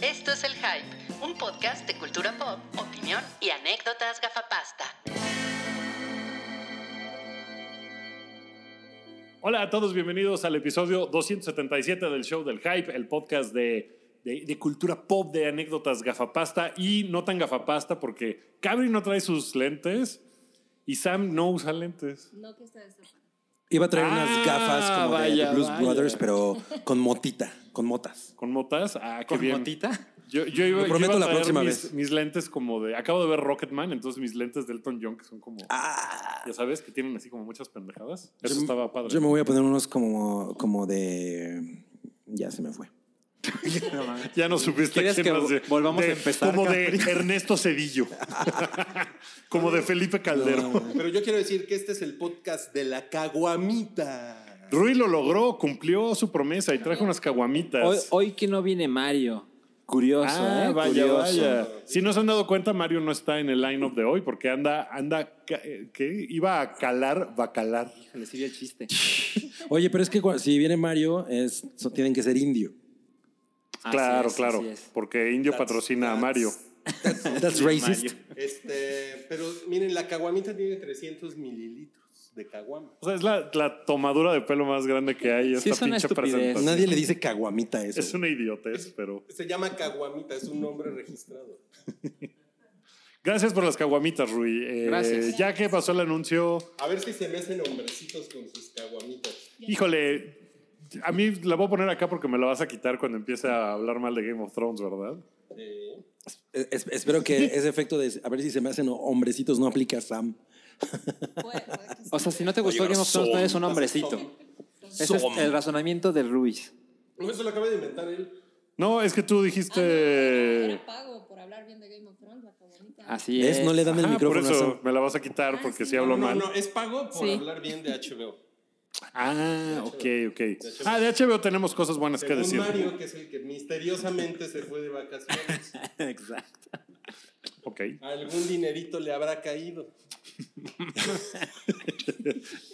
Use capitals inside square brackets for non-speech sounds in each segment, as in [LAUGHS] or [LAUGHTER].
Esto es El Hype, un podcast de cultura pop, opinión y anécdotas gafapasta. Hola a todos, bienvenidos al episodio 277 del show del Hype, el podcast de, de- de cultura pop, de anécdotas gafapasta y no tan gafapasta porque Cabri no trae sus lentes y Sam no usa lentes. No que está destapada. Iba a traer Ah, unas gafas como de- de, vaya, Blues vaya. Brothers, pero con motita, con motas. ¿Con motas? Ah, qué ¿Con bien. motita? Yo, yo iba, Lo yo prometo iba a la traer próxima mis, vez. mis lentes como de... Acabo de ver Rocketman, entonces mis lentes de Elton John que son como... Ah, Ya sabes, que tienen así como muchas pendejadas. Eso Yo- estaba padre. Yo me voy a poner unos como, como de. Ya se me fue. [LAUGHS] Ya no supiste ¿Quieres quién que más de- vo- volvamos a de- empezar, Como de Capri? Ernesto Cedillo. como de Felipe Caldero. Pero yo quiero decir que este es el podcast de la caguamita. Rui lo logró, cumplió su promesa y trajo unas caguamitas. Hoy, hoy que no viene Mario. Curioso, Ah, ¿eh? vaya, Curioso. vaya. Si no se han dado cuenta, Mario no está en el line-up de hoy porque anda, anda, ca- eh, ¿qué? Iba a calar bacalar. Le sirve el chiste. Oye, pero es que cua- si viene Mario, es, so- tienen que ser indio. claro, Así es, claro. así es. Porque Indio That's- patrocina a that's- Mario. That's racist. Este, pero miren, la caguamita tiene 300 mililitros de caguama. O sea, es la, la tomadura de pelo más grande que hay. Sí, Esta es una pinche estupidez. presentación. Nadie le dice caguamita a eso. Es una idiotez, pero. Se llama caguamita, es un nombre registrado. Gracias por las caguamitas, Rui. Eh, Gracias. Ya que pasó el anuncio, A ver si se me hacen hombrecitos con sus caguamitas. híjole, a mí la voy a poner acá porque me la vas a quitar cuando empiece a hablar mal de Game of Thrones, ¿verdad? Eh, Es- es- espero que ese efecto de a ver si se me hacen hombrecitos no aplica a Sam. Puede- puede que sí. Ah, O sea, si no te gustó Game of Thrones, no eres un hombrecito. Ese es el razonamiento de Ruiz. no, eso lo acaba de inventar él. No, es que tú este dijiste. Ah, Era pago por hablar bien de Game of Thrones, la caguamita. Así es. ¿Ves? No le dan el Ah, por micrófono a eso Sam. me la vas a quitar Ah, porque sí, si hablo No, mal. no, es pago por Sí. hablar bien de HBO. Ah, ok, ok. Ah, de HBO tenemos cosas buenas que Según decir. Mario, que es el que misteriosamente se fue de vacaciones, Exacto. Ok. algún dinerito le habrá caído.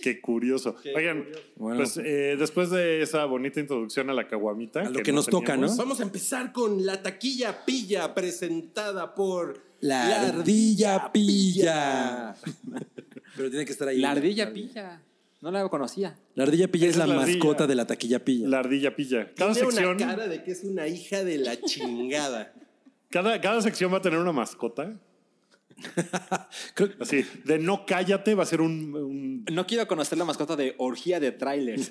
Qué curioso. Qué Oigan, curioso. Bueno. pues eh, después de esa bonita introducción a la caguamita. A lo que nos toca, teníamos, ¿no? Vamos a empezar con la taquilla pilla presentada por La, ardilla pilla. pero tiene que estar ahí. La ardilla pilla. No la conocía. La ardilla pilla es Esa la, es la ardilla. mascota de la taquilla pilla. La ardilla pilla. Cada Tiene sección. una cara de que es una hija de la chingada. Cada, cada sección va a tener una mascota. Creo- Así, de no cállate va a ser un... un- No quiero conocer la mascota de orgía [LAUGHS] de trailers.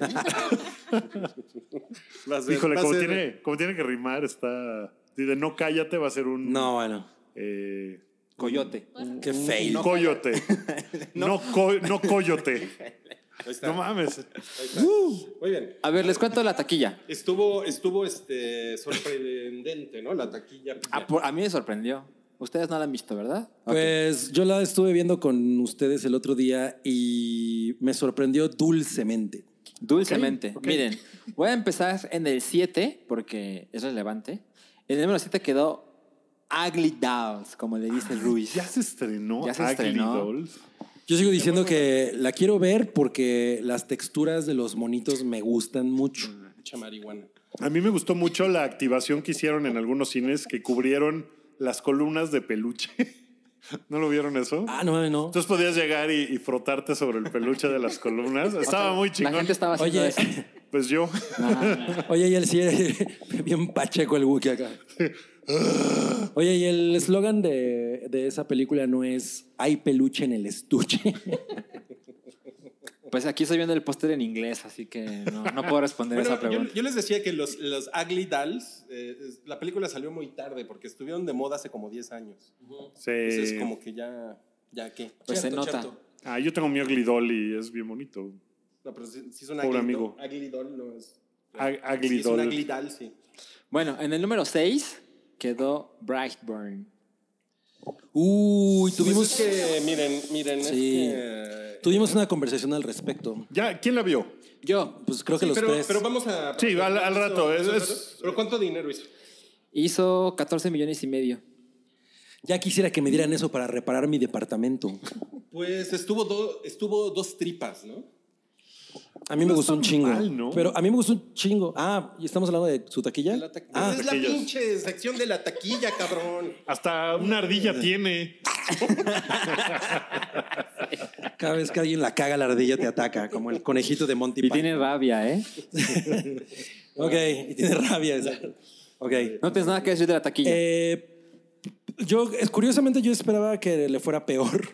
Va a [LAUGHS] ser- híjole, va a como, ser- tiene, como tiene que rimar, está... sí, de no cállate va a ser un... No, bueno. eh, Coyote. Qué un fail. coyote. no, co- no coyote. Ahí está, No ¡Uh! mames. ahí está. Muy bien. A ver, les cuento la taquilla. Estuvo, estuvo este, sorprendente, ¿no? La taquilla. pilla. Ah, por- A, mí me sorprendió. Ustedes no la han visto, ¿verdad? Pues yo la estuve viendo con ustedes el otro día y me sorprendió dulcemente. Dulcemente. Ok, ok. Miren, voy a empezar en el 7 porque es relevante. En el número 7 quedó Ugly Dolls, como le Ah, dice Ruiz. Ya se estrenó Ya se Ugly estrenó. Dolls. Yo sigo diciendo que la quiero ver porque las texturas de los monitos me gustan mucho. Mucha marihuana. A mí me gustó mucho la activación que hicieron en algunos cines que cubrieron las columnas de peluche. [LAUGHS] ¿No lo vieron eso? Ah, no, no. Entonces podías llegar y, y frotarte sobre el peluche de las columnas. O sea, Estaba muy chingón. La gente estaba haciendo Oye. eso. [LAUGHS] Pues yo. Oye, y el [LAUGHS] sí, bien pacheco el Wookiee acá. Oye, y el eslogan de, de esa película no es hay peluche en el estuche. [LAUGHS] Pues aquí estoy viendo el póster en inglés, así que no, no puedo responder Bueno, esa yo, pregunta. yo les decía que los, los Ugly Dolls, eh, es- la película salió muy tarde porque estuvieron de moda hace como 10 años. Sí. Entonces, como que ya, ya qué. Pues se nota. Ah, yo tengo mi Ugly Doll y es bien bonito. No, pero si, si es un Pobre ugly amigo. doll- Ugly doll no es. Ag- ugly Sí, doll. Es un ugly doll, sí. Bueno, en el número 6 quedó Brightburn. Uy, Tuvimos tuvimos, Pues que, miren, miren, Sí. es que... tuvimos una conversación al respecto. Ya, ¿quién la vio? Yo Pues creo que Sí, los pero, tres. pero vamos a... Sí, al- al rato, es- ¿Pero- es- ¿Pero cuánto dinero hizo? hizo 14 millones y medio. Ya quisiera que me dieran eso para reparar mi departamento. Pues estuvo, do- estuvo dos tripas, ¿no? A mí me No gustó está un chingo. mal, ¿no? Pero a mí me gustó un chingo. Ah, ¿y estamos hablando de su taquilla? De la ta- Ah, Esa es la taquillas. pinche sección de la taquilla, cabrón. Hasta una ardilla tiene. cada vez que alguien la caga, la ardilla te ataca, como el conejito de Monty Y Python. tiene rabia, ¿eh? Ok, y tiene rabia, exacto. Ok. No tienes nada que decir de la taquilla. Eh, yo, es- curiosamente, yo esperaba que le fuera peor.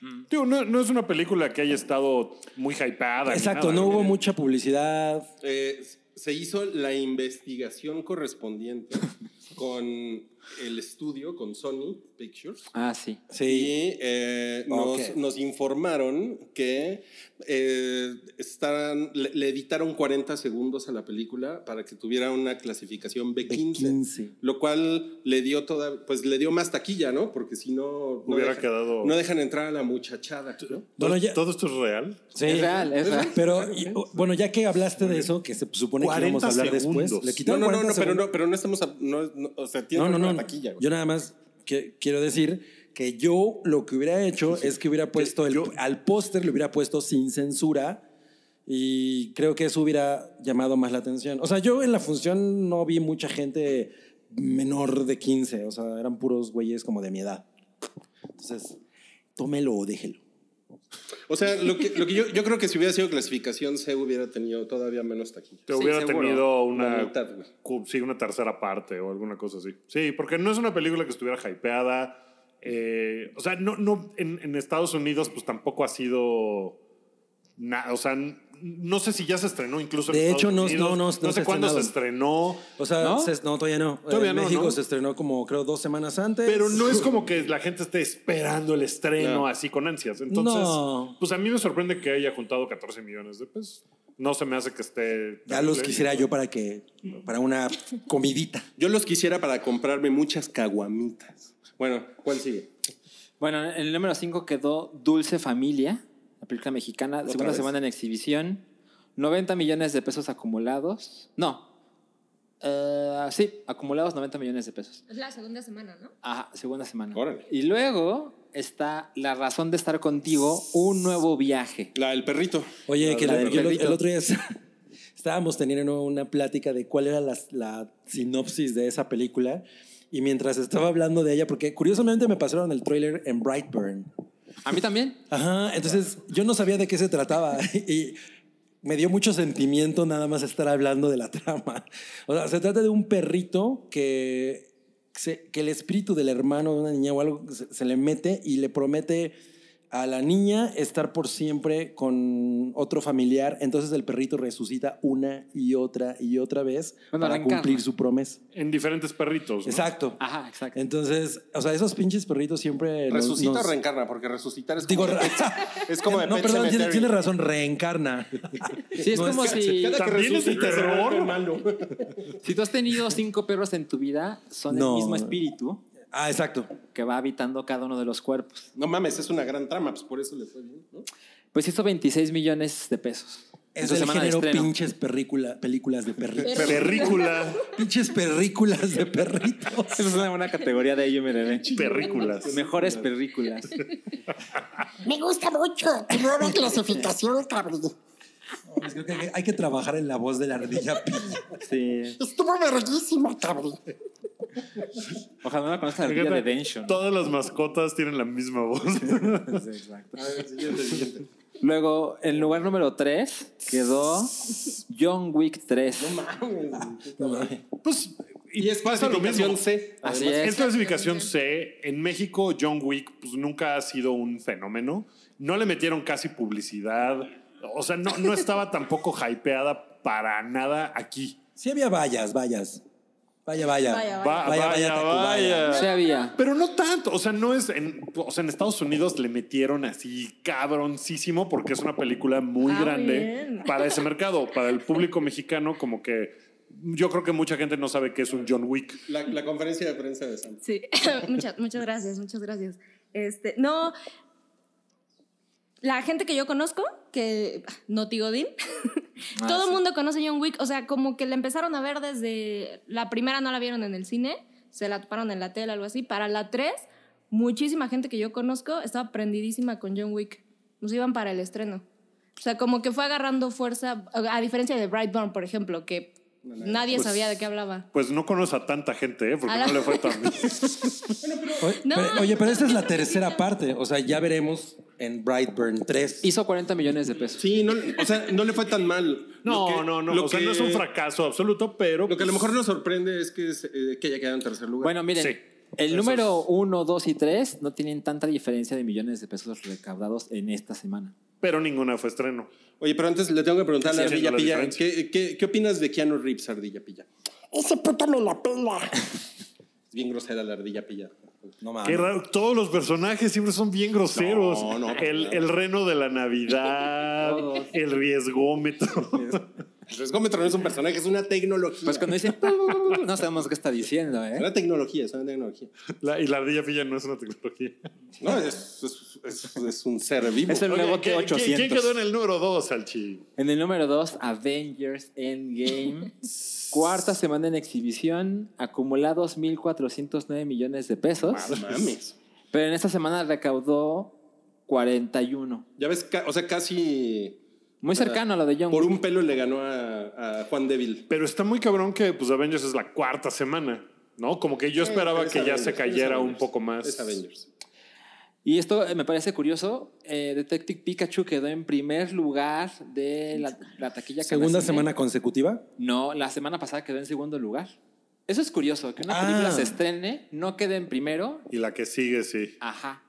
[LAUGHS] Digo, no, no es una película que haya estado muy hypeada. ni Exacto, nada, no hubo mucha publicidad. Eh, se hizo la investigación correspondiente [LAUGHS] con el estudio, con Sony Pictures. ah, sí. Sí. Y eh, nos, Ok. nos informaron que eh, están, le, le editaron 40 segundos a la película para que tuviera una clasificación B15, B15. lo cual le dio toda, pues le dio más taquilla, ¿no? Porque si no no Hubiera dejan- quedado- no dejan entrar a la muchachada. ¿no? Bueno, ¿Todo, ya- todo esto es real. Sí. Es real, es real. Pero y- o- bueno, ya que hablaste de eso, que se supone que 40 íbamos a hablar segundos. después, le No, quitaron no, no, 40 no, pero segundos. no, pero no estamos, a- no, no, o sea, tiene no, no, no. taquilla. güey. Yo nada más que, quiero decir que yo lo que hubiera hecho es que hubiera puesto el- al póster, le hubiera puesto sin censura y creo que eso hubiera llamado más la atención. O sea, yo en la función no vi mucha gente menor de 15, o sea, eran puros güeyes como de mi edad. Entonces, tómelo o déjelo. O sea, lo que, lo que yo, yo creo que si hubiera sido clasificación C hubiera tenido todavía menos taquilla. Te Sí, hubiera seguro. tenido La una, mitad, güey. cu- sí, una tercera parte o alguna cosa así. Sí, porque no es una película que estuviera hypeada. eh, o sea, no, no, en, en Estados Unidos pues tampoco ha sido... na- o sea, n- no sé si ya se estrenó incluso en De hecho, Estados no- Unidos. no, no, no sé se ha cuándo se estrenó. O sea, ¿No? ¿No? no, todavía no. Todavía en no, México ¿no? se estrenó como creo dos semanas antes. Pero no es como que la gente esté esperando el estreno No. así con ansias. Entonces, No. pues a mí me sorprende que haya juntado 14 millones de pesos. No se me hace que esté... Ya los quisiera yo para que para una comidita. Yo los quisiera para comprarme muchas caguamitas. Bueno, ¿cuál sigue? Bueno, en el número 5 quedó Dulce Familia, la película mexicana, Otra segunda vez. semana en exhibición, 90 millones de pesos acumulados. No, eh, sí, acumulados 90 millones de pesos. Es la segunda semana, ¿no? Ajá, segunda semana. Órale. Y luego está La razón de estar contigo, un nuevo viaje. La del perrito. Oye, La que la- del yo lo- perrito. el otro día es- [LAUGHS] estábamos teniendo una plática de cuál era la, la sinopsis de esa película y mientras estaba hablando de ella, porque curiosamente me pasaron el tráiler en Brightburn. A mí también. Ajá, entonces yo no sabía de qué se trataba [LAUGHS] y me dio mucho sentimiento nada más estar hablando de la [LAUGHS] trama. O sea, se trata de un perrito que, se- que el espíritu del hermano de una niña o algo se, se le mete y le promete a la niña estar por siempre con otro familiar. Entonces el perrito resucita una y otra y otra vez Bueno, para reencarna. cumplir su promesa. En diferentes perritos. ¿no? Exacto. Ah. Ajá, exacto. Eh, Entonces, o sea, esos pinches perritos siempre... nos- ¿Resucita nos- o reencarna? Porque resucitar es Digo, [LAUGHS] como, re- [LAUGHS] es [LAUGHS] como de no, Pet perdón, tiene, Sematary. tiene razón, reencarna. Sí, es No, es como que- si, Cada que También es de resucita, se terror. vuelve malo. si tú has tenido cinco perros en tu vida, son No. el mismo espíritu Ah, exacto. que va habitando cada uno de los cuerpos. No mames, es una gran trama, pues por eso le fue bien. ¿no? Pues hizo 26 millones de pesos. en Es su el semana de género estreno. pinches película, películas de perritos. Perrícula. pinches películas de perritos. [LAUGHS] Esa Es una buena categoría de IMDb. Perrículas. Mejores películas. Me gusta mucho tu nueva [LAUGHS] clasificación, cabrón. Pues creo que hay que- hay que trabajar en la voz de [LAUGHS] la ardilla pilla. Sí. Estuvo verguísima, cabrón. Ojalá no la conozcan Me el día de encanta. Dension. Todas las mascotas tienen la misma voz. [LAUGHS] Sí, exacto. A ver, siguiente, siguiente. Luego, en lugar número 3 quedó John Wick 3. pues, [LAUGHS] Y es pasa lo clasificación mismo. C. Así Es, es. clasificación C. En México, John Wick pues, nunca ha sido un fenómeno. No le metieron casi publicidad. O sea, no, no estaba tampoco hypeada para nada aquí. Sí había vallas, vallas. Vaya, vaya. Vaya, vaya. Va- Vaya, vaya, Tacubaya. Sí había. Pero no tanto, o sea, no es en, o sea, en Estados Unidos le metieron así cabroncísimo porque es una película muy Ah, muy grande bien. para ese mercado, para el público mexicano como que yo creo que mucha gente no sabe qué es un John Wick. La, la conferencia de prensa de Sam. Sí, [LAUGHS] muchas, muchas gracias, muchas gracias. Este, no, la gente que yo conozco, que no Godín, Ah, todo el sí. mundo conoce John Wick, o sea, como que la empezaron a ver desde la primera no la vieron en el cine, se la toparon en la tele, algo así. Para la 3, muchísima gente que yo conozco estaba prendidísima con John Wick. Nos iban para el estreno. O sea, como que fue agarrando fuerza, a diferencia de Brightburn, por ejemplo, que nadie Pues- sabía de qué hablaba. Pues no conoce a tanta gente, ¿eh? porque A la- no le fue tan bien. Oye, No, pero, oye, pero esta es la tercera no. parte. O sea, ya veremos en Brightburn 3. Hizo 40 millones de pesos. Sí, no, o sea, no le fue tan mal. No, Lo que- no, no. lo o sea, que- no es un fracaso absoluto, pero. Lo que a lo pues, mejor nos sorprende es que, es, eh, que haya quedado en tercer lugar. Bueno, miren, Sí. el Eso número es- 1, 2 y 3 no tienen tanta diferencia de millones de pesos recaudados en esta semana. Pero ninguna fue estreno. Oye, pero antes le tengo que preguntar a la Sí, haciendo Ardilla la Pilla, diferencia. ¿qué, qué, qué opinas de Keanu Reeves, Ardilla Pilla? Ese puto me la pela. Es bien grosera la Ardilla Pilla. No mames. Qué raro. Todos los personajes siempre son bien groseros. Ah, No, no, no. el, el reno de la Navidad, el [LAUGHS] riesgómetro. El riesgómetro no es un personaje, es una tecnología. Pues cuando dice, no sabemos qué está diciendo, Es ¿eh? una tecnología, es una tecnología. La- y la ardilla pilla no es una tecnología. No, es, es- es- es un ser vivo. Es el Oye, nuevo ¿qué- qué- ¿Quién quedó en T800. el número 2, Salchi? En el número 2, Avengers Endgame. Cuarta semana en exhibición, acumulados 1.409 millones de pesos. Ah, mames. Pero en esta semana recaudó 41. Ya ves, ca- o sea, casi Muy ¿Verdad? cercano a lo de John por Wick. un pelo le ganó a, a Juan Devil. Pero está muy cabrón que pues, Avengers es la cuarta semana, ¿no? Como que yo esperaba que ya se cayera un poco más. Es Avengers. Y esto eh, me parece curioso. eh, Detective Pikachu quedó en primer lugar de la, la taquilla Segunda canadiense. semana consecutiva. No, la semana pasada quedó en segundo lugar. Eso es curioso, que una Ah. película se estrene, no quede en primero. Y la que sigue, sí. Ajá.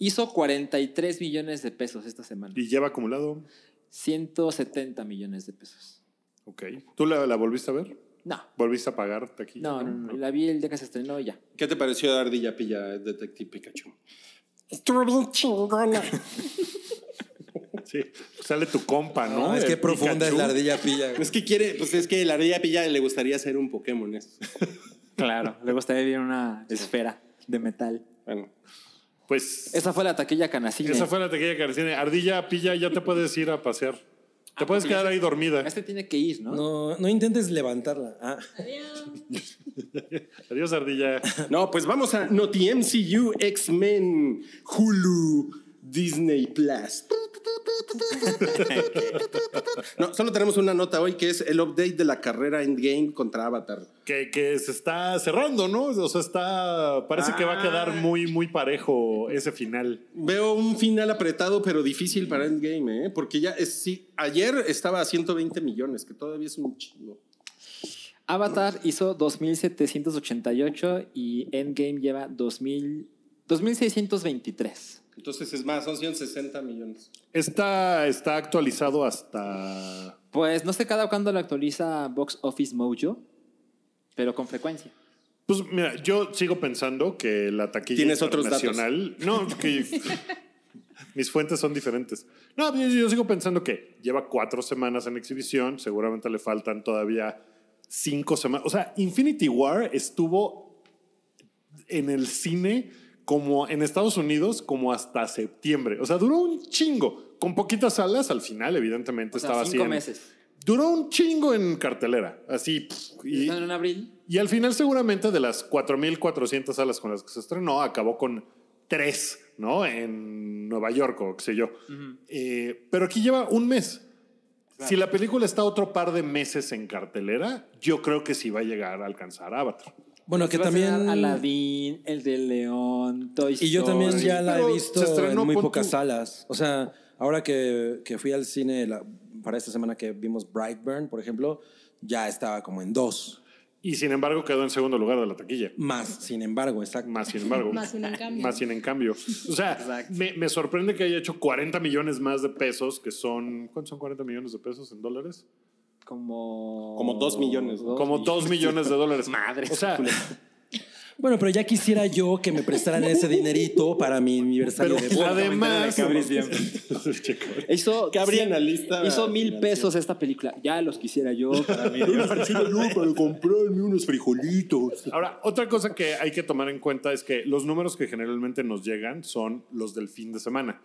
Hizo 43 millones de pesos esta semana. Y lleva acumulado. 170 millones de pesos. Ok. ¿Tú la, la volviste a ver? No, ¿Volviste a pagar aquí? no, no, no, La vi el día que se estrenó y ya. ¿Qué te pareció Ardilla Pilla, Detective Pikachu? Estuvo bien [LAUGHS] chingona. Sí. Sale tu compa, ¿no? No, es El que profunda es Pikachu. la ardilla pilla. güey. Es que quiere, pues es que la Ardilla Pilla le gustaría ser un Pokémon. es- Claro, [LAUGHS] le gustaría vivir en una esfera de metal. Bueno, Pues Esa fue la taquilla canacina. esa fue la tequilla que recién. Ardilla, pilla, ya te puedes ir a pasear. Te puedes Ah, porque ya quedar ahí dormida. Este tiene que ir, ¿no? No, no intentes levantarla. Ah, Adiós, ardilla. No, pues vamos a Noti MCU, X-Men, Hulu, Disney Plus. No, solo tenemos una nota hoy que es el update de la carrera Endgame contra Avatar. Que, que se está cerrando, ¿no? O sea, está. Parece que va a quedar muy, muy parejo ese final. Veo un final apretado pero difícil para Endgame, ¿eh? Porque ya es, sí, ayer estaba a 120 millones, que todavía es un chingo. Avatar hizo 2.788 y Endgame lleva 2.000 2.623. Entonces es más, son 160 millones. Ah, Está, está actualizado hasta. Pues no sé cada cuándo lo actualiza Box Office Mojo, pero con frecuencia. Pues mira, yo sigo pensando que la taquilla Tienes otros internacional. No, [LAUGHS] que mis fuentes son diferentes. No, yo, yo sigo pensando que lleva cuatro semanas en exhibición, seguramente le faltan todavía cinco semanas. O sea, Infinity War estuvo en el cine como en Estados Unidos como hasta septiembre. O sea, duró un chingo, con poquitas salas al final, evidentemente O sea, estaba así cinco en- meses. Duró un chingo en cartelera, así. pff, y- Están en abril. y al final seguramente de las 4.400 salas con las que se estrenó, acabó con tres, ¿no? En Nueva York o qué sé yo. Eh, pero aquí lleva un mes. Si la película está otro par de meses en cartelera, yo creo que sí va a llegar a alcanzar Avatar. bueno, que Se va a estrenar también. Aladdin, El de León, Toy Story. Y yo también ya la Pero he se visto estrenó, en muy pon pocas tú. salas. O sea, ahora que, que fui al cine la- para esta semana que vimos Brightburn, por ejemplo, ya estaba como en dos. Y sin embargo quedó en segundo lugar de la taquilla. Más, sin embargo, exacto. Más sin [LAUGHS] embargo. Más sin en cambio. Más sin en cambio. O sea, me, me sorprende que haya hecho 40 millones más de pesos, que son... ¿Cuántos son 40 millones de pesos en dólares? Como. Como dos millones, ¿no? Dos Como millones. 2 millones de dólares. [LAUGHS] Madre. O sea, Bueno, pero ya quisiera yo que me prestaran ese dinerito para mi aniversario Pero de boda. además, Hizo, Que abrí cien- analista hizo mil financiero. pesos esta película. Ya los quisiera yo [LAUGHS] para mí. para comprarme unos frijolitos. Ahora, otra cosa que hay que tomar en cuenta es que los números que generalmente nos llegan son los del fin de semana,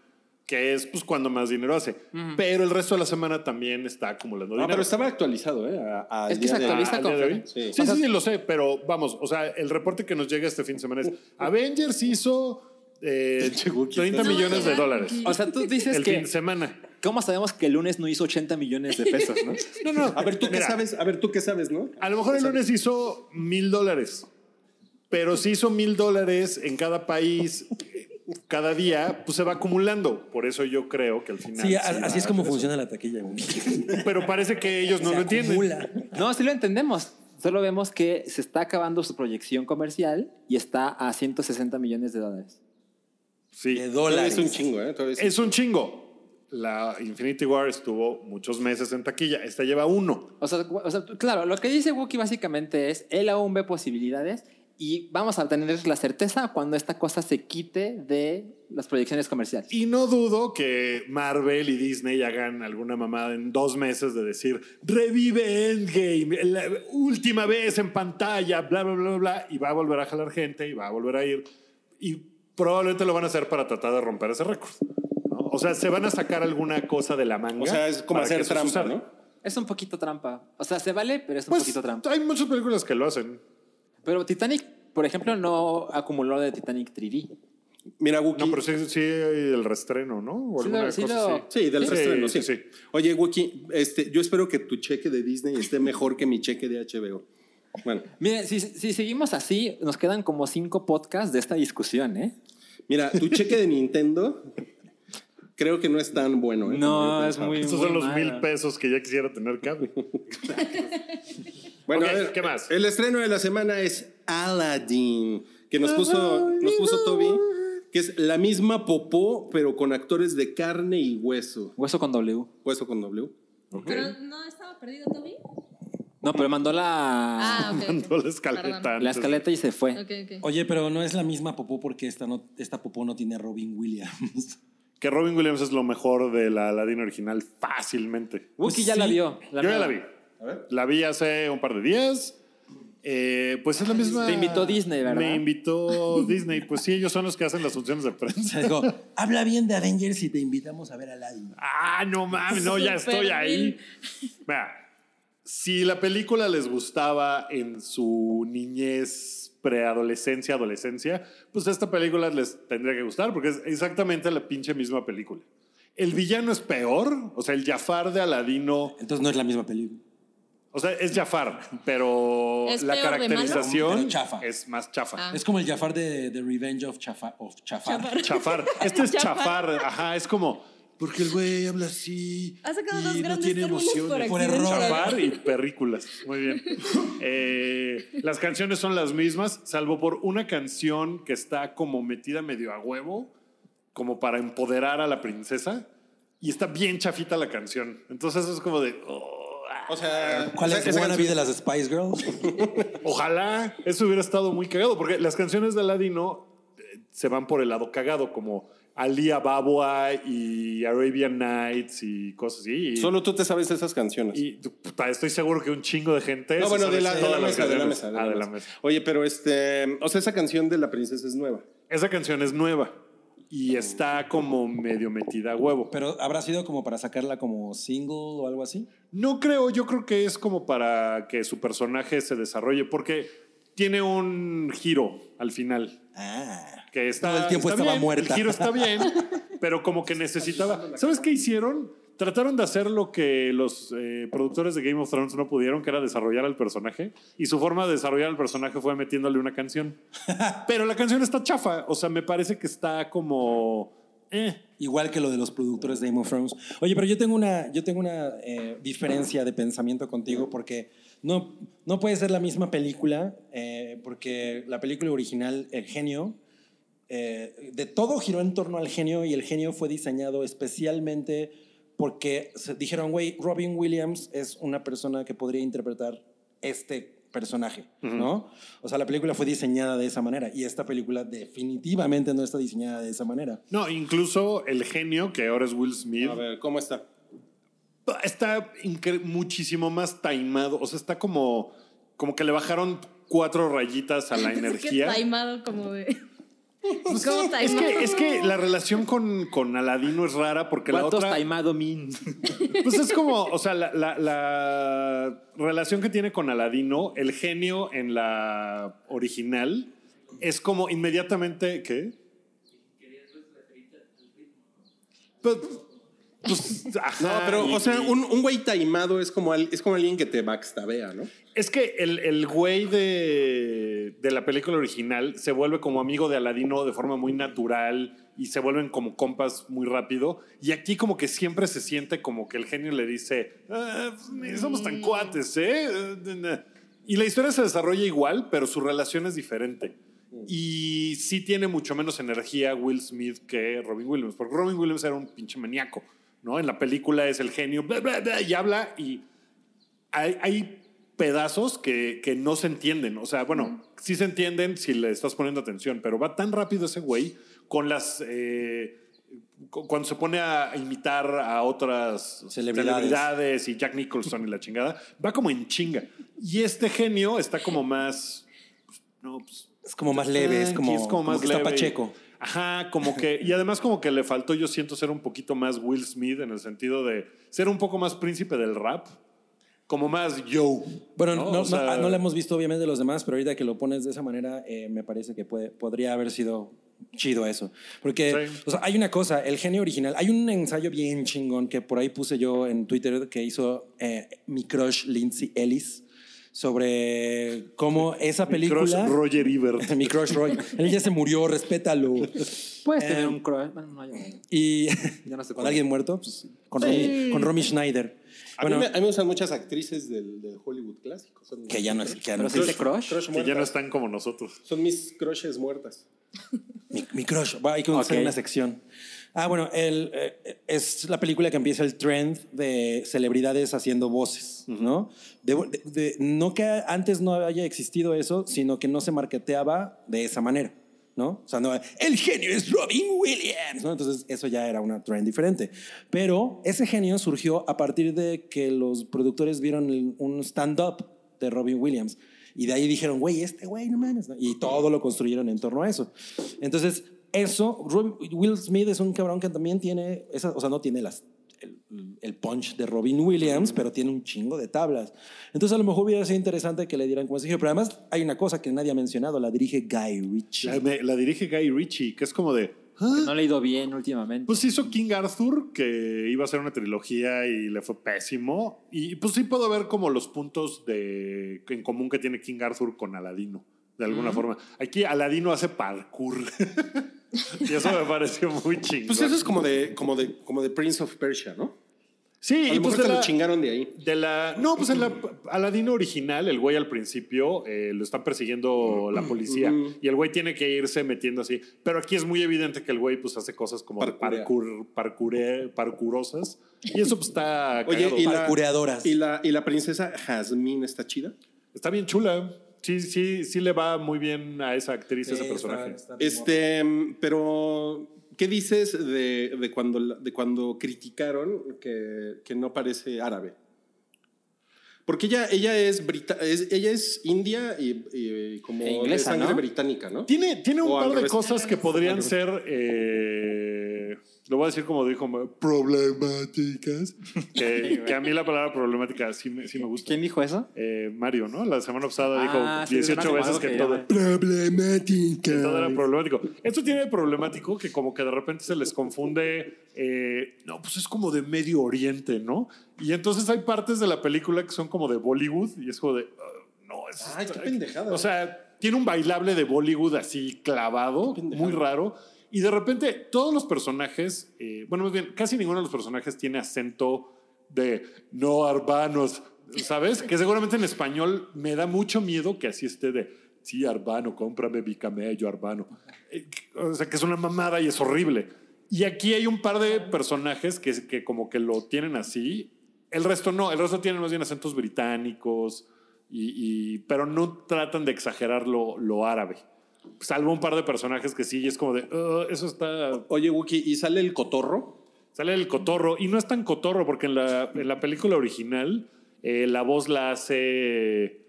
que es pues cuando más dinero hace. Pero el resto de la semana también está acumulando Ah, dinero. pero estaba actualizado, ¿eh? A- a Es que día se de- actualiza al con día de hoy. frecuencia. Sí, Sí. sí, sí, lo sé, pero vamos, o sea, el reporte que nos llega este fin de Uh, semana es Avengers hizo eh, Llegó aquí. 30 No, millones de llega. dólares O sea, tú dices el fin que de semana. ¿Cómo sabemos que el lunes no hizo 80 millones de [LAUGHS] pesos, no? No, no. A ver, ¿tú qué mira, sabes? A ver, ¿tú qué sabes, no? A lo mejor el lunes hizo mil dólares, pero si hizo mil dólares en cada país, [LAUGHS] cada día, pues se va acumulando. Por eso yo creo que al final. Sí, a- sí va así es a hacer Ah, como eso. funciona la taquilla. güey. Pero parece que ellos no [LAUGHS] Se lo entienden. acumula. No, sí lo entendemos. Solo vemos que se está acabando su proyección comercial y está a 160 millones de dólares. Sí. De Todavía dólares. es un chingo, ¿eh? Todavía es un Es un chingo. La Infinity War estuvo muchos meses en taquilla. Esta lleva uno. O sea, cu- o sea, tú- claro, lo que dice Wookie básicamente es, él aún ve posibilidades y vamos a tener la certeza cuando esta cosa se quite de las proyecciones comerciales. Y no dudo que Marvel y Disney hagan alguna mamada en dos meses de decir revive Endgame, la última vez en pantalla, bla, bla, bla, bla, bla, y va a volver a jalar gente y va a volver a ir. Y probablemente lo van a hacer para tratar de romper ese récord. ¿no? O sea, se van a sacar alguna cosa de la manga. O sea, es como para que hacer eso trampa, suceda. ¿no? Es un poquito trampa. O sea, se vale, pero es un Pues poquito trampa. hay muchas películas que lo hacen. Pero Titanic, por ejemplo, no acumuló de Titanic 3D. Mira, Wookie. No, pero sí, sí el restreno, ¿no? O Sí lo- alguna sí cosa lo- así. Sí, del Sí, restreno, sí, sí, sí. Oye, Wookie, este, yo espero que tu cheque de Disney esté mejor que mi cheque de HBO. Bueno, Miren, si, si seguimos así, nos quedan como cinco podcasts de esta discusión, ¿eh? mira, tu cheque de Nintendo creo que no es tan bueno. ¿eh? Como yo No, es pensaba. muy... Estos muy son los malo. mil pesos que ya quisiera tener cable. Bueno, Ok, a ver, ¿qué más? El estreno de la semana es Aladdin, que nos puso, nos puso Toby, que es la misma popó, pero con actores de carne y hueso. Hueso con W. Hueso con W. Pero no estaba perdido, Toby. No, pero mandó la, Ah, ok. Mandó la escaleta. Perdón. la antes. escaleta y se fue. Ok, ok. Oye, pero no es la misma popó porque esta, no, esta popó no tiene a Robin Williams. [LAUGHS] Que Robin Williams es lo mejor de la Aladdin original fácilmente. Wookie Pues ya la sí. vio. Yo ya nueva. la vi. La vi hace un par de días. Eh, pues es la misma. Te invitó Disney, ¿verdad? Me invitó Disney. Pues sí, ellos son los que hacen las funciones de O prensa. sea, digo, habla bien de Avengers y te invitamos a ver a Aladdin. Ah, no mames, no, ya Súper estoy ahí. mil. Mira, si la película les gustaba en su niñez, preadolescencia, adolescencia, pues esta película les tendría que gustar porque es exactamente la pinche misma película. El villano es peor, o sea, el Jafar de Aladino, Entonces no es la misma película. o sea, es Jafar, pero ¿Es la peor de malo? caracterización Pero chafa. es más chafa. Ah. Es como el Jafar de, de Revenge of, Chafa, of Chafar. Chafar, [LAUGHS] este es chafar, ajá, es como porque el güey habla así Ha sacado y dos no grandes tiene términos por emociones. Por error. accidente. Chafar y perrículas. Muy bien. Eh, las canciones son las mismas, salvo por una canción que está como metida medio a huevo, como para empoderar a la princesa. Y está bien chafita la canción. Entonces es como de. oh, ah. O sea, ¿Cuál esa- es esa la canción- vida de las Spice Girls? Ojalá eso hubiera estado muy cagado, porque las canciones de Aladino eh, se van por el lado cagado, como Alia Babua y Arabian Nights y cosas así. Y- Solo tú te sabes esas canciones. Y puta, estoy seguro que un chingo de gente. no, se bueno, sabe de la, de la todas las mesa, de la canciones. mesa. de Ah, la mesa. Oye, pero este, o sea, esa canción de la princesa es nueva. Esa canción es nueva y está como medio metida a huevo. Pero habrá sido como para sacarla como single o algo así. No creo, yo creo que es como para que su personaje se desarrolle, porque tiene un giro al final. Ah. que está, Todo el tiempo está estaba bien, muerta. El giro está [LAUGHS] bien, pero como que necesitaba. ¿Sabes qué hicieron? Trataron de hacer lo que los eh, productores de Game of Thrones no pudieron, que era desarrollar al personaje. Y su forma de desarrollar al personaje fue metiéndole una [LAUGHS] canción. Pero la canción está chafa. O sea, me parece que está como. eh. Igual que lo de los productores de Game of Thrones. Oye, pero yo tengo una, yo tengo una eh, diferencia de pensamiento contigo porque no, no puede ser la misma película, eh, porque la película original, El Genio, eh, de todo giró en torno al genio y el genio fue diseñado especialmente porque se dijeron, güey, Robin Williams es una persona que podría interpretar este personaje, ¿no? O sea, la película fue diseñada de esa manera y esta película definitivamente no está diseñada de esa manera. No, incluso el genio, que ahora es Will Smith, A ver, ¿cómo está? está incre- muchísimo más taimado. O sea, está como, como que le bajaron cuatro [LAUGHS] rayitas a la Pensé que energía. taimado como [LAUGHS] de. [LAUGHS] Pues ¿Cómo sí, es, taimado? que, es que la relación con, con Aladino es rara porque la ¿Cuántos otra. taimado min? [LAUGHS] Pues es como, o sea, la, la- la relación que tiene con Aladino, el genio en la original, es como inmediatamente. ¿Qué? Pues, Pues, No, ajá, pero, y- o sea, y- un, un güey taimado es como, al- es como alguien que te backstabea, ¿no? Es que el, el güey de, de la película original se vuelve como amigo de Aladino de forma muy natural y se vuelven como compas muy rápido. Y aquí como que siempre se siente como que el genio le dice, "Ah, ni somos tan cuates, ¿eh? Eh, de- de". Y la historia se desarrolla igual, pero su relación es diferente. Y sí tiene mucho menos energía Will Smith que Robin Williams, porque Robin Williams era un pinche maníaco, ¿no? En la película es el genio, bla, bla, bla, y habla y hay, hay pedazos que, que no se entienden. O sea, bueno, sí se entienden si le estás poniendo atención, pero va tan rápido ese güey con las... eh, cu- cuando se pone a imitar a otras Celebridades. celebridades y Jack Nicholson y la chingada, va como en chinga. Y este genio está como más... pues, No, pues, Es como más leve, es tranqui, como, como que está leve y- Pacheco. Ajá, como que. Y además, como que le faltó, yo siento, ser un poquito más Will Smith en el sentido de ser un poco más príncipe del rap. Como más yo. Bueno, no, O no, sea, ah, no la hemos visto obviamente de los demás, pero ahorita que lo pones de esa manera, eh, me parece que puede- podría haber sido chido eso. Porque Sí. o sea, hay una cosa, el genio original, hay un ensayo bien chingón que por ahí puse yo en Twitter que hizo eh, mi crush Lindsay Ellis sobre cómo esa Crush película... Roger Ebert. [LAUGHS] mi crush Roy. Él ya se murió, respétalo. Puedes Eh, tener un crush. Bueno, no, yo- Ah. Y Ya no se con puede. alguien muerto, pues, con, Romy, con Romy Schneider. A, Bueno, mí me, a mí me gustan muchas actrices del, del Hollywood clásico. Son que ya no es... que ya no Pero es- sí te crush. crush Que ya no muertas. están como nosotros. Son mis crushes muertas. Mi, mi crush. Va, hay que Ok. hacer una sección. Ah, bueno, el, eh, es la película que empieza el trend de celebridades haciendo voces, ¿no? De- de- de- no que antes no haya existido eso, sino que no se marketeaba de esa manera, ¿no? O sea, no, el genio es Robin Williams, ¿no? Entonces, eso ya era una trend diferente. Pero ese genio surgió a partir de que los productores vieron el- un stand-up de Robin Williams. Y de ahí dijeron, güey, este güey, no mames. ¿no? Y todo lo construyeron en torno a eso. Entonces, eso, Rob- Will Smith es un cabrón que también tiene, esa, o sea, no tiene las, el, el punch de Robin Williams, pero tiene un chingo de tablas. Entonces, a lo mejor hubiera sido interesante que le dieran como ese giro. Pero además, hay una cosa que nadie ha mencionado, la dirige Guy Ritchie. La, me- la dirige Guy Ritchie, que es como de. Que "Ah". no le ha ido bien últimamente. Pues hizo King Arthur, que iba a ser una trilogía y le fue pésimo. Y pues sí puedo ver como los puntos de, en común que tiene King Arthur con Aladino, de alguna forma. Aquí Aladino hace parkour. [LAUGHS] y eso me pareció muy chingón. Pues eso es como de, como de, como de Prince of Persia, ¿no? Sí, A y lo pues mejor de te lo la- chingaron de ahí. De la. No, pues en la Aladino original, el güey al principio eh, lo están persiguiendo la policía. Ujú. Y el güey tiene que irse metiendo así. Pero aquí es muy evidente que el güey pues hace cosas como de Parkourea. parkour, parkoure- parkourosas. Y eso pues está. [LAUGHS] Oye, cagado. y la, Parcureadoras. y la y la princesa Jasmine está chida. Está bien chula. Sí, sí, sí le va muy bien a esa actriz, a ese Sí, personaje. está- está bien Este, pero ¿qué dices de, de cuando la- de cuando criticaron que, que no parece árabe? Porque ella, ella es brita- es- ella es india y, y como E inglesa, de sangre ¿no? británica, ¿no? Tiene, tiene un O al par de revés. cosas que podrían ser, eh, lo voy a decir como dijo, [LAUGHS] problemáticas. Que, que a mí la palabra problemática sí me, sí me gusta. ¿Quién dijo eso? Eh, Mario, ¿no? La semana pasada Ah, dijo sí, 18 suena como veces algo que, que todo, ya- Problemática. que todo era problemático. Esto tiene de problemático que como que de repente se les confunde, eh, no, pues es como de Medio Oriente, ¿no? Y entonces hay partes de la película que son como de Bollywood y es como de, "Ah, no, es... Ay, qué pendejada. O sea, tiene un bailable de Bollywood así clavado, muy raro. Y de repente todos los personajes, eh, bueno, más bien, casi ninguno de los personajes tiene acento de no arbanos, ¿sabes? Que seguramente en español me da mucho miedo que así esté de, sí, arbano, cómprame mi camello, arbano. Eh, O sea, que es una mamada y es horrible. Y aquí hay un par de personajes que, que como que lo tienen así. El resto no, el resto tienen más bien acentos británicos, y, y- pero no tratan de exagerar lo, lo árabe. Salvo un par de personajes que sí, y es como de, "Ah, eso está Oye, Wookie, ¿y sale el cotorro? Sale el cotorro. Y no es tan cotorro, porque en la, en la película original eh, la voz la hace.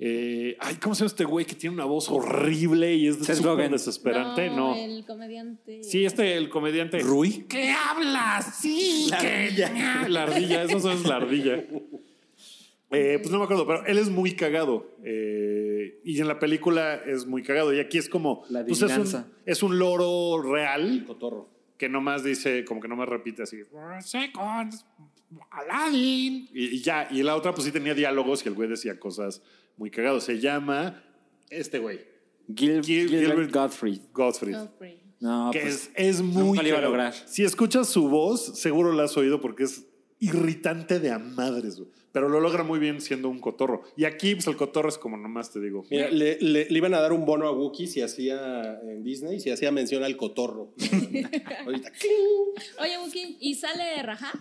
eh, ay, ¿cómo se llama este güey que tiene una voz horrible y es Seth súper Rogen. desesperante? No. El comediante. Sí, este, el comediante. ¿Rui? ¿Qué habla? Sí, la ardilla. La ardilla, eso es la ardilla. Eh, pues no me acuerdo, pero él es muy cagado. eh, y en la película es muy cagado. Y aquí es como. La pues es, un, adivinanza. es un loro real Cotorro. que nomás dice, como que nomás repite así, seconds, Aladdin. Y, y ya, y la otra pues sí tenía diálogos y el güey decía cosas muy cagadas. Se llama este güey, Gil- Gil- Gilbert Gilbert- Gottfried. Gottfried. Godfrey. No, que pues, es, es muy... nunca lo iba a cagado. lograr. Si escuchas su voz, seguro la has oído porque es irritante de a madres, güey. Pero lo logra muy bien siendo un cotorro. Y aquí, pues el cotorro es como nomás te digo. Mira, le, le- le iban a dar un bono a Wookiee si hacía en Disney, si hacía mención [LAUGHS] al cotorro. Ahorita. Oye, Wookie, ¿y sale Raja?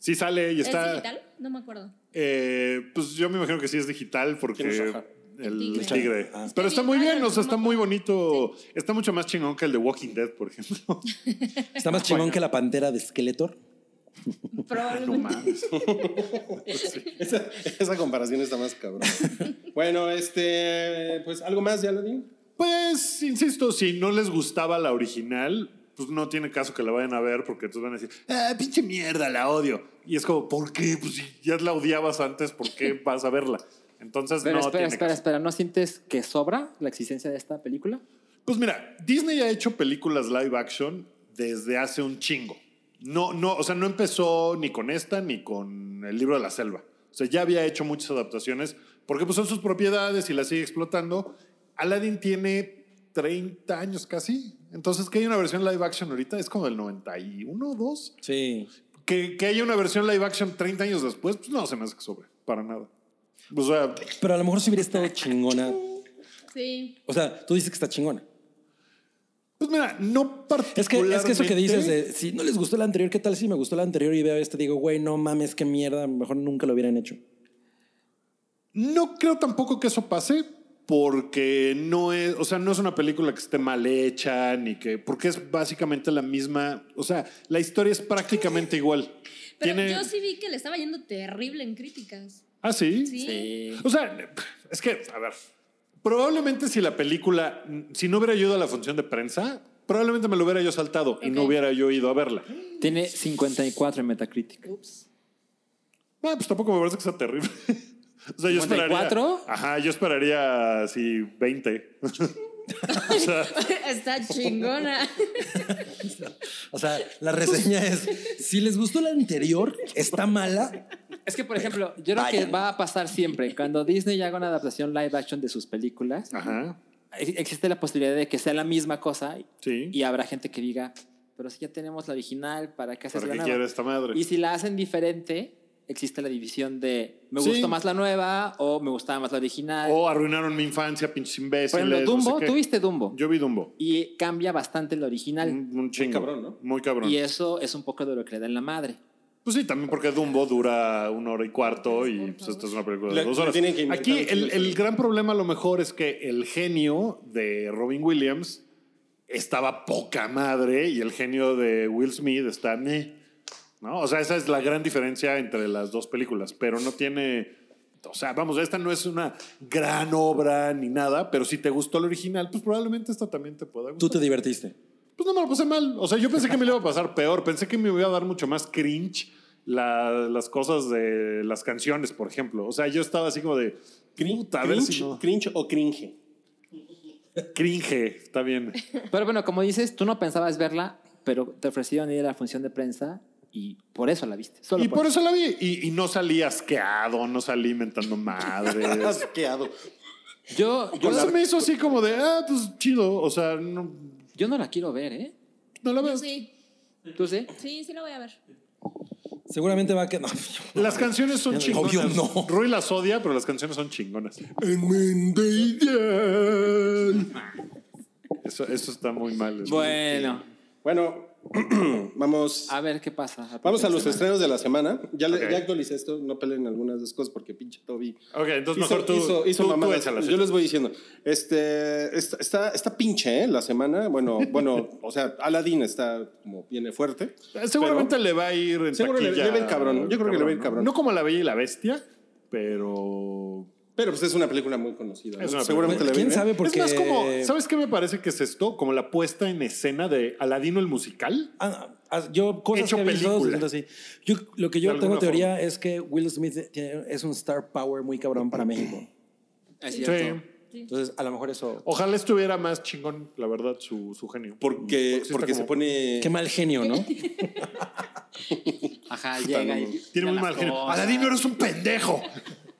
Sí sale y está... ¿Es digital? No me [LAUGHS] acuerdo. Eh, pues yo me imagino que sí es digital porque ¿Quién es el, Raja? tigre. tigre. Ah. Pero está muy Sí, bien, claro, o sea, no está me muy bonito. Está mucho más chingón que el de Walking Dead, por ejemplo. Está más chingón Ah, Bueno. que la pantera de Skeletor. [LAUGHS] No Probablemente. mames. Esa, esa comparación está más cabrón. bueno, este, pues algo más ya lo di. Pues, insisto, si no les gustaba la original, pues no tiene caso que la vayan a ver porque entonces van a decir, ah, pinche mierda, la odio. Y es como, ¿por qué? Pues si ya la odiabas antes, ¿por qué vas a verla? Entonces pero no espera, tiene espera, caso. espera. ¿No sientes que sobra la existencia de esta película? Pues mira, Disney ha hecho películas live action desde hace un chingo. No, no, o sea, no empezó ni con esta ni con el libro de la selva. O sea, ya había hecho muchas adaptaciones porque pues son sus propiedades y las sigue explotando. Aladdin tiene 30 años casi. Entonces, que hay una versión live action ahorita es como del 91 o 2. Sí. Que, que haya una versión live action 30 años después, pues no se me hace que sobre, para nada. O sea, Pero a lo mejor si hubiera estado chingona. Sí. O sea, tú dices que está chingona. pues mira, no Es que, particularmente. es que eso que dices de si no les gustó la anterior, ¿qué tal si me gustó la anterior y veo esta y digo, güey, no mames, qué mierda, mejor nunca lo hubieran hecho? No creo tampoco que eso pase porque no es, o sea, no es una película que esté mal hecha ni que, porque es básicamente la misma, o sea, la historia es prácticamente igual. [LAUGHS] Pero Tiene- yo sí vi que le estaba yendo terrible en [LAUGHS] críticas. Ah, sí. Sí. O sea, es que, a ver, probablemente si la película, si no hubiera ido a la función de prensa, probablemente me lo hubiera yo saltado y no Ok. hubiera yo ido a verla. Tiene 54 en Metacritic. Ah, pues tampoco me parece que sea terrible. [LAUGHS] O sea, yo esperaría. ¿54? Ajá, yo esperaría así 20. o sea, Está [LAUGHS] chingona. O sea, la reseña es, si les gustó la anterior, está mala. Es que, por ejemplo, yo creo que va a pasar siempre. Cuando Disney haga una adaptación live action de sus películas, ajá. ex- existe la posibilidad de que sea la misma cosa Sí. y habrá gente que diga, pero si ya tenemos la original, ¿para qué haces ¿Para la qué nueva? quiero esta madre? Y si la hacen diferente, existe la división de me Sí. Oh, gustó más la nueva o me gustaba más la original. O arruinaron mi infancia, pinches imbéciles. Por ejemplo, no Dumbo, sé qué. ¿tú viste Dumbo? Yo vi Dumbo. Y cambia bastante la original. Un, un chingo. cabrón, ¿no? Muy cabrón. Y eso es un poco de lo que le dan la madre. Pues sí, también porque Dumbo dura una hora y cuarto y pues esta es una película de Le- dos le horas. tienen que inventar Aquí un el, chingo. el gran problema a lo mejor es que el genio de Robin Williams estaba poca madre y el genio de Will Smith está meh, ¿no? O sea, esa es la gran diferencia entre las dos películas, pero no tiene... O sea, vamos, esta no es una gran obra ni nada, pero si te gustó la original, pues probablemente esta también te pueda gustar. Tú te divertiste. Pues no me lo pasé mal. O sea, yo pensé que me lo iba a pasar peor. Pensé que me iba a dar mucho más cringe la- las cosas de las canciones, por ejemplo. O sea, yo estaba así como de. Puta, a ver cringe, si no. cringe o cringe. Cringe, está bien. Pero bueno, como dices, tú no pensabas verla, pero te ofrecieron ir a la función de prensa y por eso la viste. Solo Y pues por eso la vi. Y, y no salí asqueado, no salí mentando [LAUGHS] madres. Asqueado. Yo, yo, Yo se la- me hizo así como de, ah, pues chido. O sea, no, yo no la quiero ver, ¿eh? no la veo. Sí, ¿Tú sí? sí, sí la voy a ver. Seguramente va a quedar... Las canciones son chingonas. Obvio, no. Rui las odia, pero las canciones son chingonas. Eso, eso está muy mal. Bueno, Bueno, [CLEARS THROAT] vamos. a ver qué pasa. Vamos a los Semana. estrenos de la semana. Ya, le- Ah, Ok. ya actualicé esto, no peleen algunas de las cosas porque pinche Toby. Ok, entonces hizo, mejor tú, hizo- hizo tú, tú mamadas. échalas, Yo les voy diciendo. Este, esta- está, está pinche, ¿eh? La semana. [LAUGHS] Bueno, bueno, o sea, Aladdin está como viene fuerte. Seguramente le va a ir en Seguro le- taquilla. le va a ir cabrón. Yo creo que le va a ir ¿no? cabrón. No como La Bella y la Bestia, pero... Pero pues es una película muy conocida. ¿no? Es una Seguramente película. ¿Quién la ven, sabe ¿eh? por qué? Es más como... ¿Sabes qué me parece que es esto? Como la puesta en escena de Aladino el musical. Ah, ah, yo cosas Hecho que he visto, película. se siente así. Yo, lo que De yo alguna tengo teoría es que Will Smith tiene- es un star power muy cabrón para México. Es cierto. Sí. Entonces, a lo mejor eso. Ojalá estuviera más chingón, la verdad, su, su genio. Porque, sí está porque se como- pone. Qué mal genio, ¿no? Ajá, llega y. Tiene muy las mal genio. cosas. Aladino, eres un pendejo.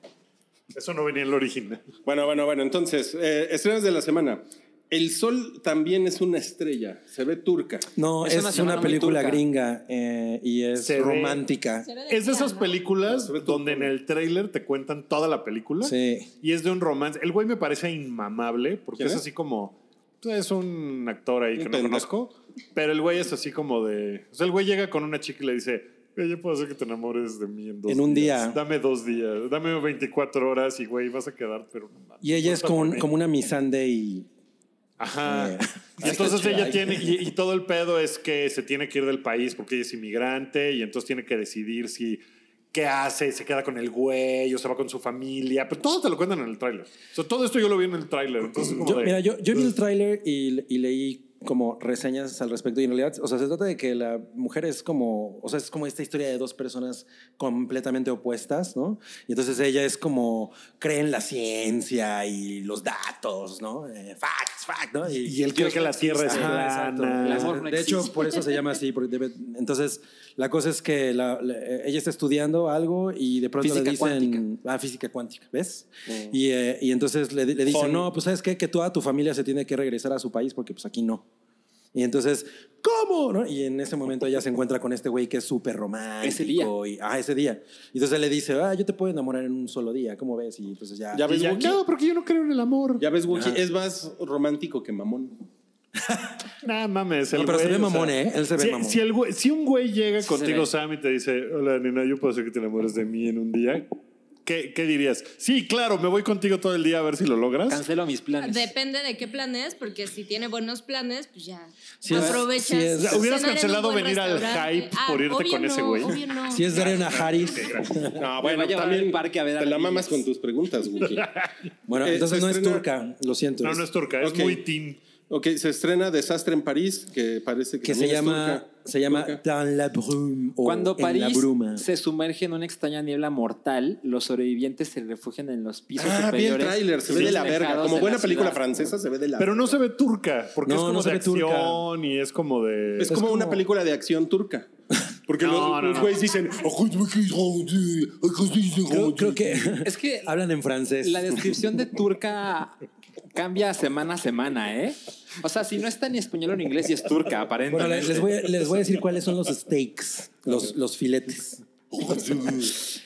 [LAUGHS] Eso no venía en el original. Bueno, bueno, bueno. Entonces, eh, estrenos de la semana. El sol también es una estrella. Se ve turca. No, Es es, una una, semana muy película turca. gringa eh, y es Se ve- romántica. Se ve de Es día, de esas ¿no? películas Sobre todo donde en por- el tráiler te cuentan toda la película. Sí. Y es de un romance. El güey me parece inmamable porque ¿Quién es es? así como. Es un actor ahí Un que no pendejo. conozco. Pero el güey es así como de. O sea, el güey llega con una chica y le dice. "Güey, Yo puedo hacer que te enamores de mí en dos En un días. día. Dame dos días. Dame 24 horas y güey, vas a quedar, pero no mames". Y ella No es está como, un- bonito. como una misande y. Ajá. Eh, [LAUGHS] Y entonces ay, ella ay. tiene, y, y todo el pedo es que se tiene que ir del país porque ella es inmigrante y entonces tiene que decidir si qué hace, se queda con el güey o se va con su familia, pero todo te lo cuentan en el tráiler. O sea, todo esto yo lo vi en el tráiler, entonces como Yo- de- mira, yo, yo vi el tráiler y, y leí como reseñas al respecto y en realidad, o sea, se trata de que la mujer es como, o sea, es como esta historia de dos personas completamente opuestas, ¿no? Y entonces ella es como, cree en la ciencia y los datos, ¿no? Eh, facts, facts, ¿no? Y él cree que la Tierra es Ajá, exacto. plana. El amor no de hecho, existe. por eso se llama así, porque debe- entonces la cosa es que la- la- eh, ella está estudiando algo y de pronto le Física dicen, ah, física cuántica, ¿ves? Mm. Y, eh, y entonces le, le dicen, Fun. no, pues sabes qué, que toda tu familia se tiene que regresar a su país porque pues aquí no. Y entonces, ¿cómo? ¿No? Y en ese momento ella se encuentra con este güey que es súper romántico. Ese día. Y, ah, ese día. Y entonces le dice, ah, yo te puedo enamorar en un solo día, ¿cómo ves? Y entonces ya... Ya Y ves, ya, Wookie. no, porque yo no creo en el amor. Ya ves, Wookie, Ajá. es más romántico que mamón. Nah, mames, el No, pero se güey, ve o sea, mamón, ¿eh? Él se ve si, mamón. si el güey- si un güey llega Sí se contigo, ve. Sam, y te dice, hola, nena, yo puedo hacer que te enamores de mí en un día, ¿qué, qué dirías? Sí, claro, me voy contigo todo el día a ver si lo logras. Cancelo mis planes. Depende de qué planes, porque si tiene buenos planes, pues ya Sí es- aprovechas. sí es- O sea, hubieras Cenar en un cancelado buen venir al restaurante. Ah, hype por irte obvio con ese güey. obvio no. Si es Darren Harris. No, va a llevar Ah, al parque a ver a te las la mamas niñas. con tus preguntas, Wookie. Bueno, Eh, entonces se no es estrena- turca, lo siento. No, no es turca, Ok. es muy teen. ok, se estrena Desastre en París, que parece que, que se también es llama, turca. se llama Turca. Dans la brume o Cuando en la París bruma. se sumerge en una extraña niebla mortal, los sobrevivientes se refugian en los pisos Ah, vi el superiores. tráiler, se ve y de la alejados verga. de Como la buena película ciudad. francesa, se ve de la Pero no se ve turca, porque No, es como no se de ve turca. acción y es como de. Es, como, como- una película de acción [LAUGHS] turca. Porque No, los, no, los no. güeyes dicen. Creo, creo que Es que [LAUGHS] hablan en francés. la descripción de turca cambia semana a semana, ¿eh? O sea, si no está en español o en inglés y es turca, Bueno, aparentemente. le- les voy, a, les voy a decir cuáles son los steaks, los, los filetes.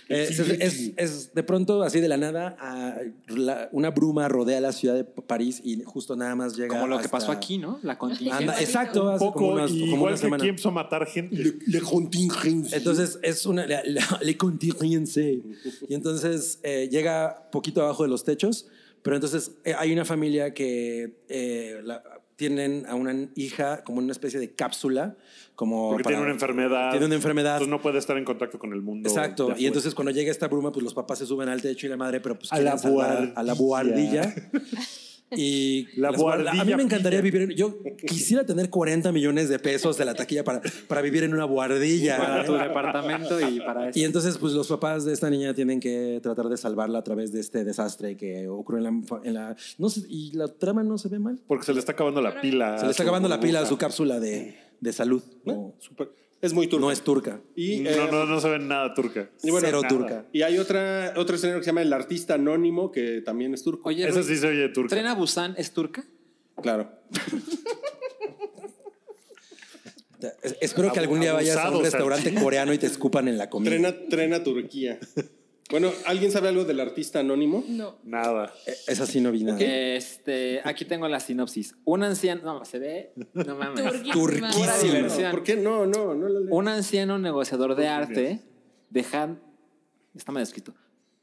Eh, es, es- es de pronto así de la nada a la- una bruma rodea la ciudad de París y justo nada más llega Como lo que hasta- pasó aquí, ¿no? La Anda, contingencia. exacto hace poco, como, unas- y como igual una que semana aquí empezó a matar gente. Entonces es una. La, la- le [LAUGHS] contingencia. Y entonces eh, llega poquito abajo de los techos, pero entonces eh, hay una familia que eh, la- tienen a una hija como en una especie de cápsula. Como Porque para- tiene una enfermedad. Tiene una enfermedad. Entonces no puede estar en contacto con el mundo. de Exacto. Y afuera. entonces cuando llega esta bruma, pues los papás se suben al techo y la madre, pero pues A la quieren salvar a la buhardilla. [LAUGHS] buhardilla. Y La las buhar- a mí buhardilla me encantaría pilla. vivir. en- Yo quisiera tener 40 millones de pesos de la taquilla para, para vivir en una buhardilla. [LAUGHS] Para tu departamento y para eso. Y entonces, pues los papás de esta niña tienen que tratar de salvarla a través de este desastre que ocurre en la. en la- no sé, y la trama no se ve mal. Porque se le está acabando la pila. se le está a su acabando la pila a su burbuja. cápsula de, de salud. No, Super- es muy turca. no es turca. y, eh, No, no, no se ve nada turca. Y bueno, Cero nada. turca. y hay otra, otro escenario que se llama El Artista Anónimo, que también es turco. Oye, Esa Rui, sí se oye turca. ¿Tren a Busan es turca? Claro. Es- Espero que algún día vayas a Abusados, un restaurante coreano y te escupan en la comida. Trena, trena Turquía. bueno, ¿alguien sabe algo del Artista Anónimo? No. Nada. Eh, Esa sí no vi Ah. nada. Este, aquí tengo la sinopsis. Un anciano, no, se ve, [LAUGHS] no mames. Turquísima. Pura Turquísimo. diversión. ¿Por qué? No, no, no la leo. Un anciano negociador de arte dejan, está mal escrito,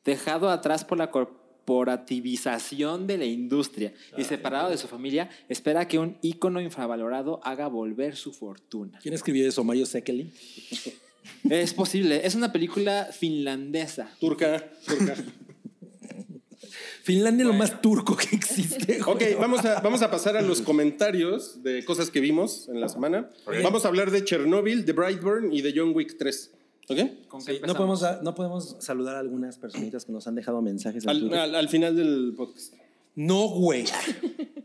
dejado atrás por la corporativización de la industria y separado de su familia, espera que un ícono infravalorado haga volver su fortuna. ¿Quién escribió eso? Mayo Sekeli. Es posible, es una película finlandesa. Turca, turca. Finlandia es lo más turco que existe. Ok, güey. vamos a, vamos a pasar a los comentarios de cosas que vimos en la semana. Vamos a hablar de Chernobyl, de Brightburn y de John Wick 3. ¿Ok? ¿Con qué Sí, no, empezamos? podemos, no podemos saludar a algunas personitas que nos han dejado mensajes. en Al, Twitter. al- al final del podcast. No, güey.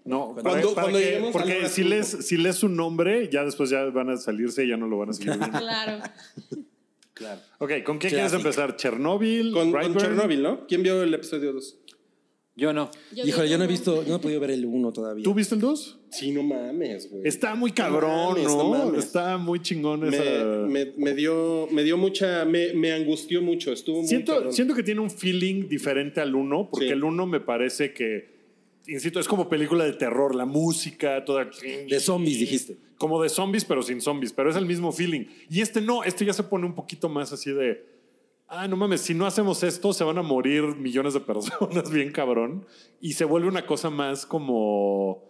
No, Cuando- para- cuando para que- lleguemos al porque hora si cinco. lees, si lees su nombre, ya después ya van a salirse y ya no lo van a seguir viendo. Claro. Claro. Ok, ¿con qué quieres Clásica. empezar? ¿Chernobyl? Con, con Brightburn? Chernobyl, ¿no? ¿Quién vio el episodio 2? Yo no. Híjole, yo no he visto, yo no he podido ver el uno todavía. ¿Tú viste el 2? Sí, no mames, güey. Está muy cabrón, mames, ¿no? no mames. Está muy chingón me, esa. me- me dio, me dio mucha, me, me angustió mucho, estuvo muy Siento, cabrón. siento que tiene un feeling diferente al 1, porque Sí. el 1 me parece que, insisto, es como película de terror, la música, toda... De zombies, dijiste. Como de zombies, pero sin zombies, pero es el mismo feeling. Y este no, este ya se pone un poquito más así de... Ah, no mames, si no hacemos esto, se van a morir millones de [LAUGHS] personas, bien cabrón. Y se vuelve una cosa más como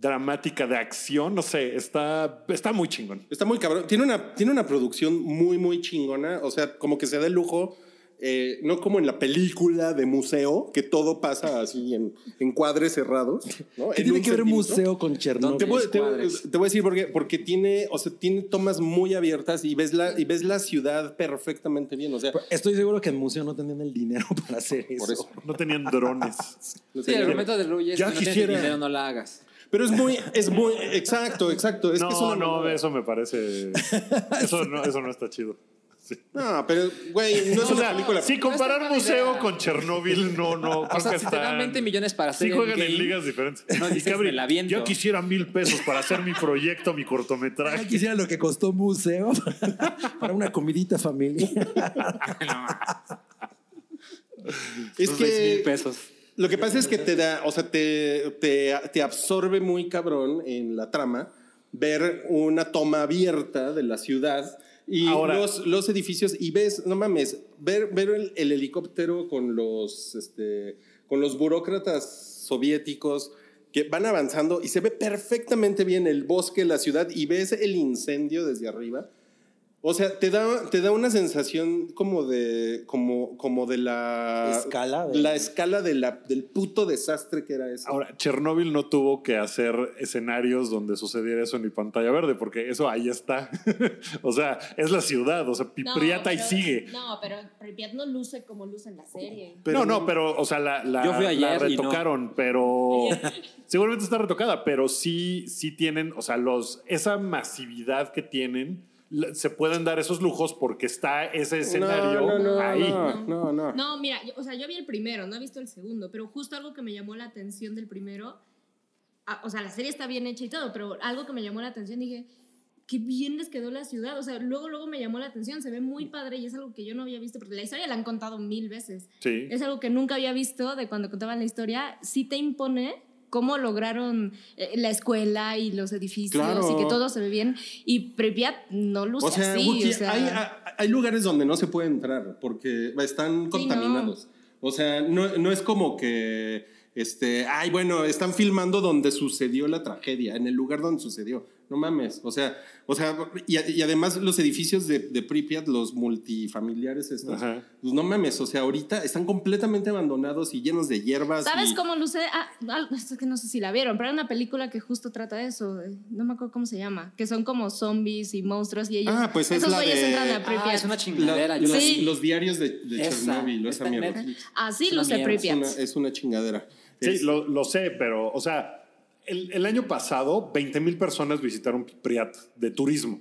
dramática de acción, no sé, está, está muy chingón. Está muy cabrón. Tiene una, tiene una producción muy, muy chingona. O sea, como que se da el lujo, eh, no como en la película de museo, que todo pasa así en, en cuadres cerrados. [LAUGHS] ¿no? ¿Qué En tiene un que ver centímetro. museo con Te Chernobyl? voy, te- cuadres. te voy a decir por qué. Porque tiene, o sea, tiene tomas muy abiertas y ves la, y ves la ciudad perfectamente bien. O sea, Estoy seguro que en museo no tenían el dinero [LAUGHS] para hacer eso. por eso. No tenían drones. No Sí, tenía- el argumento de Ruy es Ya que no tienes quisiera. dinero, no la hagas. Pero es muy, es muy, exacto, exacto. Es no, que es una no, mamada. eso me [LAUGHS] parece... Eso no, eso no está chido. No, pero, güey, no es O una sea, película. Si comparar No está tan museo idea. con Chernobyl, no, no. O creo sea, que si te dan están- 20 millones para hacer Sí juegan Endgame, en ligas diferentes. no y dices, "Me la aviento". yo quisiera mil pesos para hacer mi proyecto, mi Ay, cortometraje. quisiera lo que costó museo [LAUGHS] para una comidita familiar. Es tus 20 mil que pesos. lo que pasa es que te da, o sea, te, te, te absorbe muy cabrón en la trama ver una toma abierta de la ciudad y Ahora- los, los edificios y ves, no mames, ver, ver el, el helicóptero con los, este, con los burócratas soviéticos que van avanzando y se ve perfectamente bien el bosque, la ciudad y ves el incendio desde arriba. O sea, te da, te da una sensación como de, como, como de la Escala de- la escala de la, del puto desastre que era [LAUGHS] eso. Ahora, Chernobyl no tuvo que hacer escenarios donde sucediera eso en mi pantalla verde, porque eso ahí está. [LAUGHS] o sea, es la ciudad, o sea, Pipriata y pero- sigue. No, pero Pripyat no luce como luce en la serie. no, no, pero, o sea, la, la- Yo fui la ayer y no. retocaron, pero seguramente está retocada, pero sí, sí tienen, o sea, los, esa masividad que tienen, la- se pueden dar esos lujos porque está ese escenario no, no, ahí. no, no, no. No, mira, yo- o sea, yo vi el primero, no he visto el segundo, pero justo algo que me llamó la atención del primero, ah, o sea, la serie está bien hecha y todo, pero algo que me llamó la atención, dije, qué bien les quedó la ciudad, o sea, luego, luego me llamó la atención, se ve muy Mm. padre y es algo que yo no había visto, porque la historia la han contado mil veces, Sí. es algo que nunca había visto de cuando contaban la historia, sí te impone cómo lograron eh, la escuela y los edificios Claro. y que todo se ve bien, y Pripyat no luce O sea, así, Wookie, o sea, hay, ah, hay- hay lugares donde no se puede entrar porque están contaminados. O sea, no, no es como que, este, ay, bueno, están filmando donde sucedió la tragedia, en el lugar donde sucedió. No mames. O sea, o sea y, a- y además los edificios de, de Pripyat, los multifamiliares estos, Ajá. pues no mames. O sea, ahorita están completamente abandonados y llenos de hierbas. ¿Sabes y- cómo luce? Ah, al- es que no sé si la vieron, pero hay una película que justo trata de eso. eh, No me acuerdo cómo se llama. Que son como zombies y monstruos y ellos. Ah, pues es esos la güeyes de- entran a Pripyat. Ah, es una La- chingadera. yo los, la Sí. vi. los diarios de, de Esa, Chernobyl, está esa en mierda. Netflix. Así Es una luce mierda, Es Pripyat. una, es una chingadera. Sí, Es- lo, lo sé, pero, o sea, el, el año pasado 20 mil personas visitaron Priat de turismo.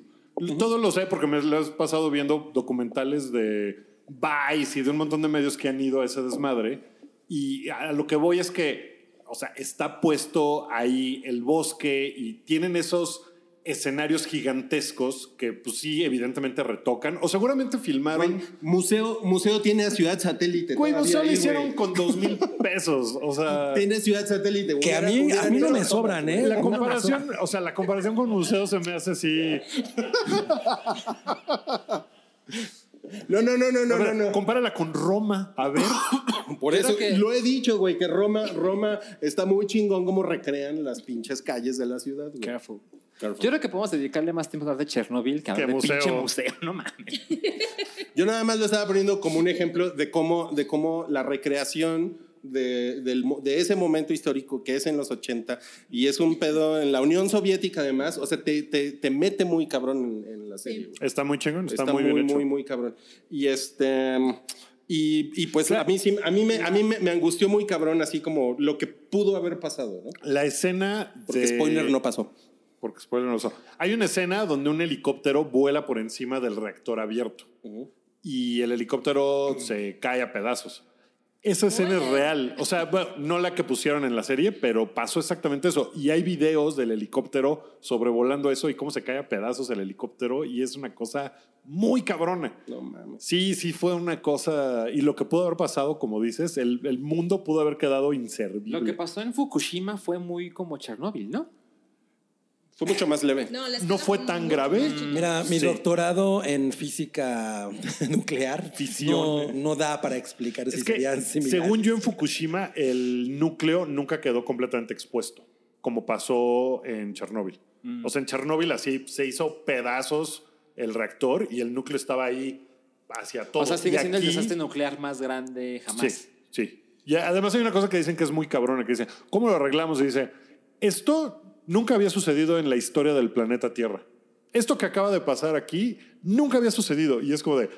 Todo lo sé porque me lo he pasado viendo documentales de Vice y de un montón de medios que han ido a ese desmadre. Y a lo que voy es que, o sea, está puesto ahí el bosque y tienen esos escenarios gigantescos que, pues sí, evidentemente retocan o seguramente filmaron. Güey, museo, museo tiene a Ciudad Satélite. Güey, no todavía solo ahí, hicieron güey. con dos mil [LAUGHS] pesos. O sea. Tiene Ciudad Satélite. Que a hubiera- mí, a hubiera mí no me hecho- sobran, ¿eh? La No me comparación, o sea, la comparación con museos se me hace así. No, no, no, no, no, no. no. Compárala con Roma, a ver. Por Yo creo eso que- lo he dicho, güey, que Roma, Roma está muy chingón como recrean las pinches calles de la ciudad, güey. Careful. Yo creo que podemos dedicarle más tiempo a hablar de Chernobyl que a Que hablar de museo. pinche museo, no mames. Yo nada más lo estaba poniendo como un ejemplo de cómo, de cómo la recreación de, del mo- de ese momento histórico que es en los 80 y es un pedo en la Unión Soviética además, o sea, te, te- te mete muy cabrón en, en la serie. güey. Está muy chingón, está, Está, muy, muy, bien hecho. muy, muy cabrón. Y este... Y, y pues a mí, sí- a mí, me, a mí me, me angustió muy cabrón, así como lo que pudo haber pasado, ¿no? La escena Porque de- spoiler no pasó. Porque spoiler no pasó. Hay una escena donde un helicóptero vuela por encima del reactor abierto y el helicóptero se cae a pedazos. Esa escena es real. O sea, bueno, no la que pusieron en la serie, pero pasó exactamente eso. Y hay videos del helicóptero sobrevolando eso y cómo se cae a pedazos el helicóptero y es una cosa muy cabrona. No mames. Sí, sí fue una cosa. Y lo que pudo haber pasado, como dices, el, el mundo pudo haber quedado inservible. Lo que pasó en Fukushima fue muy como Chernóbil, ¿no? Fue mucho más leve. No, la ¿No escena fue muy- tan grave? Mira, mi Mm, Sí. doctorado en física [LAUGHS] nuclear Fisión, no, eh. no da para explicar si Es que, serían similares. según yo, en Fukushima, el núcleo nunca quedó completamente expuesto, como pasó en Chernóbil. Mm. O sea, en Chernóbil así se hizo pedazos el reactor y el núcleo estaba ahí hacia todo. O sea, sigue Oh, Y siendo aquí- el desastre nuclear más grande jamás. Sí, sí. Y además hay una cosa que dicen que es muy cabrona, que dicen, ¿cómo lo arreglamos? Y dice, esto nunca había sucedido en la historia del planeta Tierra. Esto que acaba de pasar aquí nunca había sucedido. Y es como de,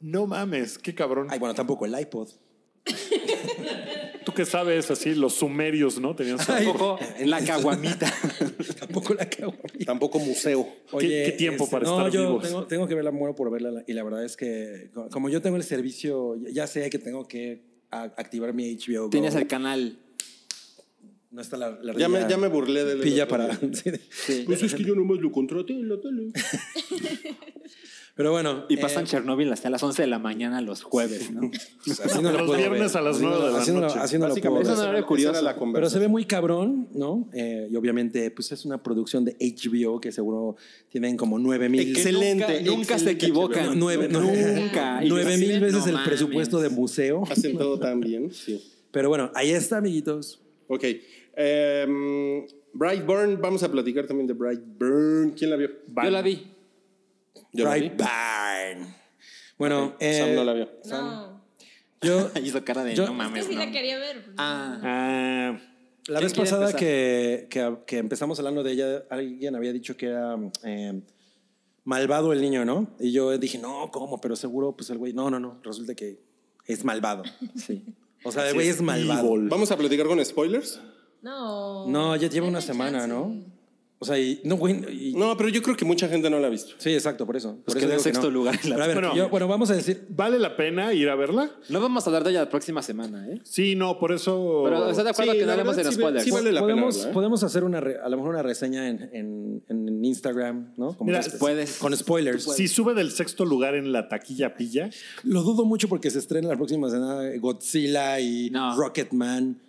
no mames, qué cabrón. Ay, bueno, tampoco el iPod. [LAUGHS] Tú que sabes, así, los sumerios, ¿no? Tenían su- Tampoco la caguamita. tampoco la caguamita. Tampoco museo. qué tiempo para no, estar yo vivos? Tengo, tengo que verla, muero por verla. Y la verdad es que, co- como yo tengo el servicio, ya- ya sé que tengo que a- activar mi HBO. Go. Tienes el canal. No está la, la Ya me, ardilla ya me burlé del. Pilla para. [LAUGHS] sí. Sí. Pues es que yo nomás lo contraté en la tele. Pero bueno. Y eh, pasan Chernóbil hasta las 11 de la mañana los jueves, ¿no? pues, así no Los lo puedo viernes ver. a las Así no nueve lo- de la así no lo- noche. así no lo puedo Básicamente, ver. Eso no esa era esa curioso. la Pero se conversación. ve muy cabrón, ¿no? Eh, y obviamente, pues es una producción de HBO que seguro tienen como 9 mil. Que Excelente, Nunca, nunca se excelente, equivocan. Nueve, nunca. Y nueve así de, mil veces no el mames. presupuesto de museo. Hacen todo tan bien. Sí. Pero bueno, ahí está, amiguitos. Ok. Em, Brightburn, vamos a platicar también de Brightburn. ¿Quién la vio? Yo la vi. Yo la Bright vi. Barn. Bueno, eh, Sam no la vio. No, yo Hizo cara de Yo- es no que mames. sí no". la quería ver. pues, no. Ah. Ah, la ¿Quién vez quiere pasada que, que- que empezamos hablando de ella, alguien había dicho que era eh, malvado el niño, ¿no? Y yo dije, no, ¿cómo? Pero seguro, pues el güey, no, no, no, resulta que es malvado. Sí. O sea, el güey es malvado. evil. Vamos a platicar con spoilers. No. No, ya lleva Denle una semana, chance. ¿no? O sea, y, no, güey, y- No, pero yo creo que mucha gente no la ha visto. Sí, exacto, por eso. Por eso quedó en digo que Pues sexto no. lugar en la- Pero a ver, Bueno. yo- bueno, vamos a decir, ¿Vale la pena ir a verla? No vamos a hablar de ella la próxima semana, ¿eh? Sí, no, por eso. Pero ¿estás de acuerdo Sí, que no la hablemos de verdad, los sí, spoilers? sí vale la pena podemos, verla, ¿eh? podemos hacer una re- a lo mejor una reseña en, en- en Instagram, ¿no? Como Mira, que- puedes. Con spoilers. Si sube del sexto lugar en la taquilla pilla, Lo dudo mucho porque se estrena la próxima semana Godzilla y No. Rocketman.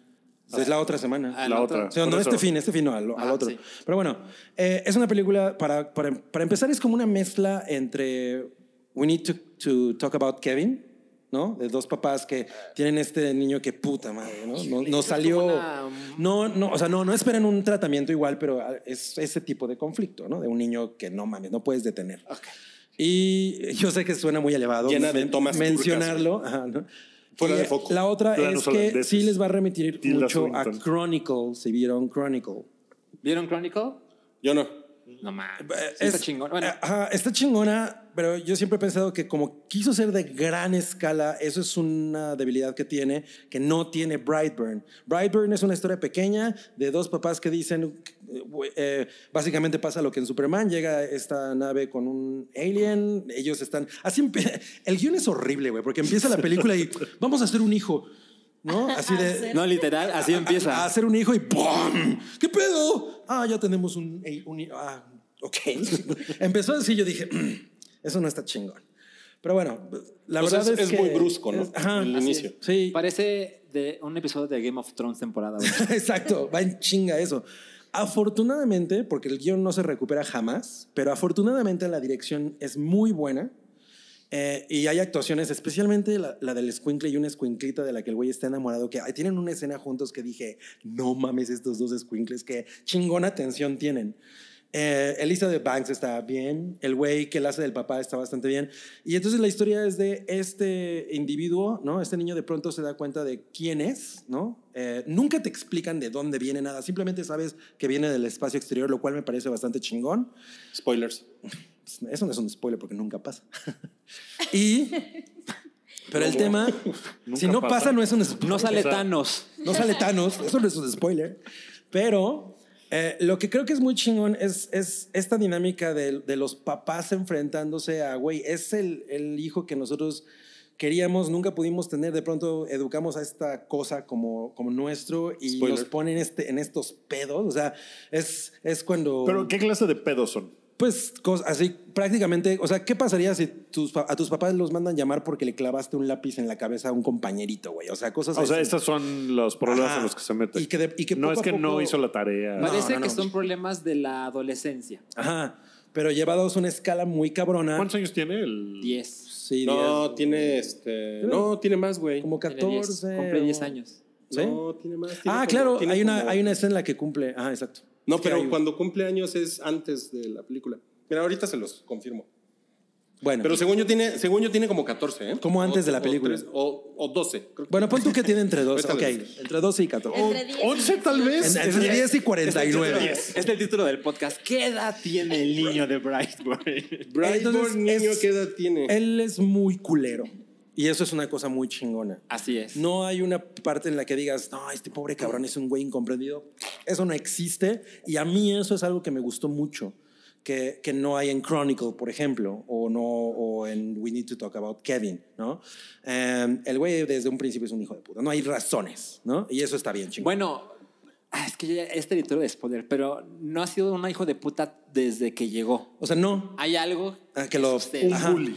Es la otra semana. Ah, la otra. otra. O sea, Por no eso. este fin, este fin no, al, al Ah, otro. sí. Pero bueno, eh, es una película, para, para, para empezar, es como una mezcla entre We Need to, to Talk About Kevin, ¿no? De dos papás que tienen este niño que puta madre, ¿no? No, no salió... una- No, no, o sea, no, no esperen un tratamiento igual, pero ah, es ese tipo de conflicto, ¿no? De un niño que no mames, no puedes detener. Y yo sé que suena muy elevado Llena de men- tomas turcas. mencionarlo. ajá, ¿no? Fuera Y de foco. La otra Planos es que holandeses. sí les va a remitir Tilda mucho a Swinton. Chronicle, si vieron Chronicle. ¿Vieron Chronicle? Yo no. No mames. Eh, Sí está es- chingón. Bueno, Ajá, está chingona, pero yo siempre he pensado que como quiso ser de gran escala, eso es una debilidad que tiene, que no tiene Brightburn. Brightburn es una historia pequeña de dos papás que dicen, eh, eh, básicamente pasa lo que en Superman, llega esta nave con un alien, ellos están... Así empie- el guión es horrible, güey, porque empieza la [LAUGHS] película y vamos a hacer un hijo, ¿no? Así de... no, literal, así A empieza. hacer un hijo y ¡pum! ¿Qué pedo? Ah, ya tenemos un, un- ah, ok. [LAUGHS] Empezó así, yo dije, "Mm, eso no está chingón. Pero bueno, la O sea, verdad es- es, es que- muy brusco, ¿no? ajá, El así inicio. es. Sí, Parece de un episodio de Game of Thrones temporada. [LAUGHS] ocho. exacto, va en chinga eso. Afortunadamente, porque el guión no se recupera jamás, pero afortunadamente la dirección es muy buena. Eh, y hay actuaciones, especialmente la, la del escuincle y una escuinclita de la que el güey está enamorado, que ay, tienen una escena juntos que dije, no mames estos dos escuincles, que chingona tensión tienen. Eh, Elisa de Banks está bien, el güey que la hace del papá está bastante bien. Y entonces la historia es de este individuo, ¿no? Este niño de pronto se da cuenta de quién es, ¿no? Eh, nunca te explican de dónde viene nada, simplemente sabes que viene del espacio exterior, lo cual me parece bastante chingón. Spoilers. [LAUGHS] Eso no es un spoiler porque nunca pasa. y Pero el tema, si no pasa, no es un spoiler. [LAUGHS] No sale O sea, Thanos. No sale Thanos, [LAUGHS] eso no es un spoiler. Pero eh, lo que creo que es muy chingón es, es esta dinámica de, de los papás enfrentándose a, güey, es el, el hijo que nosotros queríamos, nunca pudimos tener, de pronto educamos a esta cosa como, como nuestro y Spoiler. nos ponen este, en estos pedos. O sea, es, es cuando... Pero, ¿qué clase de pedos son? Pues cos- así prácticamente, o sea, ¿qué pasaría si tus, pa- a tus papás los mandan llamar porque le clavaste un lápiz en la cabeza a un compañerito, güey? O sea, cosas O sea, así. estos son los problemas Ajá. en los que se meten. Y que de- y que no poco es a que no poco- hizo la tarea. No, Parece no, que no. son problemas de la adolescencia. Ajá, pero llevados a una escala muy cabrona. ¿Cuántos años tiene el...? 10. Sí, No, diez, tiene este. No, tiene más, güey. como 14. Cumple o- 10 años. ¿Sí? No, tiene más. tiene ah, como- claro, tiene hay una, como- hay una escena en la que cumple. Ajá, exacto. No, Es que pero hay- cuando cumple años es antes de la película. Mira, ahorita se los confirmo. Bueno, Pero según yo tiene, según yo tiene como 14, ¿eh? Como antes O- de la o película. tres, O, o 12. creo que- bueno pon tú que tiene entre 12. ok, Ahorita les digo. entre 12 y 14. Entre 10 y 11 tal vez. En- entre 10 y 49. Es el título del podcast. ¿Qué edad tiene el niño de Brightburn? Brightburn, Entonces, niño, es- ¿qué edad tiene? Él es muy culero. Y eso es una cosa muy chingona. Así es. No hay una parte en la que digas, no, este pobre cabrón es un güey incomprendido. Eso no existe. Y a mí eso es algo que me gustó mucho. Que, que no hay en Chronicle, por ejemplo, o no, o en We Need to Talk About Kevin, ¿no? Em, el güey desde un principio es un hijo de puta. No hay razones, ¿no? Y eso está bien chingón. Bueno, ah, es que ya es territorio de spoiler, pero no ha sido un hijo de puta desde que llegó. o sea, no. Hay algo Ah, que lo- sucede. un Ajá. bully.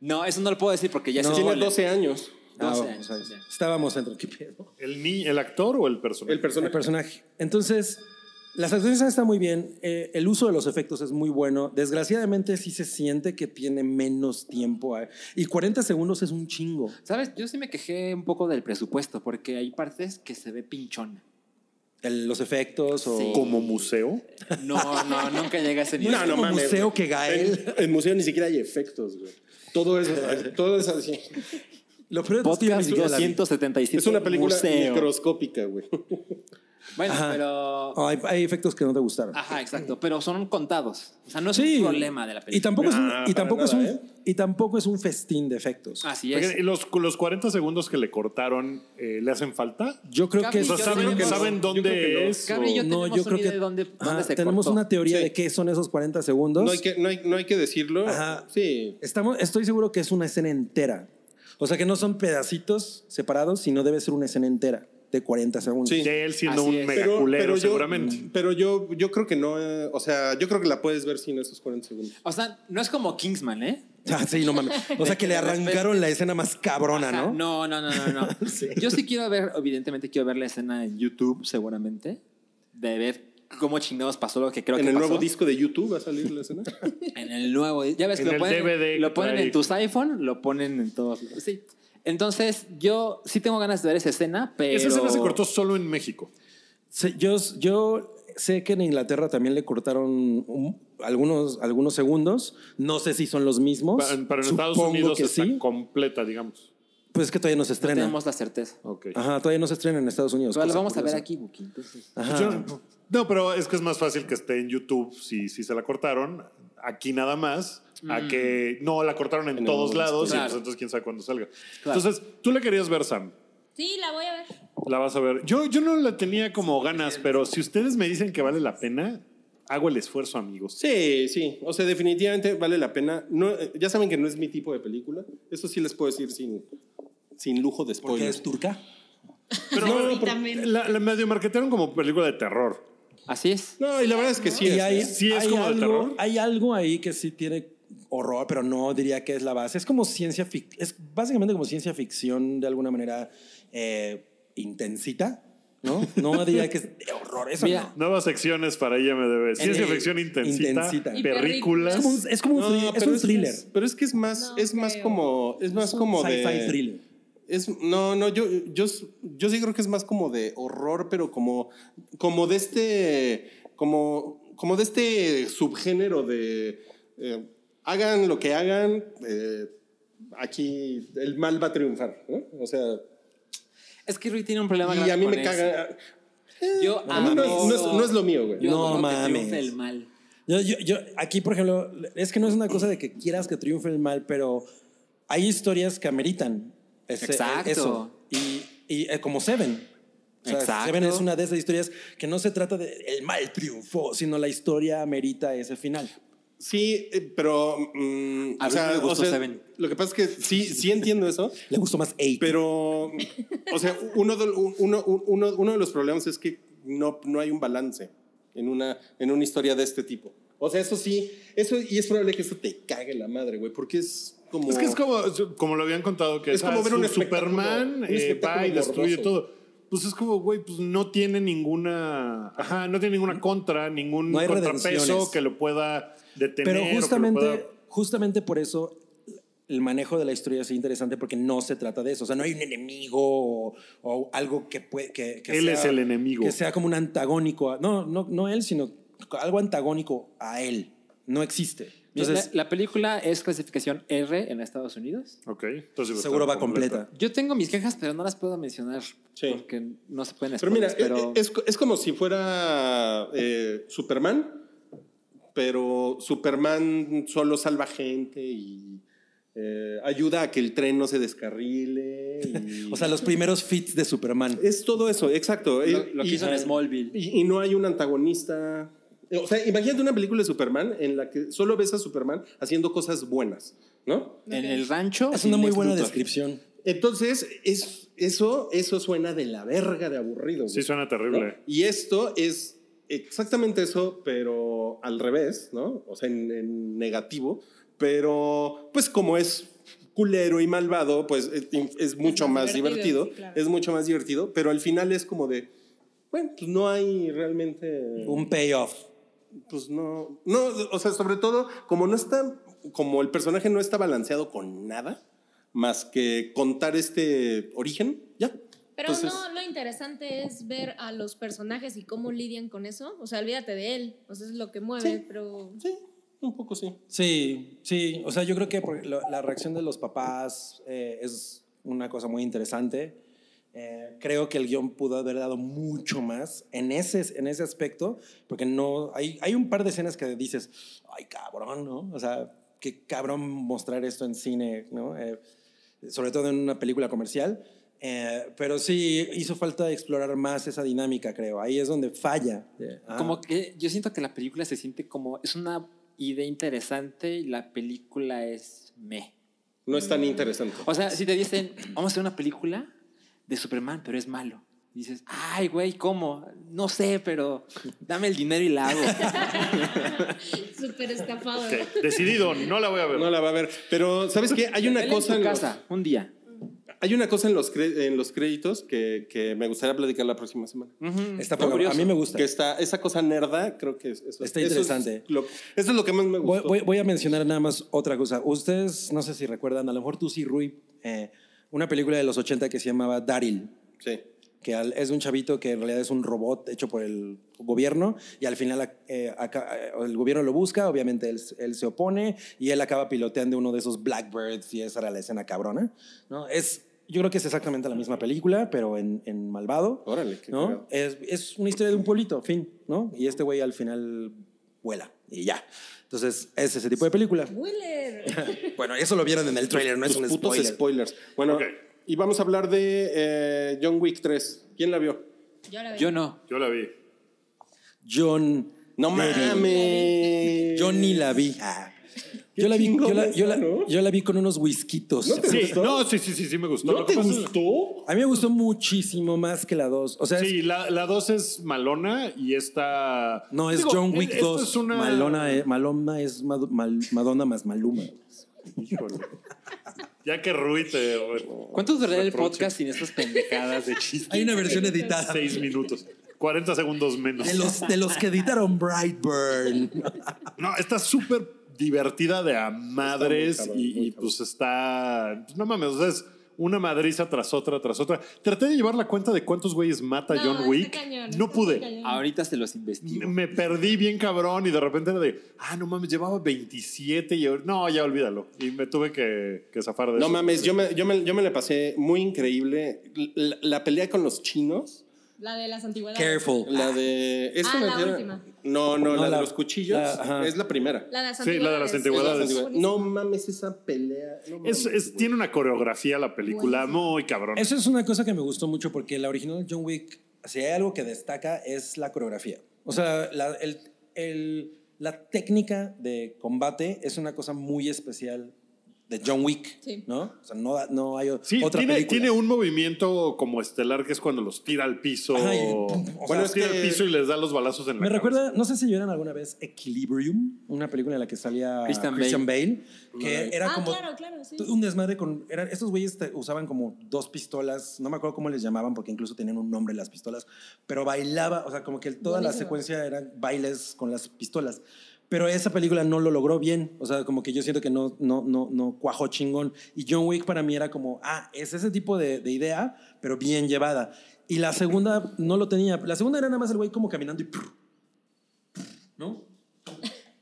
No, eso no lo puedo decir porque ya No. se tiene 12 años. Ah, 12 vamos, años. vamos. Estábamos dentro. ¿Qué pedo? ¿El, ni- ¿El actor o el personaje? El personaje. El personaje. Entonces, las acciones están muy bien. eh, el uso de los efectos es muy bueno. Desgraciadamente, sí se siente que tiene menos tiempo. eh, Y 40 segundos es un chingo. ¿Sabes? Yo sí me quejé un poco del presupuesto porque hay partes que se ve pinchona. El- los efectos o. Sí. ¿Como museo? No, no, nunca llega a ese nivel. es como museo que Gael. En, en museo ni siquiera hay efectos, güey. Todo es, todo [LAUGHS] es así. Lo peor es que yo ni Podcast siquiera la vi. 277. Es una película museo. microscópica, güey. Bueno, Ajá. pero. Oh, hay, hay efectos que no te gustaron. Ajá, exacto. Pero son contados. O sea, no Ah, es Sí. un problema de la película. Y tampoco, es, un, y, Nah, Ah, para tampoco es un, nada, ¿eh? y tampoco es un festín de efectos. Así Oigan, ¿Y es. los, los 40 segundos que le cortaron eh, le hacen falta? Yo creo Capi, que O sea, yo ¿saben, creo que no. ¿saben Yo creo que no. dónde es? Cabri, o- yo- No, tenemos yo creo una idea que de dónde- dónde se tenemos cortó. una teoría Sí. de qué son esos 40 segundos. No hay que, no hay, no hay que decirlo. Ajá. Sí. Estamos, estoy seguro que es una escena entera. O sea, que no son pedacitos separados, sino debe ser una escena entera de 40 segundos. Sí. de él siendo Así un es. mega culero, seguramente. Pero yo, yo creo que no. eh, o sea, yo creo que la puedes ver sin esos 40 segundos. O sea, no es como Kingsman, ¿eh? [LAUGHS] Ah, sí, no mames. O sea, que [LAUGHS] le arrancaron la escena más cabrona, Ajá, ¿no? No, no, no, [LAUGHS] no. no. Yo sí quiero ver, evidentemente quiero ver la escena en YouTube, seguramente, de ver cómo chingados pasó lo que creo en que el pasó. nuevo disco de YouTube va a salir [LAUGHS] la escena. En el nuevo disco. Ya ves que En lo el ponen, DVD lo ponen trae. en tus iPhone, lo ponen en todos. lados. Sí. Entonces, yo sí tengo ganas de ver esa escena, pero... Esa escena se cortó solo en México. Sí, yo, yo sé que en Inglaterra también le cortaron un- algunos, algunos segundos. No sé si son los mismos. Pa- Pero en Estados Pues, Supongo Unidos que está sí. completa, digamos. Pues es que todavía no se estrena. Tenemos la certeza. Ok. Ajá, todavía no se estrena en Estados Unidos. Pero lo cosa vamos a ver curiosa. aquí, Buki. Entonces, Ajá. Pues Yo- no, pero es que es más fácil que esté en YouTube si, si se la cortaron, aquí nada más, a que no la cortaron en, En el todos mundo, lados, y claro. pues entonces quién sabe cuándo salga. Claro. Entonces, tú la querías ver, Sam. Sí, la voy a ver. La vas a ver. Yo, yo no la tenía como ganas, pero si ustedes me dicen que vale la pena, hago el esfuerzo, amigos. Sí, sí. O sea, definitivamente vale la pena. No, eh, ya saben que no es mi tipo de película. Eso sí les puedo decir sin, sin lujo de Porque spoilers. es turca. Pero No, bueno, y por- también- la, la medio marketearon como película de terror. así es. No, y la verdad es que sí. y es, hay, ¿eh? sí es hay como de algo, terror. Hay algo ahí que sí tiene horror, pero no diría que es la base. Es como ciencia ficción, es básicamente como ciencia ficción de alguna manera eh, intensita, ¿no? No diría que es de horror, eso Mira, no. Nuevas secciones para IMDB. Ciencia Eh, ficción intensita, intensita. Y películas. películas. Es como un, es como un No, thriller, es pero un thriller. Es, pero es que es más, No es más creo. como, es más como de. sci-fi thriller. Es, no, no, yo, yo, yo sí creo que es más como de horror, pero como, como de este, como, como de este subgénero de eh, hagan lo que hagan, eh, aquí el mal va a triunfar, ¿no? O sea, Es que Rui tiene un problema y grave a mí con me eso. caga. Yo a mí no, es- adoro- no es, no es lo mío, güey. Yo No adoro que mames. triunfe el mal. Yo, yo- yo- aquí, por ejemplo, es que no es una cosa de que quieras que triunfe el mal, pero hay historias que ameritan ese- e, Exacto. eso. Y, y, eh, como Seven. O sea, Exacto. Seven es una de esas historias que no se trata de el mal triunfó, sino la historia amerita ese final. Sí, eh, pero. mm, A mí me gustó Seven. Lo que pasa es que sí, sí entiendo eso, Le gustó más Eight. pero. O sea, uno de, uno, uno- uno de los problemas es que no, no hay un balance en una, en una historia de este tipo. O sea, eso sí, eso, y es probable que eso te cague la madre, güey, porque es como. Es que es como, como lo habían contado, que Es como ah, ver un su- espectáculo- Superman un eh, va y espectáculo destruye morboso. todo. Pues es como, güey, pues no tiene ninguna. Ajá, no tiene ninguna contra, ningún No hay redenciones. contrapeso que lo pueda detener. o Pero que lo justamente, pueda- justamente por eso el manejo de la historia es interesante porque no se trata de eso. O sea, no hay un enemigo o, o algo que puede. Que, que Él sea- es el enemigo. Que sea como un antagónico. a- no, no, no él, sino algo antagónico a él. No existe. Entonces, la, la película es clasificación R en Estados Unidos. Ok, entonces pues, seguro estar va completa. Yo tengo mis quejas, pero no las puedo mencionar Sí. porque no se pueden Pero mira, spoilers, pero- eh, eh, Es, co- es como si fuera eh, Superman, pero Superman solo salva gente y eh, ayuda a que el tren no se descarrile. y- [LAUGHS] O sea, los primeros fits de Superman. es todo eso, exacto. lo, Eh, lo que y- hizo en Smallville. y, y no hay un antagonista. O sea, imagínate una película de Superman en la que solo ves a Superman haciendo cosas buenas, ¿no? En el rancho. Es sin una muy Lex buena Luthor. descripción. Entonces, es, eso, eso suena de la verga de aburrido. güey. Sí, suena ¿no? terrible. Y esto es exactamente eso, pero al revés, ¿no? O sea, en, en negativo, pero pues como es culero y malvado, pues es, es mucho más más, divertido, divertido, sí, claro. es mucho más divertido, pero al final es como de, bueno, pues no hay realmente... Un payoff. Pues no, no, o sea, sobre todo, como no está, como el personaje no está balanceado con nada, más que contar este origen, ya. Pero Entonces- no, lo interesante es ver a los personajes y cómo lidian con eso. O sea, olvídate de él. O sea, es lo que mueve, Sí. pero. Sí, un poco sí. Sí, sí. O sea, yo creo que por- lo- la reacción de los papás eh, es una cosa muy interesante. Eh, creo que el guión pudo haber dado mucho más en ese, en ese aspecto, porque no hay, hay un par de escenas que dices, ay cabrón, ¿no? O sea, qué cabrón mostrar esto en cine, ¿no? Eh, sobre todo en una película comercial. Eh, pero sí hizo falta explorar más esa dinámica, creo. Ahí es donde falla. Eh, ah. Como que yo siento que la película se siente como. Es una idea interesante y la película es me. No es tan interesante. O sea, si te dicen, vamos a hacer una película de Superman, pero es malo. Y dices, ay, güey, ¿cómo? No sé, pero dame el dinero y [LAUGHS] la hago. Súper estafado. Ok, Decidido, no la voy a ver. No la va a ver. Pero, ¿sabes qué? Hay una Vela en cosa tu en los, casa, un día. hay una cosa en los, cre- en los créditos que, que me gustaría platicar la próxima semana. Mm, Está poca- a mí me gusta. Que está, esa cosa nerda, creo que es- eso, Está eso interesante. Es lo, eso es lo que más me Voy, gustó. voy- voy a mencionar nada más otra cosa. Ustedes, no sé si recuerdan, a lo mejor tú sí, Rui, eh, una película de los 80 que se llamaba Daryl, Sí. que al- es de un chavito que en realidad es un robot hecho por el gobierno y al final eh, aca- eh, el gobierno lo busca, obviamente él, s- él se opone y él acaba piloteando uno de esos Blackbirds y esa era la escena cabrona. ¿no? Es, yo creo que es exactamente la misma película, pero en, en malvado. Órale, qué ¿no? cagado. Es, es una historia de un pueblito, fin, ¿no? Y este güey al final vuela y ya. Entonces, es ese tipo de película. Wheeler. Bueno, eso lo vieron en el tráiler, no es un Tus putos spoiler. spoilers. Bueno, Ok. y vamos a hablar de eh, John Wick 3. ¿Quién la vio? Yo la veo. Yo no. Yo la vi. John, No mames. yo ni la vi. Ah. Qué Yo la vi, chingón yo la, yo la- está, ¿no? yo la vi con unos whiskitos. No te- Sí, gustó? no, sí, sí, sí, sí me gustó. ¿No Lo que te pasa es- gustó? A mí me gustó muchísimo más que la 2. O sea, es- Sí, la, la 2 es malona y esta. no es Digo, e- John Wick esto 2. es una- Malona, eh, Maloma es Mad- Mal- Madonna más Maluma. Híjole. Ya que ruite, ¿Cuánto durará el Reproche. podcast sin estas pendejadas de chiste? Hay una versión editada seis minutos. 40 segundos menos. de los, de los que editaron Brightburn. No, está súper divertida de a madres Está muy cabrón, y, muy y, pues está. pues, no mames, o sea, es una madriza tras otra, tras otra. Traté de llevar la cuenta de cuántos güeyes mata No, John está Wick. cañón, no está pude. cañón. Ahorita se los investigo. Me perdí bien cabrón y de repente era de, ah, no mames, llevaba 27 y ahor- no, ya olvídalo. Y me tuve que, que zafar de No eso. mames, yo me, yo, me, yo me la pasé muy increíble. La, la pelea con los chinos La de las antigüedades. Careful. La de. esta Ah, la manera- última. No, no, No, la, la- de los cuchillos la- ajá. es la primera. La de las Sí, antigüedades. la de las Es la antigüedades. antigua- Buenísima. No mames, esa pelea. no Es, mames, es- güey. tiene una coreografía la película muy cabrón. Eso es una cosa que me gustó mucho porque la original John Wick, si hay algo que destaca, es la coreografía. O sea, la, el- el- la técnica de combate es una cosa muy especial de John Wick, Sí. ¿no? O sea, no, no hay o- Sí, otra tiene, película. tiene un movimiento como estelar que es cuando los tira al piso. Ajá, y- mm, o pum, sea, Bueno, los es tira al que- piso y les da los balazos en la Me cabeza. recuerda, no sé si vieron alguna vez Equilibrium, una película en la que salía Christian Christian, Bale. Bale, que Right. era ah, como claro, claro, sí. un desmadre con eran- estos güeyes te- usaban como dos pistolas, no me acuerdo cómo les llamaban porque incluso tenían un nombre las pistolas, pero bailaba, o sea, como que toda la Buenísimo. secuencia eran bailes con las pistolas. Pero esa película no lo logró bien, o sea, como que yo siento que no no no no cuajó chingón y John Wick para mí era como, ah, es ese tipo de, de idea, pero bien llevada. Y la segunda no lo tenía. La segunda era nada más el güey como caminando y prr, prr, ¿no? [LAUGHS]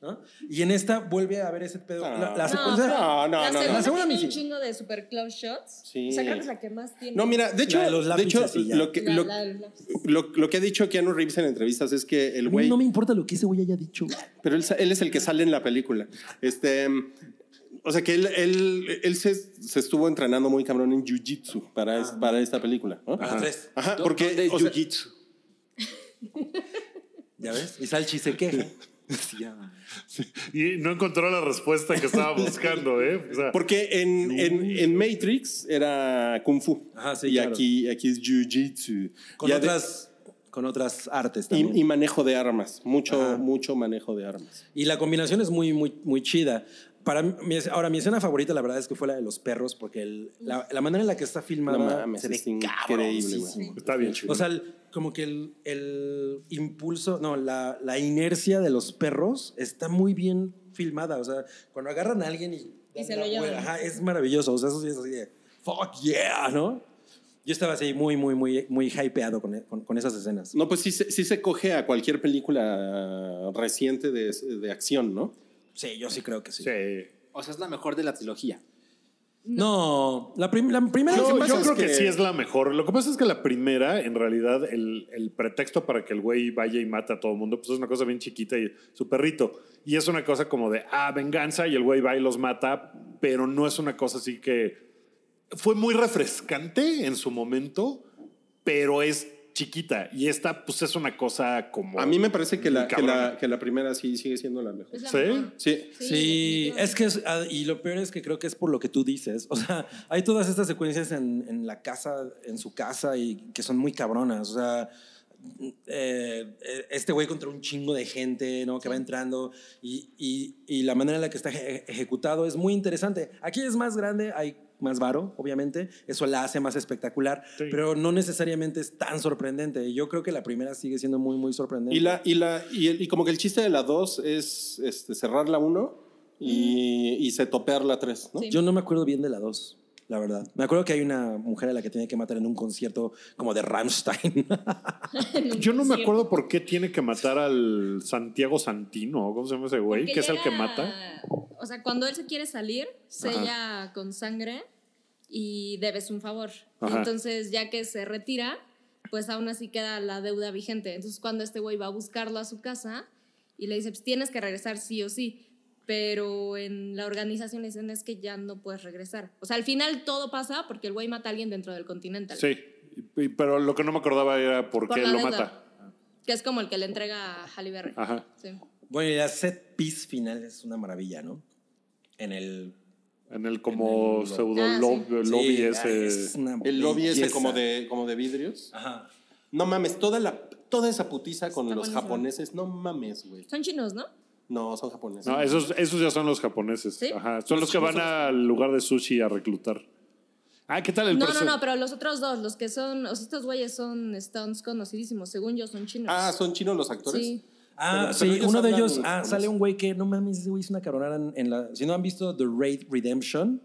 ¿No? Y en esta vuelve a ver ese pedo. La, Ah. la No, secuencia- pero No, no, la no, no. segunda La segunda tiene sí. un chingo de super close shots. Sí. O sea, creo que es la que más tiene. No, mira, de hecho, de los de lápices hecho y ya. lo, que, La- lo, la- la- lo- lo que ha dicho Keanu Reeves en entrevistas es que el A mí güey. no me importa lo que ese güey haya dicho. Pero él, sa- él es el que sale en la película. Este. mm, O sea que él, él, él se, se estuvo entrenando muy cabrón en jiu-jitsu para, es- Ah. para esta película. ¿no? Para tres. Ajá, ¿Dó- dónde porque. es o sea, jiu-jitsu? ¿Ya ves? Y Salchi se queja. [LAUGHS] Y no encontró la respuesta que [LAUGHS] estaba buscando, ¿eh? O sea, porque en, en, en Matrix era Kung Fu. Ajá, sí, Y claro. aquí, aquí es Jiu-Jitsu. Con, Y ade- otras, con otras artes también. Y, y manejo de armas. Mucho, Ajá. mucho manejo de armas. Y la combinación es muy, muy, muy chida. Para mí- mi- ahora, mi escena favorita, la verdad, es que fue la de los perros, porque el- la, la manera en la que está filmada No mames, se ve es increíble, cabroncísimo. güey. está bien chido. O sea, el- como que el, el impulso, no, la, la inercia de los perros está muy bien filmada. O sea, cuando agarran a alguien y, dan se la lo llevan. vuelta, ajá, es maravilloso. O sea, eso sí es así de, fuck yeah, ¿no? Yo estaba así muy, muy, muy, muy hypeado con, con- con esas escenas. No, pues sí, se- sí se coge a cualquier película reciente de, de acción, ¿no? Sí, yo sí creo que sí. Sí. O sea, es la mejor de la trilogía. No, la, prim- la primera Lo No, que pasa yo es creo que... que- sí es la mejor. Lo que pasa es que la primera, en realidad, el, el pretexto para que el güey vaya y mata a todo el mundo, pues es una cosa bien chiquita y su perrito. Y es una cosa como de, ah, venganza, y el güey va y los mata, pero no es una cosa así que... Fue muy refrescante en su momento, pero es chiquita. Y esta, pues es una cosa como... A mí me parece que la, Muy que la, cabrona. que la primera sí sigue siendo la mejor. es la ¿Sí? mejor. Sí. Sí, definitivamente. es que es, ah, y lo peor es que creo que es por lo que tú dices. O sea, [LAUGHS] hay todas estas secuencias en, en la casa, en su casa, y que son muy cabronas. O sea, eh, eh, este güey contra un chingo de gente, ¿no? Que va entrando y, y- y la manera en la que está eje- ejecutado es muy interesante. Aquí es más grande, hay más varo, obviamente. Eso la hace más espectacular, Sí. pero no necesariamente es tan sorprendente. Y yo creo que la primera sigue siendo muy, muy sorprendente. Y, la, y, la, y, el- y como que el chiste de la 2 es este, cerrar la 1 y, y se topear la 3, ¿no? Sí. Yo no me acuerdo bien de la 2, la verdad. Me acuerdo que hay una mujer a la que tiene que matar en un concierto como de Rammstein. [LAUGHS] Yo no me Cierto. acuerdo por qué tiene que matar al Santiago Santino, ¿cómo se llama ese güey? Porque Que es el llega- que mata. O sea, cuando él se quiere salir, sella con sangre y debes un favor. Ajá. Entonces, ya que se retira, pues aún así queda la deuda vigente. Entonces, cuando este güey va a buscarlo a su casa y le dice, pues tienes que regresar sí o sí. Pero en la organización le dicen, es que ya no puedes regresar. O sea, al final todo pasa porque el güey mata a alguien dentro del Continental. Sí, Y- pero lo que no me acordaba era por, Por qué la lo deuda, mata. Ah. Que es como el que le entrega a Halle Berry. Ajá. Sí. bueno, y la set piece final es una maravilla, ¿no? En el... En el como En el- pseudo Ah, lob- lobby Sí, ese. es una El lobby ese belleza. como de, como de vidrios. Ajá. No mames, toda, la, toda esa putiza con Está los buenísimo. japoneses, no mames, güey. Son chinos, ¿no? No, son japoneses. No, esos, esos ya son los japoneses. ¿Sí? Ajá. Son los que van al lugar de sushi a reclutar. Ah, ¿qué tal el No, no, perso- no, pero los otros dos, los que son, o sea, estos güeyes son stunts conocidísimos, según yo son chinos. Ah, ¿son chinos los actores? Sí. Ah, Pero- sí, pero ellos uno de hablan ellos... Ah, japonés. sale un güey que, no mames, ese güey es una cabronada en, en la... Si no han visto The Raid Redemption,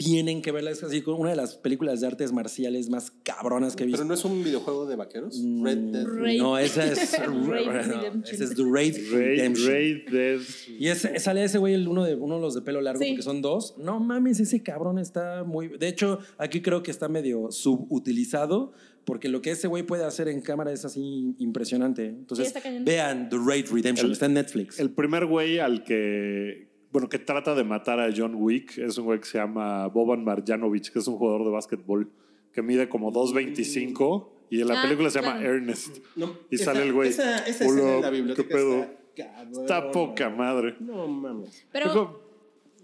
Tienen que verla. Es así, como una de las películas de artes marciales más cabronas que he visto. Pero no es un videojuego de vaqueros. Mm, Red Dead. Raid. No, [LAUGHS] esa es. Raid no, Redemption. esa es The Raid, Raid, Redemption. Raid Dead. Y ese- sale ese güey, el uno de, uno de los de pelo largo, Sí. porque son dos. No mames, ese cabrón está muy. De hecho, aquí creo que está medio subutilizado, porque lo que ese güey puede hacer en cámara es así impresionante. Entonces, está cañón. vean The Raid Redemption, El- está en Netflix. El primer güey al que. Bueno, que trata de matar a John Wick es un güey que se llama Boban Marjanovic, que es un jugador de básquetbol que mide como 2.25 y en la Ah, película se llama claro. Ernest. No, Y sale el güey. Esa, esa Hola, escena en la ¿qué biblioteca pedo? está cabrona. Está poca madre. No mames. Pero, Digo,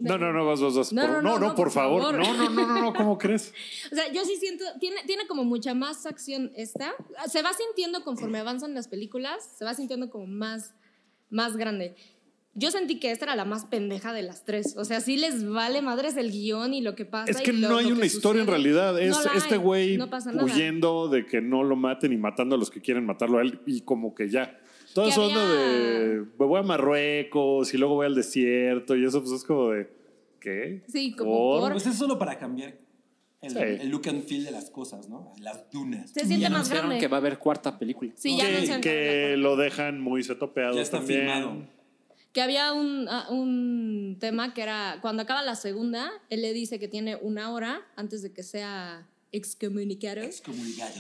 no, no, no, vas, vas, vas. No, por- no, no, no, por por favor. favor. No, no, no, no, no, ¿cómo [LAUGHS] crees? o sea, yo sí siento, tiene, tiene como mucha más acción esta. Se va sintiendo conforme avanzan las películas, se va sintiendo como más, más grande. Yo sentí que esta era la más pendeja de las tres. O sea, sí les vale madres el guión y lo que pasa. Es que y lo- no hay lo una que historia en sucede. realidad. No Es la hay, este güey no pasa nada. huyendo de que no lo maten y matando a los que quieren matarlo a él y como que ya. Toda Que esa onda había- de me voy a Marruecos y luego voy al desierto y eso pues es como de ¿qué? Sí, como por- Pues es solo para cambiar el, Sí. el look and feel de las cosas, ¿no? Las dunas. Se siente Ya más anunciaron grande. que va a haber cuarta película. Sí, ya que anunciaron que lo dejan muy setopeado Ya está también. filmado. Que había un, ah, un tema que era, cuando acaba la segunda, él le dice que tiene una hora antes de que sea excomunicado. Excomunicado.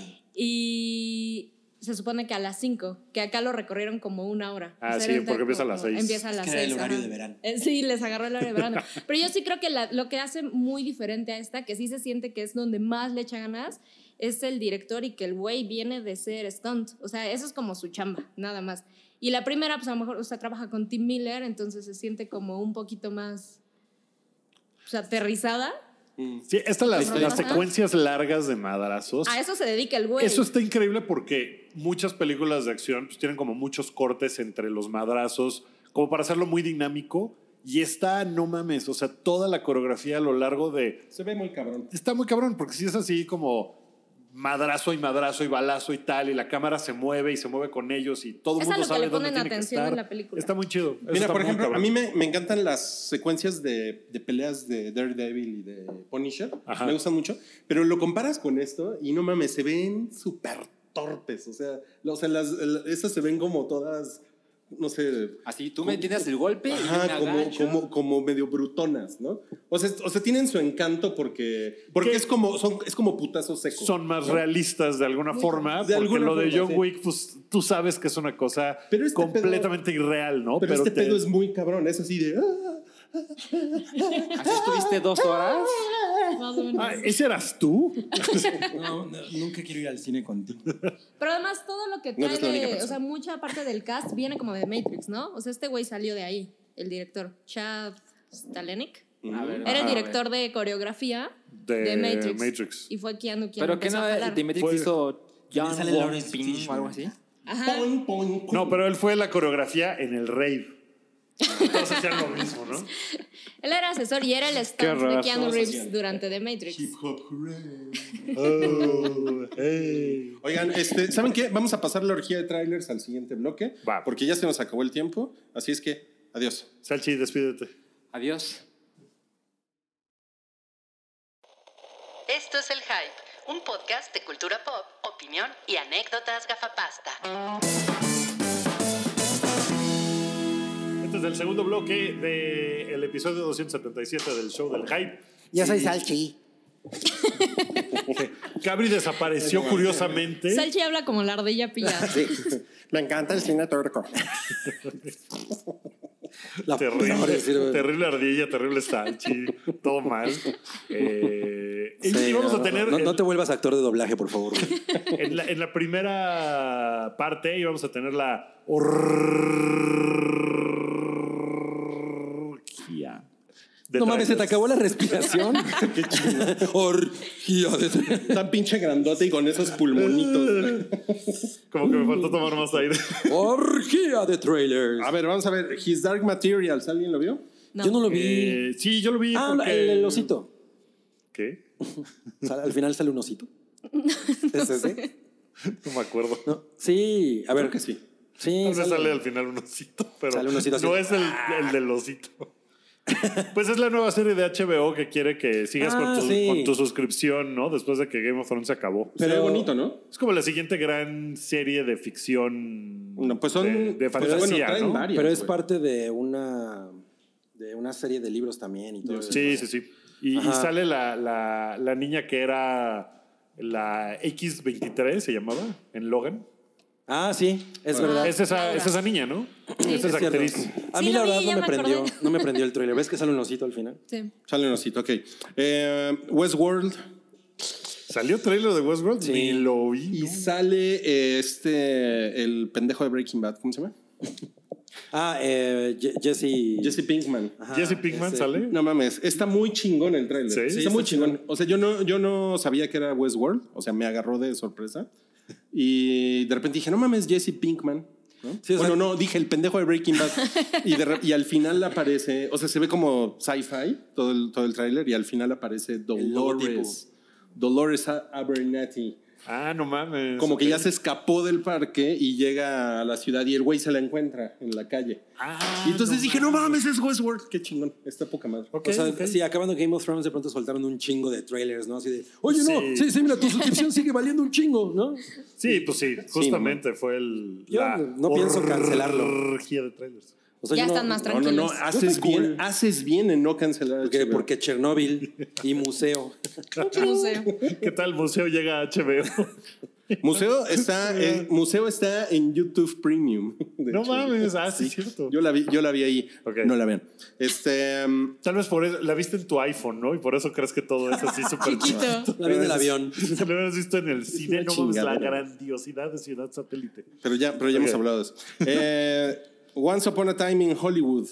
Y se supone que a las 5, que acá lo recorrieron como una hora. Ah, sí, era porque empieza a las como- seis. Empieza a Es las que era el 6, horario ajá. de verano. Eh, Sí, les agarró el horario de verano. Pero yo sí creo que la- lo que hace muy diferente a esta, que sí se siente que es donde más le echa ganas, es el director y que el güey viene de ser stunt. O sea, eso es como su chamba, nada más. Y la primera, pues a lo mejor, o sea, trabaja con Tim Miller, entonces se siente como un poquito más pues, aterrizada. Mm. Sí, estas las, Ajá. las secuencias largas de Pues madrazos. A eso se dedica el güey. Eso está increíble porque muchas películas de acción pues, tienen como muchos cortes entre los madrazos, como para hacerlo muy dinámico. Y está, no mames, o sea, toda la coreografía a lo largo de... Se ve muy cabrón. Está muy cabrón, porque si es así como madrazo y madrazo y balazo y tal, y la cámara se mueve y se mueve con ellos y todo el Es a mundo lo que sabe le dónde ponen tiene que atención estar. en la película. Está muy chido. Eso Mira, está por muy ejemplo, a cabrón. mí me, me encantan las secuencias de, de peleas de Daredevil y de Punisher. Ajá. Me gustan mucho. Pero lo comparas con esto y no mames, se ven súper torpes. O sea, lo- o sea, las, el- estas se ven como todas, no sé, Así tú me tienes el golpe y yo me Ajá, como, agacho. como, como medio brutonas, ¿no? O sea, o sea, tienen su encanto porque, porque ¿Qué? es como, son, es como putazo seco. Son más realistas de alguna forma, De porque alguna lo de forma, John sí. Wick, pues tú sabes que es una cosa Pero este completamente irreal, ¿no? pero, este te- pedo es muy cabrón, es así de. "Ah". Así estuviste dos horas. Más o menos. Ah, ¿Ese eras tú? No, no, nunca quiero ir al cine contigo. Pero además todo lo que No trae, eres la única de- o persona. sea, mucha parte del cast viene como de Matrix, ¿no? O sea, este güey salió de ahí, el director Chad Stalenik. A ver, Era el ajá, director de coreografía De, de Matrix. Matrix. Y fue Keanu quien Pero que empezó no, a jalar. The Matrix Fue- hizo John sale Wong Lawrence Ping o Fishburne. algo así. Ajá. Pon, pon, pon. No, pero él fue la coreografía en el rave. Todos hacían lo mismo, ¿no? Él era asesor y era el Qué stunt de raro. Keanu Reeves durante The Matrix. Hip hop, hooray. [LAUGHS] Oh, hey. Oigan, este, ¿saben qué? Vamos a pasar la orgía de trailers al siguiente bloque. Va. Porque ya se nos acabó el tiempo. Así es que, adiós. Salchi, despídete. Adiós. Esto es El Hype, un podcast de cultura pop, opinión y anécdotas gafapasta. Este es el segundo bloque del episodio 277 del show del hype. Yo soy [LAUGHS] Salchi. Cabri desapareció curiosamente. Salchi habla como la ardilla pillada. Me encanta el cine turco. La puta madre, Terrible, sirve. terrible ardilla, terrible Salchi, todo [LAUGHS] mal. Eh, y- Sí, y vamos no, a tener no, no, el- no te vuelvas actor de doblaje, por favor. güey. en, la, en la primera parte íbamos a tener la orgía. de No mames, se te trailers. acabó la respiración. Qué chino. Orgía de tra- [LAUGHS] Tan pinche grandote y con [LAUGHS] esos pulmonitos. Como que me faltó tomar más aire. Orgía de trailers. A ver, vamos a ver. His Dark Materials, ¿alguien lo vio? Yo no lo vi. Eh, sí, yo lo vi. ah, porque- el, el osito. ¿Qué? O sea, al final sale [LAUGHS] un osito. ¿Es ese? No me acuerdo. No. Sí, a ver. Creo que sí. Sí, Tal vez sale. sale al final un osito, pero Sale un osito así. no es el, el del osito. Pues es la nueva serie de HBO que quiere que sigas Ah, con, tu, sí. con tu suscripción, ¿no? Después de que Game of Thrones se acabó. Pero Pero- es bonito, ¿no? Es como la siguiente gran serie de ficción. No, pues son- De, de pues bueno, fantasía, traen ¿no? varias. Pero es güey. parte de una, de una serie de libros también y todo eso. Sí, sí, sí. Y, y Ajá. sale la, la, la niña que era la X23, se llamaba, en Logan. Ah, sí, es verdad. Es esa, es esa niña, ¿no? Es esa Es cierto. actriz. A Sí, mí lo la vi, ya verdad no me me acordé. prendió, no me prendió el trailer. ¿Ves que sale un osito al final? Sí. Sale un osito, ok. Eh, Westworld. ¿Salió trailer de Westworld? Sí. Ni lo vi. Y ¿no? sale eh, este, el pendejo de Breaking Bad, ¿cómo se llama? Ah, eh, Je- Jesse. Jesse Pinkman. Ajá, Jesse Pinkman ese. sale. No mames, está muy chingón el tráiler. Sí, está, sí, muy está chingón. O sea, yo no, yo no sabía que era Westworld, o sea, me agarró de sorpresa. Y de repente dije, no mames, Jesse Pinkman. ¿no? Sí, o bueno, sea- no, dije el pendejo de [LAUGHS] Breaking Bad. y, de re- y al final aparece, o sea, se ve como sci-fi todo el, todo el tráiler y al final aparece Dolores. Dolores A- Abernathy. Ah, no mames. Como que Ok. ya se escapó del parque y llega a la ciudad y el güey se la encuentra en la calle. Ah, y entonces dije, no mames, es Westworld. Qué chingón, está poca madre. Ok, O sea, ok. sí, acabando Game of Thrones de pronto soltaron un chingo de trailers, ¿no? Así de, oye, Sí. no, sí, sí, mira, tu suscripción sigue valiendo un chingo, ¿no? Sí, pues sí, justamente fue el. Yo no pienso cancelarlo. orgía de trailers. O sea, Ya yo no- están más No, no, no, tranquilos. haces Está cool. bien, haces bien en no cancelar el Porque, HBO. porque Chernóbil y museo. Museo. ¿Qué tal el museo llega a HBO? museo [LAUGHS] está eh, museo está en YouTube Premium. [LAUGHS] de no hecho. mames, ah, sí, es cierto. Yo la vi, yo la vi ahí. Ok. No la vean. Este um, Tal vez por eso, la viste en tu iPhone, ¿no? Y por eso crees que todo es así súper chiquito. La vi en el avión. Lo hubieras visto en el cine, Una no mames, la chingadera. grandiosidad de Ciudad Satélite. pero ya, pero ya hemos Ok. hablado de eso. [LAUGHS] Eh, Once Upon a Time in Hollywood.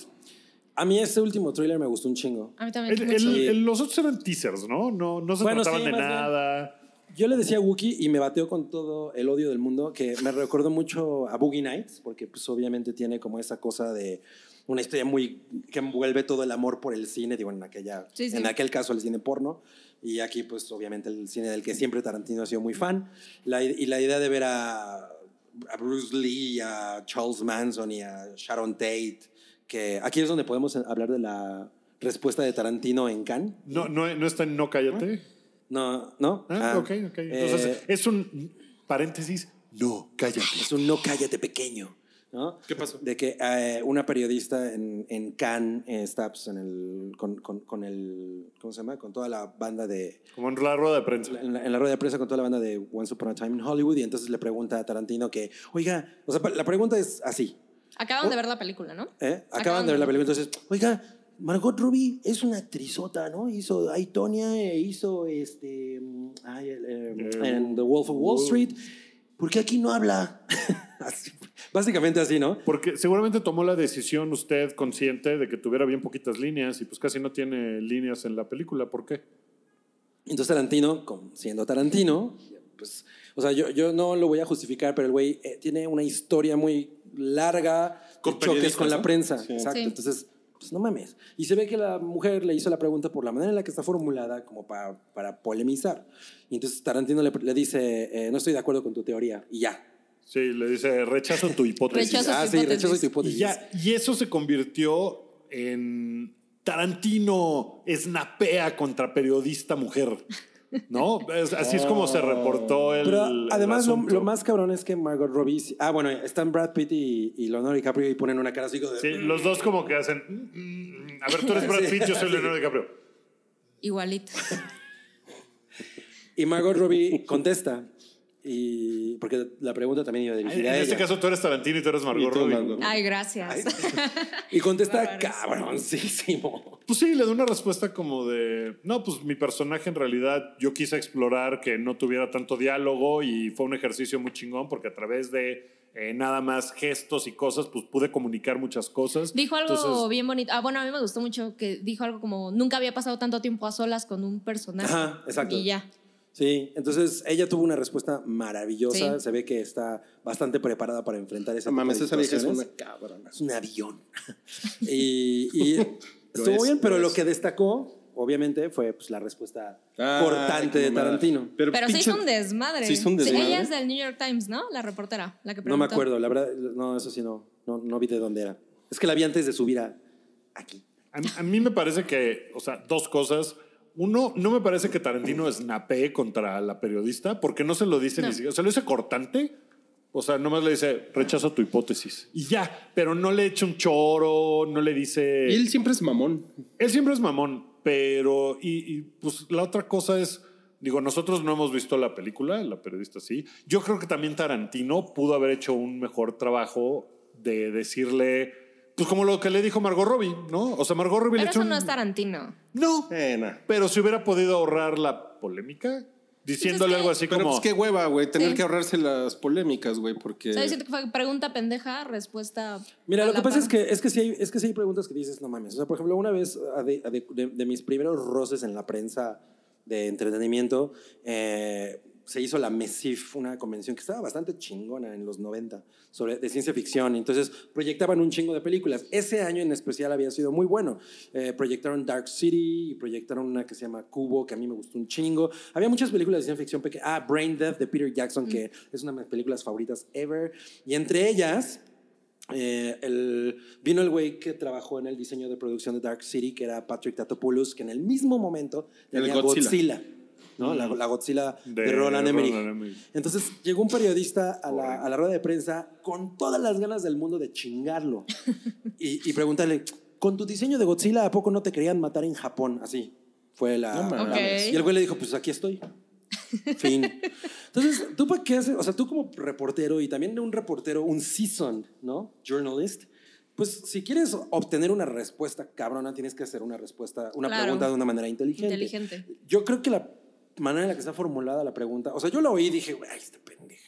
A mí este último trailer me gustó un chingo. A mí también. El- mucho. el- el- los otros eran teasers, ¿no? No, no se Bueno, trataban sí, de más bien. nada. Yo le decía a Wookie y me bateó con todo el odio del mundo, que me recordó mucho a Boogie Nights, porque pues obviamente tiene como esa cosa de una historia muy que envuelve todo el amor por el cine, digo, en, aquella, Sí, sí. en aquel caso el cine porno, y aquí pues obviamente el cine del que siempre Tarantino ha sido muy fan, La i- y la idea de ver a, a Bruce Lee, a Charles Manson y a Sharon Tate, que aquí es donde podemos hablar de la respuesta de Tarantino en Cannes. No, no, no está en No Cállate. No, no. Ah, Ah. ok, ok. Entonces, Eh, es un paréntesis. No, cállate. es un no cállate pequeño. ¿no? ¿Qué pasó? De que eh, una periodista en, en Cannes eh, está pues, en el, con, con- con el. ¿Cómo se llama? Con toda la banda de. Como en la rueda de prensa. En la, en la rueda de prensa con toda la banda de Once Upon a Time in Hollywood. Y entonces le pregunta a Tarantino que, oiga, o sea, pa- la pregunta es así. Acaban de ver la película, ¿no? ¿eh? Acaban de ver la película. Entonces, oiga, Margot Ruby es una actrizota, ¿no? Hizo Aitonia e hizo este. mm, ay, el, em, Eh, en The Wolf of Wall Wolf. Street. ¿Por qué aquí no habla? [LAUGHS] Así, Básicamente así, ¿no? Porque seguramente tomó la decisión usted consciente de que tuviera bien poquitas líneas y pues casi no tiene líneas en la película. ¿Por qué? Entonces Tarantino, como siendo Tarantino, pues, o sea, yo, yo no lo voy a justificar, pero el güey eh, tiene una historia muy larga Con con choques con periodistas, la ¿no? prensa. Sí. Exacto. Sí. Entonces, pues no mames. Y se ve que la mujer le hizo la pregunta por la manera en la que está formulada, como pa- para polemizar. Y entonces Tarantino le, le dice, eh, no estoy de acuerdo con tu teoría, y ya. Sí, le dice, rechazo tu hipótesis. Rechazo ah, tu sí, hipótesis. rechazo tu Y, hipótesis. ya, y eso se convirtió en Tarantino snapea contra periodista mujer. ¿No? Es- así es como se reportó el. Pero el además lo, asunto. lo más cabrón es que Margot Robbie... sí- Ah, bueno, están Brad Pitt y, y Leonardo DiCaprio y ponen una cara así como de... Sí, los dos como que hacen. "Mm, mm, mm". A ver, [LAUGHS] tú eres Brad Pitt, yo soy Leonardo DiCaprio. Igualito. Y Margot Robbie contesta. Y porque la pregunta también iba En dirigida a este ella. caso tú eres Tarantino y tú eres Y Margot tú, Robbie. Margot. Ah, Ay, gracias. y contesta cabroncísimo. Pues sí, le da una respuesta como de, no, pues mi personaje en realidad yo quise explorar que no tuviera tanto diálogo y fue un ejercicio muy chingón porque a través de eh, nada más gestos y cosas, pues pude comunicar muchas cosas. Dijo algo Entonces, bien bonito. Ah, bueno, a mí me gustó mucho que dijo algo como nunca había pasado tanto tiempo a solas con un personaje. Ajá, [LAUGHS] exacto. Y ya. Sí, entonces ella tuvo una respuesta maravillosa. Sí. Se ve que está bastante preparada para enfrentar esa No mames, esa vieja es una situaciones. cabrona. Es un avión. [LAUGHS] y [LAUGHS] y estuvo es, bien, pero lo lo es. que destacó, obviamente, fue pues, la respuesta Ay, cortante Ah, qué de mamada. Tarantino. Pero se pinche- hizo un desmadre. se hizo un desmadre. Ella es del New York Times, ¿no? La reportera, la que No preguntó. me acuerdo, la verdad, no, eso sí no, no, no vi de dónde era. Es que la vi antes de subir a aquí. A, a mí me parece que, o sea, dos cosas. Uno, no me parece que Tarantino snapee contra la periodista porque no se lo dice ni siquiera. Se lo dice cortante. O sea, nomás le dice, rechazo tu hipótesis. Y ya, pero no le echa un choro, no le dice... Él siempre es mamón. Él siempre es mamón, pero. Y, y, pues la otra cosa es. Digo, nosotros no hemos visto la película, la periodista sí. Yo creo que también Tarantino pudo haber hecho un mejor trabajo de decirle. Pues como lo que le dijo Margot Robbie, ¿no? O sea, Margot Robbie Pues Pero le echó eso un- no es Tarantino. No, Eh, nah. pero si hubiera podido ahorrar la polémica diciéndole que- algo así Pero como. pues qué hueva, güey, tener Sí. que ahorrarse las polémicas, güey, O porque... sea, yo siento que fue pregunta pendeja, respuesta. Mira, a lo la que pasa par. es que, es, que sí hay, es que sí hay preguntas que dices, no mames. O sea, por ejemplo, una vez a de, a de- de- de mis primeros roces en la prensa de entretenimiento, eh, se hizo la MESIF, una convención que estaba bastante chingona en los 90, sobre, de ciencia ficción. Entonces, proyectaban un chingo de películas. Ese año en especial había sido muy bueno. Eh, proyectaron Dark City y proyectaron una que se llama Cubo, que a mí me gustó un chingo. Había muchas películas de ciencia ficción pequeñas. Ah, Brain Death de Peter Mm. Jackson, que es una de mis películas favoritas ever. Y entre ellas... Eh, el, vino el güey que trabajó en el diseño de producción de Dark City, que era Patrick Tatopoulos, que en el mismo momento El tenía Godzilla. Mm. Godzilla. ¿no? la, la Godzilla de, De Roland Emmerich. Roland Emmerich. Entonces llegó un periodista a la, a la rueda de prensa con todas las ganas del mundo de chingarlo y, y preguntarle, con tu diseño de Godzilla, ¿a poco no te querían matar en Japón? Así fue la... No la- mames. Ok. Y el güey le dijo, pues aquí estoy. Fin. Entonces, ¿tú para qué haces? O sea, tú como reportero y también un reportero, un season, ¿no? Journalist. Pues si quieres obtener una respuesta cabrona, tienes que hacer una respuesta, una Claro. pregunta de una manera inteligente. Inteligente. Yo creo que la manera en la que está formulada la pregunta, o sea, yo la oí y dije, güey, este pendeja.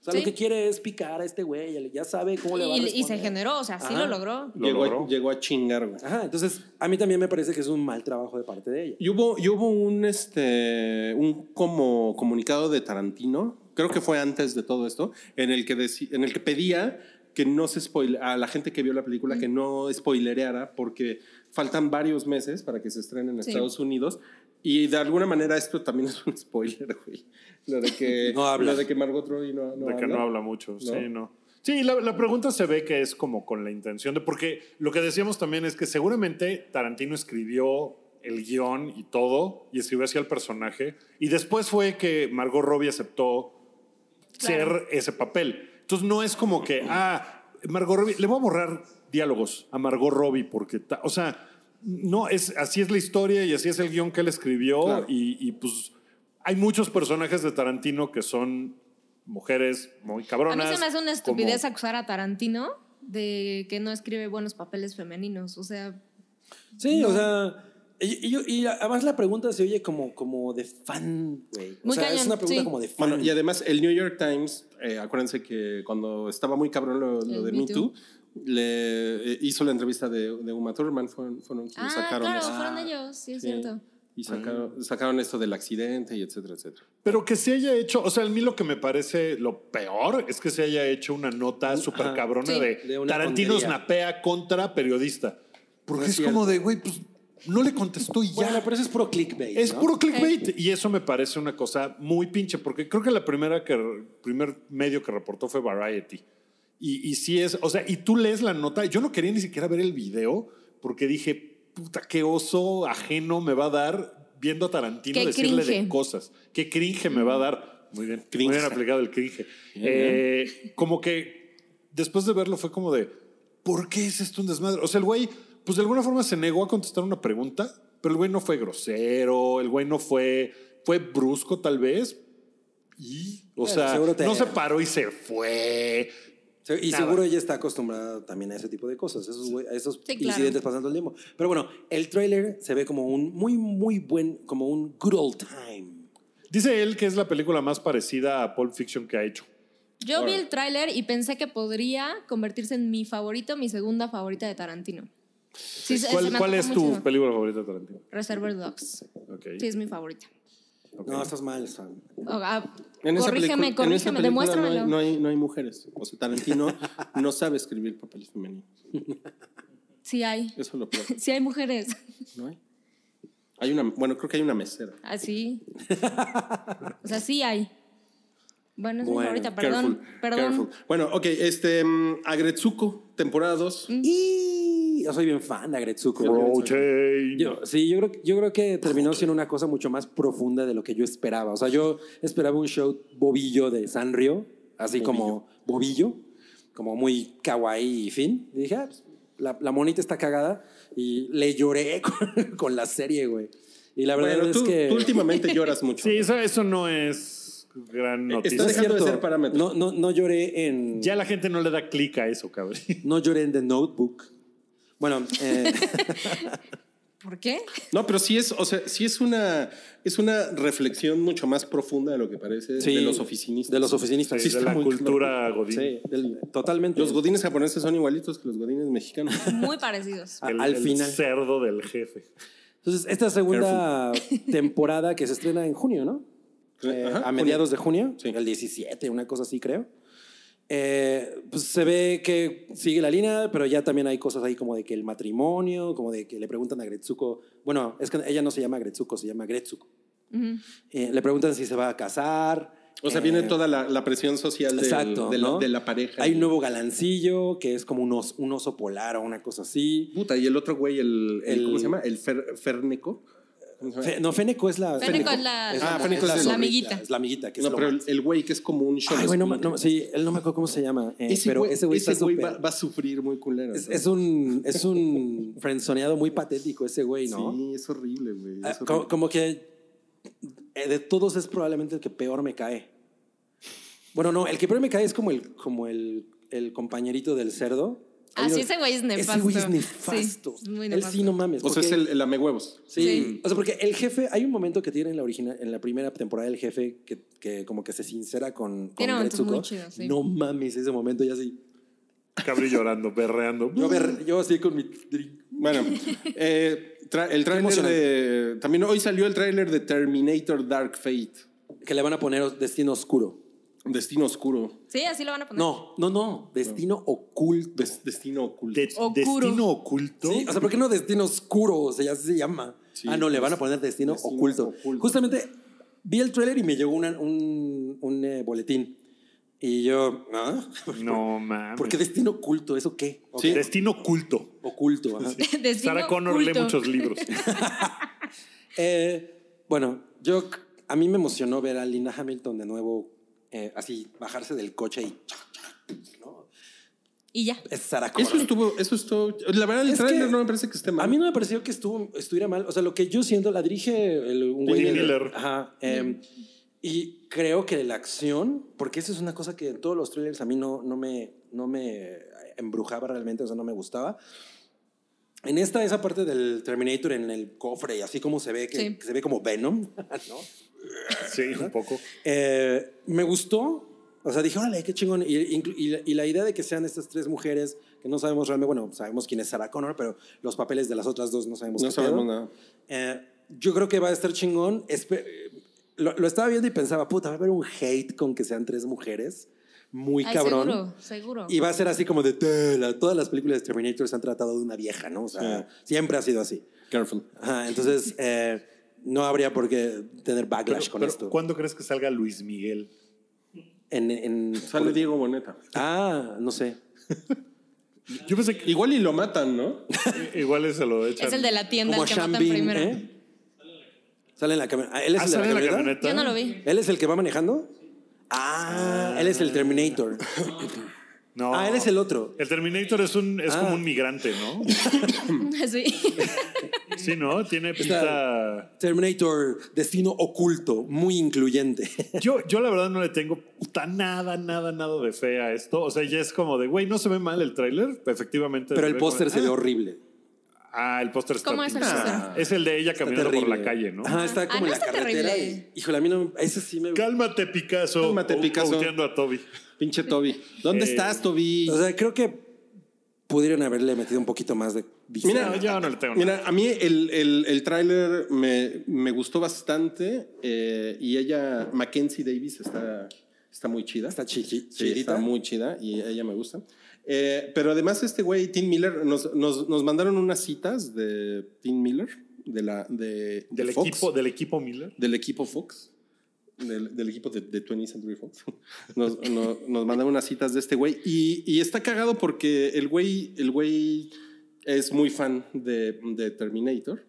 O sea, Sí. lo que quiere es picar a este güey, ya sabe cómo le va a Y, y se responder. generó, o sea, sí Ajá. lo logró. Lo llegó, logró. a, llegó a chingar, güey. Ajá, entonces a mí también me parece que es un mal trabajo de parte de ella. Y hubo, y hubo un, este, un como comunicado de Tarantino, creo que fue antes de todo esto, en el que, deci- en el que pedía que no se spoil a la gente que vio la película que no spoilereara porque faltan varios meses para que se estrene en Sí. Estados Unidos y de alguna manera esto también es un [LAUGHS] spoiler, güey. Lo de que, [LAUGHS] No habla. lo de que Margot Robbie no, no de que habla. no habla mucho. Sí, no. Sí, la, la pregunta se ve que es como con la intención de. Porque lo que decíamos también es que seguramente Tarantino escribió el guión y todo, y escribió así al personaje. Y después fue que Margot Robbie aceptó ser ese papel. Entonces no es como que, ah, Margot Robbie, le voy a borrar diálogos a Margot Robbie porque, ta- o sea, no, es, así es la historia y así es el guión que él escribió Claro. y, y, pues hay muchos personajes de Tarantino que son mujeres muy A mí cabronas. se me hace una como- estupidez acusar a Tarantino de que no escribe buenos papeles femeninos. O sea, Sí, o sea, y, y yo- y además la pregunta se oye como, como de fan, güey. O Muy sea, es cañón, una pregunta sí. como de fan. Bueno, y además el New York Times, eh, acuérdense que cuando estaba muy cabrón lo, lo El de Me Me Too, le eh, hizo la entrevista de, de Uma Thurman, fueron, fueron quienes ah, sacaron claro, eso. fueron ellos, sí es Sí. cierto. Mm. Y sacaron, sacaron esto del accidente y etcétera, etcétera. Pero que se haya hecho, o sea, a mí lo que me parece lo peor es que se haya hecho una nota súper cabrona Sí. de, De una Tarantino tontería. snapea contra periodista. Porque No es es, como de, güey, pues no le contestó y ya. Bueno, pero eso es puro clickbait. Es ¿no? puro clickbait. Y eso me parece una cosa muy pinche, porque creo que la primera que primer medio que reportó fue Variety. Y, y sí es, o sea, y tú lees la nota. Yo no quería ni siquiera ver el video porque dije, puta, qué oso ajeno me va a dar viendo a Tarantino Qué decirle de cringe. cosas. Qué cringe me va a dar. Muy bien, Cringe. muy bien aplicado el cringe. Eh, Como que después de verlo fue como de, ¿por qué es esto un desmadre? O sea, el güey, pues de alguna forma se negó a contestar una pregunta, pero el güey no fue grosero, el güey no fue, fue brusco tal vez. Y, o Bueno, sea, seguro te- no se paró y se fue. Se- Y Nada. seguro ella está acostumbrada también a ese tipo de cosas, esos, güey- a esos Sí, claro. incidentes pasando el tiempo. Pero bueno, el tráiler se ve como un muy, muy buen, como un good old time. Dice él que es la película más parecida a Pulp Fiction que ha hecho. Yo vi Ahora. el tráiler y pensé que podría convertirse en mi favorito, mi segunda favorita de Tarantino. Sí, se- se ¿Cuál, me cuál es antoja tu muchísimo. película favorita, Tarantino? Reservoir Dogs. Ok, Sí, es mi favorita. ok. No, estás mal, Sam. O- ah, En esa corrígeme, pelicu- en corrígeme, esa película No demuéstramelo. hay, no, hay, no hay mujeres. O sea, [LAUGHS] Tarantino no sabe escribir papel femenino. Sí hay. Eso lo peor. Sí hay mujeres. [LAUGHS] ¿No hay? Hay una, bueno, creo que hay una mesera. Así. O sea, sí hay. Bueno, es mi Bueno, favorita, perdón. Careful, perdón. careful. Bueno, ok, este, mm, Agretsuko, temporada 2. Y yo soy bien fan de Agretsuko. Roche. Yo- sí, yo creo, yo creo que terminó siendo una cosa mucho más profunda de lo que yo esperaba. O sea, yo esperaba un show bobillo de Sanrio, así como bobillo, como muy kawaii y fin. Y dije, ah, pues, la, la monita está cagada y le lloré [LAUGHS] con, con la serie, güey. Y la verdad Bueno, es tú, que... tú últimamente lloras [LAUGHS] mucho. Sí, eso, eso no es gran Eh, noticia. está No es dejando de cierto. ser parámetro. No, no, no lloré en... Ya la gente no le da clic a eso, cabrón. No lloré en The Notebook. Bueno, [LAUGHS] eh, ¿Por qué? No, pero sí es, o sea, sí es una, es una reflexión mucho más profunda de lo que parece sí, de los oficinistas. De los oficinistas. Sí, de está la muy cultura godín. Sí, del- totalmente. Los godines japoneses son igualitos que los godines mexicanos. Muy [LAUGHS] parecidos. [LAUGHS] A- El- al el final. cerdo del jefe. Entonces, esta segunda [LAUGHS] temporada que se estrena en junio, ¿no? Eh, Ajá, a junio. mediados de junio, Sí. el 17, una cosa así creo. Eh, pues se ve que sigue la línea, pero ya también hay cosas ahí como de que el matrimonio, como de que le preguntan a Gretsuko, bueno, es que ella no se llama Gretsuko, se llama Gretsuko. Eh, le preguntan si se va a casar. O sea, eh, viene toda la, la presión social del- exacto, de, la, ¿no? de la pareja. Hay un nuevo galancillo que es como un oso, un oso polar o una cosa así. Puta, y el otro güey, el, el- El- ¿cómo se llama? El Fer- Ferneco. ¿Cómo se llama? Fe- no, Féneco es la... Féneco es la- Ah, Féneco es el- zorrita, la amiguita. Es la amiguita, que es no, lo pero más. el el güey que es como un show. Ay, güey, no, ma- no, sí, él no me acuerdo cómo se llama, eh, ese pero güey, ese güey ese está güey súper... va, va a sufrir muy culero. Es, ¿no? es un, es un [LAUGHS] frenzoneado muy patético ese güey, ¿no? Sí, es horrible, güey. Ah, es horrible. como, como que eh, de todos es probablemente el que peor me cae. Bueno, no, el que peor me cae es como el, como el, el compañerito del cerdo. Ah, Hay sí, un- ese güey es Ese güey es nefasto. nefasto. Sí, es muy Él nefasto. sí, no mames. o sea, es porque- el, el amehuevos. Sí. Sí. O sea, porque el jefe, hay un momento que tiene en la original, en la primera temporada del jefe que, que como que se sincera con, con Tiene momentos Gretsuko. muy chidos, sí. No mames, ese momento ya así. Cabri llorando, berreando. Yo, ver- yo así con mi drink. Bueno, [LAUGHS] eh, tra- el tráiler emocionante. de... También hoy salió el tráiler de Terminator Dark Fate. Que le van a poner destino oscuro. Destino oscuro. Sí, así lo van a poner. No, no, no. Destino oculto. Des- destino oculto. De- Ocuro. destino oculto. Sí, o sea, ¿por qué no destino oscuro? O sea, ya así se llama. Sí, ah, no, le pues, van a poner destino, destino oculto. oculto. Justamente vi el trailer y me llegó una- un, un, eh, boletín. Y yo, ¿ah? [LAUGHS] no mames. ¿Por qué destino oculto? ¿Eso qué? Ok, Sí. Destino oculto. Oculto. ajá. [LAUGHS] Destino Sarah Connor lee oculto. muchos [LAUGHS] libros. Eh, bueno, yo c- a mí me emocionó ver a Linda Hamilton de nuevo eh, así bajarse del coche y Y ya. es Sarah Eso Connor. estuvo... Eso estuvo... La verdad, el Es tráiler que- no me parece que esté mal. A mí no me pareció que estuvo, estuviera mal. O sea, lo que yo siento la dirige el- un güey. Timmy de- Miller. Ajá. em, y creo que la acción, porque eso es una cosa que en todos los trailers a mí no, no, me, no me embrujaba realmente, o sea, no me gustaba. En esta, esa parte del Terminator en el cofre y así como se ve, que, Sí. que se ve como Venom, ¿no? Sí, un poco. Eh, me gustó. O sea, dije, órale, qué chingón. Y, inclu- y la- y la idea de que sean estas tres mujeres, que no sabemos realmente, bueno, sabemos quién es Sarah Connor, pero los papeles de las otras dos no sabemos No qué sabemos pedo. nada. Eh, yo creo que va a estar chingón. Espe- lo, lo estaba viendo y pensaba, puta, va a haber un hate con que sean tres mujeres. Muy Ay, cabrón. Seguro, seguro. Y va a ser así como de "Tela". todas las películas de Terminator se han tratado de una vieja, ¿no? O sea, Sí. siempre ha sido así. Careful. Ajá, entonces, eh, no habría por qué tener backlash Pero- con pero, esto. ¿Cuándo crees que salga Luis Miguel? En, en- Sale Diego Boneta. Ah, no sé. Yo pensé que Igual y lo matan, ¿no? igual se lo echan. es el de la tienda, Como a el que Sean matan Bean, primero. ¿eh? Sale en la camioneta. Ah, ¿Él es Ah, el de ¿sale la en camioneta? Yo no lo vi. ¿Él es el que va manejando? Ah, él es el Terminator. No. Ah, él es el otro. El Terminator es un es Ah. como un migrante, [LAUGHS] ¿no? Mm. [LAUGHS] Sí. Sí, ¿no? Tiene pinta. Terminator, destino oculto, muy [LAUGHS] incluyente. Yo, yo la verdad no le tengo puta nada, nada, nada de fe a esto. O sea, ya es como de, güey, no se ve mal el tráiler, efectivamente. Pero el ve como- póster se ve horrible. Ah, el póster está. ¿Cómo es el pinche- póster? Es el de ella Está caminando por terrible. la calle, ¿no? Ajá, está Ah, como no en la está carretera. terrible. y- híjole, a mí no. Ese sí me. Cálmate, Picasso. Cálmate, o- Picasso. Outeando a Toby. Pinche Toby. ¿Dónde Eh, estás, Toby? O sea, creo que pudieron haberle metido un poquito más de. vista. Mira, No, yo no le tengo nada. Mira, a mí el, el, el tráiler me, me gustó bastante eh, y ella, Mackenzie Davis, está, está muy chida. está chiqui, Sí, chidita. está muy chida y ella me gusta. Eh, pero además este güey, Tim Miller, nos, nos, nos mandaron unas citas de Tim Miller, de la, de, de Del Fox, equipo, del equipo Miller. del equipo Fox, del, del equipo de, de 20th Century Fox. [LAUGHS] Nos, no- nos mandaron unas citas de este güey y, y está cagado porque el güey, el güey es muy fan de, de Terminator.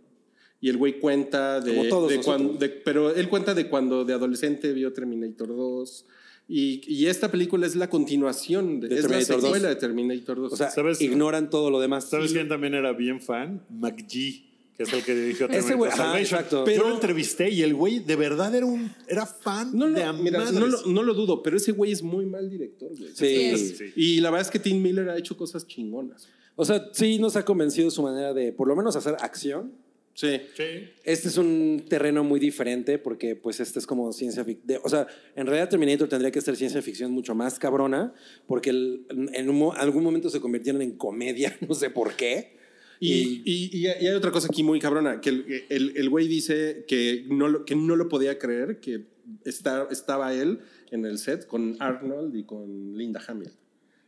Y el güey cuenta de, Como todos de nosotros. cuan- de- pero él cuenta de cuando de adolescente vio Terminator 2. Y, y esta película es la continuación, de, De es Terminator la 2. secuela de Terminator 2. O sea, ¿Sabes? ignoran todo lo demás. ¿Sabes quién también era bien fan? McGee, que es el que dirigió Ese Terminator güey, ah, ajá, Salvation. exacto. Yo Pero- lo entrevisté y el güey de verdad era un era fan no, de lo, a mira, madres. no, lo, no lo dudo, pero ese güey es muy mal director. güey. Sí. Sí. Sí. Y la verdad es que Tim Miller ha hecho cosas chingonas. O sea, sí nos ha convencido su manera de, por lo menos, hacer acción. Sí. Sí. Este es un terreno muy diferente porque, pues, este es como ciencia ficción. O sea, en realidad Terminator tendría que ser ciencia ficción mucho más cabrona porque el- en un mo- algún momento se convirtieron en comedia, [LAUGHS] no sé por qué. Y, y- y- y hay otra cosa aquí muy cabrona, que el- el el güey dice que no, lo, que no lo podía creer, que está, estaba él en el set con Arnold y con Linda Hamilton.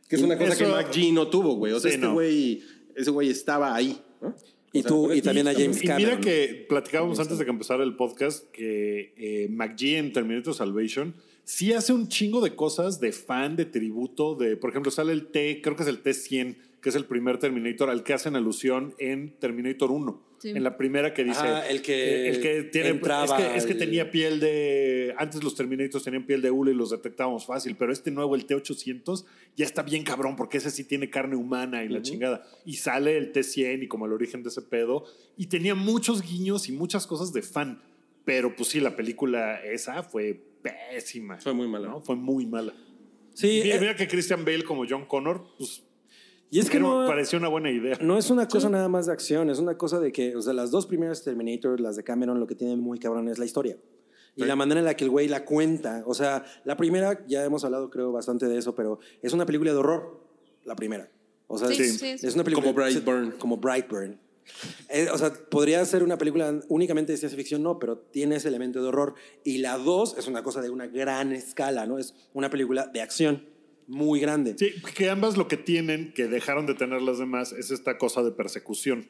Que es una cosa Eso- que McGee no tuvo, güey. O sea, Sí, este no. güey, ese güey estaba ahí, ¿no? Y O sea, tú, por y eso- también a James Y Cameron. mira que platicábamos antes de que empezara el podcast que eh, McGee en Terminator Salvation sí hace un chingo de cosas de fan, de tributo, de, por ejemplo, sale el T, creo que es el T100, que es el primer Terminator al que hacen alusión en Terminator 1. Sí. En la primera que dice. Ah, el que eh, el que tiene. Es entraba que, es que al- tenía piel de. Antes los Terminators tenían piel de hule y los detectábamos fácil, pero este nuevo, el T800, ya está bien cabrón porque ese sí tiene carne humana y la chingada. Y sale el T100 y como el origen de ese pedo. Y tenía muchos guiños y muchas cosas de fan. Pero pues sí, la película esa fue pésima. Fue muy mala. ¿no? Fue muy mala. Sí, Y mira, eh, mira que Christian Bale como John Connor, pues y es que pero no, pareció una buena idea. No es una cosa nada más de acción, es una cosa de que, o sea, las dos primeras Terminator, las de Cameron, lo que tienen muy cabrón es la historia. Y la manera en la que el güey la cuenta. O sea, la primera, ya hemos hablado creo bastante de eso, pero es una película de horror, la primera. O sea, Sí, es, sí, es- es una película... Como Brightburn. Como Brightburn. Eh, o sea, podría ser una película únicamente de ciencia ficción, no, pero tiene ese elemento de horror. Y la dos es una cosa de una gran escala, ¿no? Es una película de acción muy grande. Sí, que ambas lo que tienen, que dejaron de tener las demás, es esta cosa de persecución.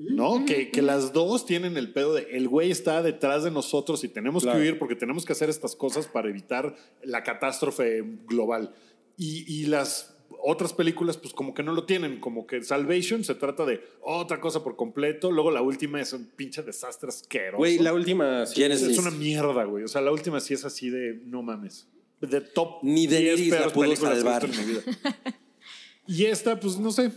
¿No? que, que las dos tienen el pedo de el güey está detrás de nosotros y tenemos Claro. que huir porque tenemos que hacer estas cosas para evitar la catástrofe global. Y, y las otras películas, pues como que no lo tienen, como que Salvation se trata de otra cosa por completo. Luego la última es un pinche desastre asqueroso. Güey, la última... sí, Genesis. es una mierda, güey. O sea, la última sí es así de no mames. De top Ni Daenerys 10 la peores pudo películas que he salvar. visto en mi vida. [LAUGHS] Y esta, pues no sé.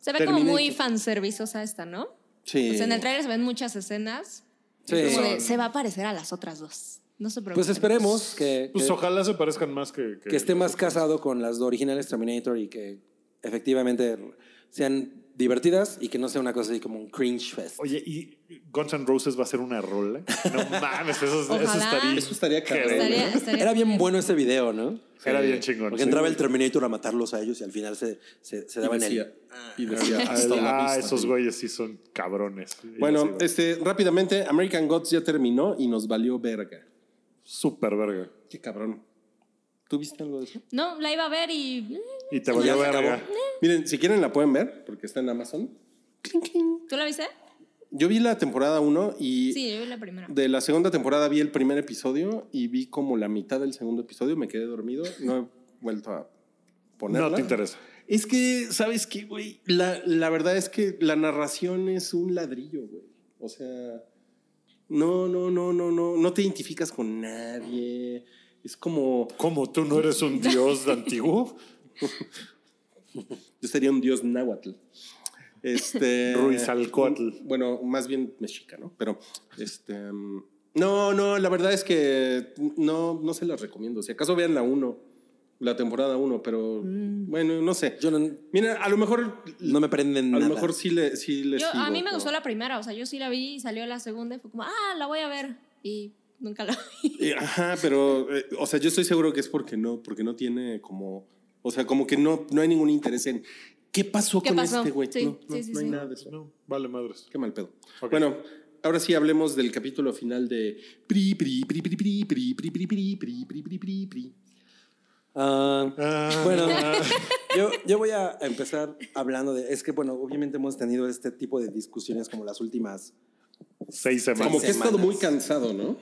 Se ve como muy Terminator. fanservizosa esta, ¿no? Sí. O sea, en el trailer se ven muchas escenas. Sí. Como de, se va a parecer a las otras dos. No se preocupen. Pues esperemos que... Pues que- ojalá se parezcan más que. Eh, que esté más casado con las originales Terminator y que efectivamente sean divertidas y que no sea una cosa así como un cringe fest. Oye, ¿y Guns N' Roses va a ser una rola? [LAUGHS] No mames, eso, eso Ojalá. estaría. Eso estaría cabrón. increíble. Estaría- estaría Era bien bueno ese video, ¿no? Era bien chingón. Porque sí. entraba el Terminator a matarlos a ellos y al final se, se, se Y daban decía, el... y decía, Ah, hasta la ah, vista, esos baby. güeyes sí son cabrones. Y Bueno, así, este, rápidamente, American Gods ya terminó y nos valió verga. Súper verga. Qué cabrón. ¿Tú viste algo de eso? No, la iba a ver y eh, Y te Y valió ya se verga. acabó. Miren, si quieren la pueden ver, porque está en Amazon. Clink, clink. ¿tú la viste? Yo vi la temporada 1 y Sí, yo vi la primera. de la segunda temporada vi el primer episodio y vi como la mitad del segundo episodio, me quedé dormido, no he vuelto a ponerla. No te interesa. Es que, ¿sabes qué, güey? La, la verdad es que la narración es un ladrillo, güey. O sea, no, no, no, no, no, no te identificas con nadie. Es como, ¿Cómo tú no eres un dios [LAUGHS] antiguo? yo sería un dios náhuatl. Este, Ruizalcoatl. Bueno, más bien mexicano, pero este mm, no, no, la verdad es que no no se las recomiendo. Si acaso vean la 1, la temporada 1, pero Mm. bueno, no sé. Yo no, Mira, a lo mejor no me prenden a nada. lo mejor sí le sí le Yo, a sigo, mí me pero- gustó la primera, o sea, yo sí la vi y salió la segunda y fue como, ah, la voy a ver. Y nunca la vi. Eh, Ajá, pero eh, o sea, yo estoy seguro que es porque no, porque no tiene como o sea, como que no no hay ningún interés en ¿Qué pasó ¿Qué con pasó? este güey? Sí, no, no, sí, sí, no hay sí. nada de eso. No, vale madres. Qué mal pedo. Ok. Bueno, ahora sí hablemos del capítulo final de pri pri pri pri pri pri pri pri pri pri pri pri pri pri. Ah, Ah, Bueno, [LAUGHS] yo, yo voy a empezar hablando de... Es que, bueno, obviamente hemos tenido este tipo de discusiones como las últimas seis semanas. Como que he estado semanas. muy cansado, ¿no?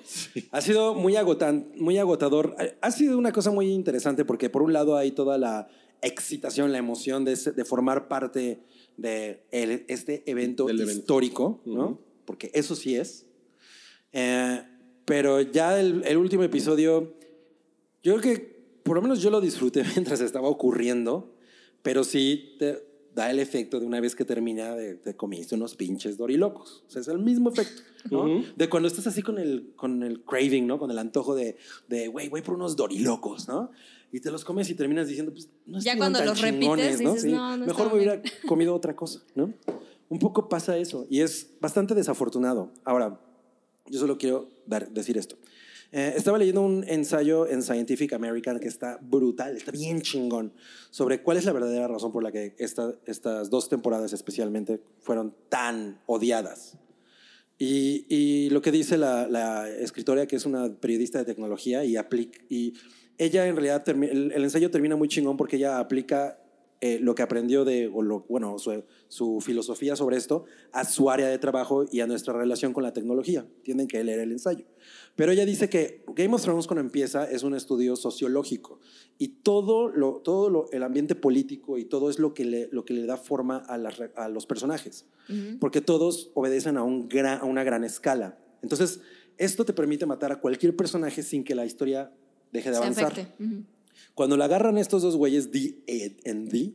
Ha sido muy, agotan, muy agotador. Ha sido una cosa muy interesante porque por un lado hay toda la excitación, la emoción de, ese- de formar parte de el- este evento Del evento. histórico, ¿no? Ujú. Porque eso sí es. Eh, pero ya el, el último episodio, yo creo que por lo menos yo lo disfruté [LAUGHS] mientras estaba ocurriendo, pero sí te da el efecto de una vez que termina de te comiste unos pinches dorilocos. O sea, es el mismo efecto, ¿no? Ujú. De cuando estás así con el, con el craving, ¿no? Con el antojo de, de, güey, voy por unos dorilocos, ¿no? Y te los comes y terminas diciendo, pues, no Ya estuvieron cuando tan los repites, chingones, dices, "No, no Mejor estaban me hubiera comido otra cosa, ¿no? Un poco pasa eso y es bastante desafortunado. Ahora, yo solo quiero dar- decir esto. Eh, estaba leyendo un ensayo en Scientific American que está brutal, está bien chingón, sobre cuál es la verdadera razón por la que esta- estas dos temporadas especialmente fueron tan odiadas. Y, y lo que dice la, la escritora, que es una periodista de tecnología, y, aplica, y ella en realidad, termi- el, el ensayo termina muy chingón porque ella aplica eh, lo que aprendió de, o lo, bueno, su, su filosofía sobre esto a su área de trabajo y a nuestra relación con la tecnología. Tienen que leer el ensayo. Pero ella dice que Game of Thrones cuando empieza es un estudio sociológico y todo, lo, todo lo- el ambiente político y todo es lo que le, lo que le da forma a, las re- a los personajes [LAUGHS] porque todos obedecen a, un gran- a una gran escala. Entonces, esto te permite matar a cualquier personaje sin que la historia deje de Se avanzar. afecte. Cuando la agarran estos dos güeyes, D Ed and D,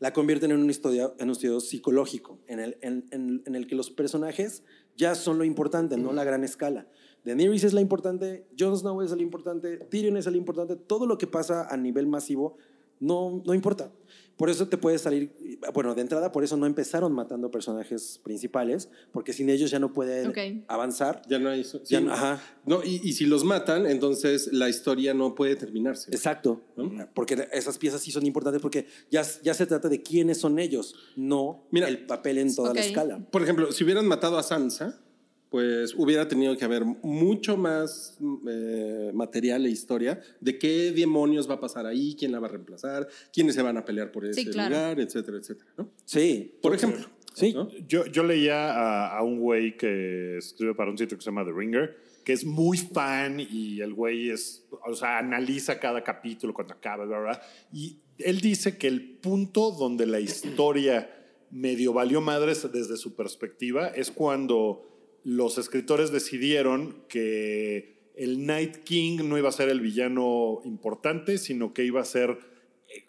la convierten en un estudio, en un estudio psicológico, en el, en, en- en el que los personajes ya son lo importante, no la gran escala. Daenerys es la importante, Jon Snow es el importante, Tyrion es el importante, todo lo que pasa a nivel masivo no, no importa. Por eso te puede salir, bueno, de entrada por eso no empezaron matando personajes principales, porque sin ellos ya no pueden Ok. avanzar. Ya no hay. eso. Ya Sí. no- ajá. No, y, y si los matan, entonces la historia no puede terminarse. Exacto, ¿No? porque esas piezas sí son importantes porque ya, ya se trata de quiénes son ellos, no Mira. el papel en toda Ok. la escala. Por ejemplo, si hubieran matado a Sansa, pues hubiera tenido que haber mucho más mm, eh, material e historia de qué demonios va a pasar ahí, quién la va a reemplazar, quiénes se van a pelear por ese claro. lugar, etcétera, etcétera. ¿no? Sí, Por ejemplo. sí. ¿no? Yo, yo leía a, a un güey que escribe para un sitio que se llama The Ringer, que es muy fan y el güey es, o sea, analiza cada capítulo cuando acaba, bla, bla, bla. Y él dice que el punto donde la historia medio valió madres desde su perspectiva es cuando los escritores decidieron que el Night King no iba a ser el villano importante, sino que iba a ser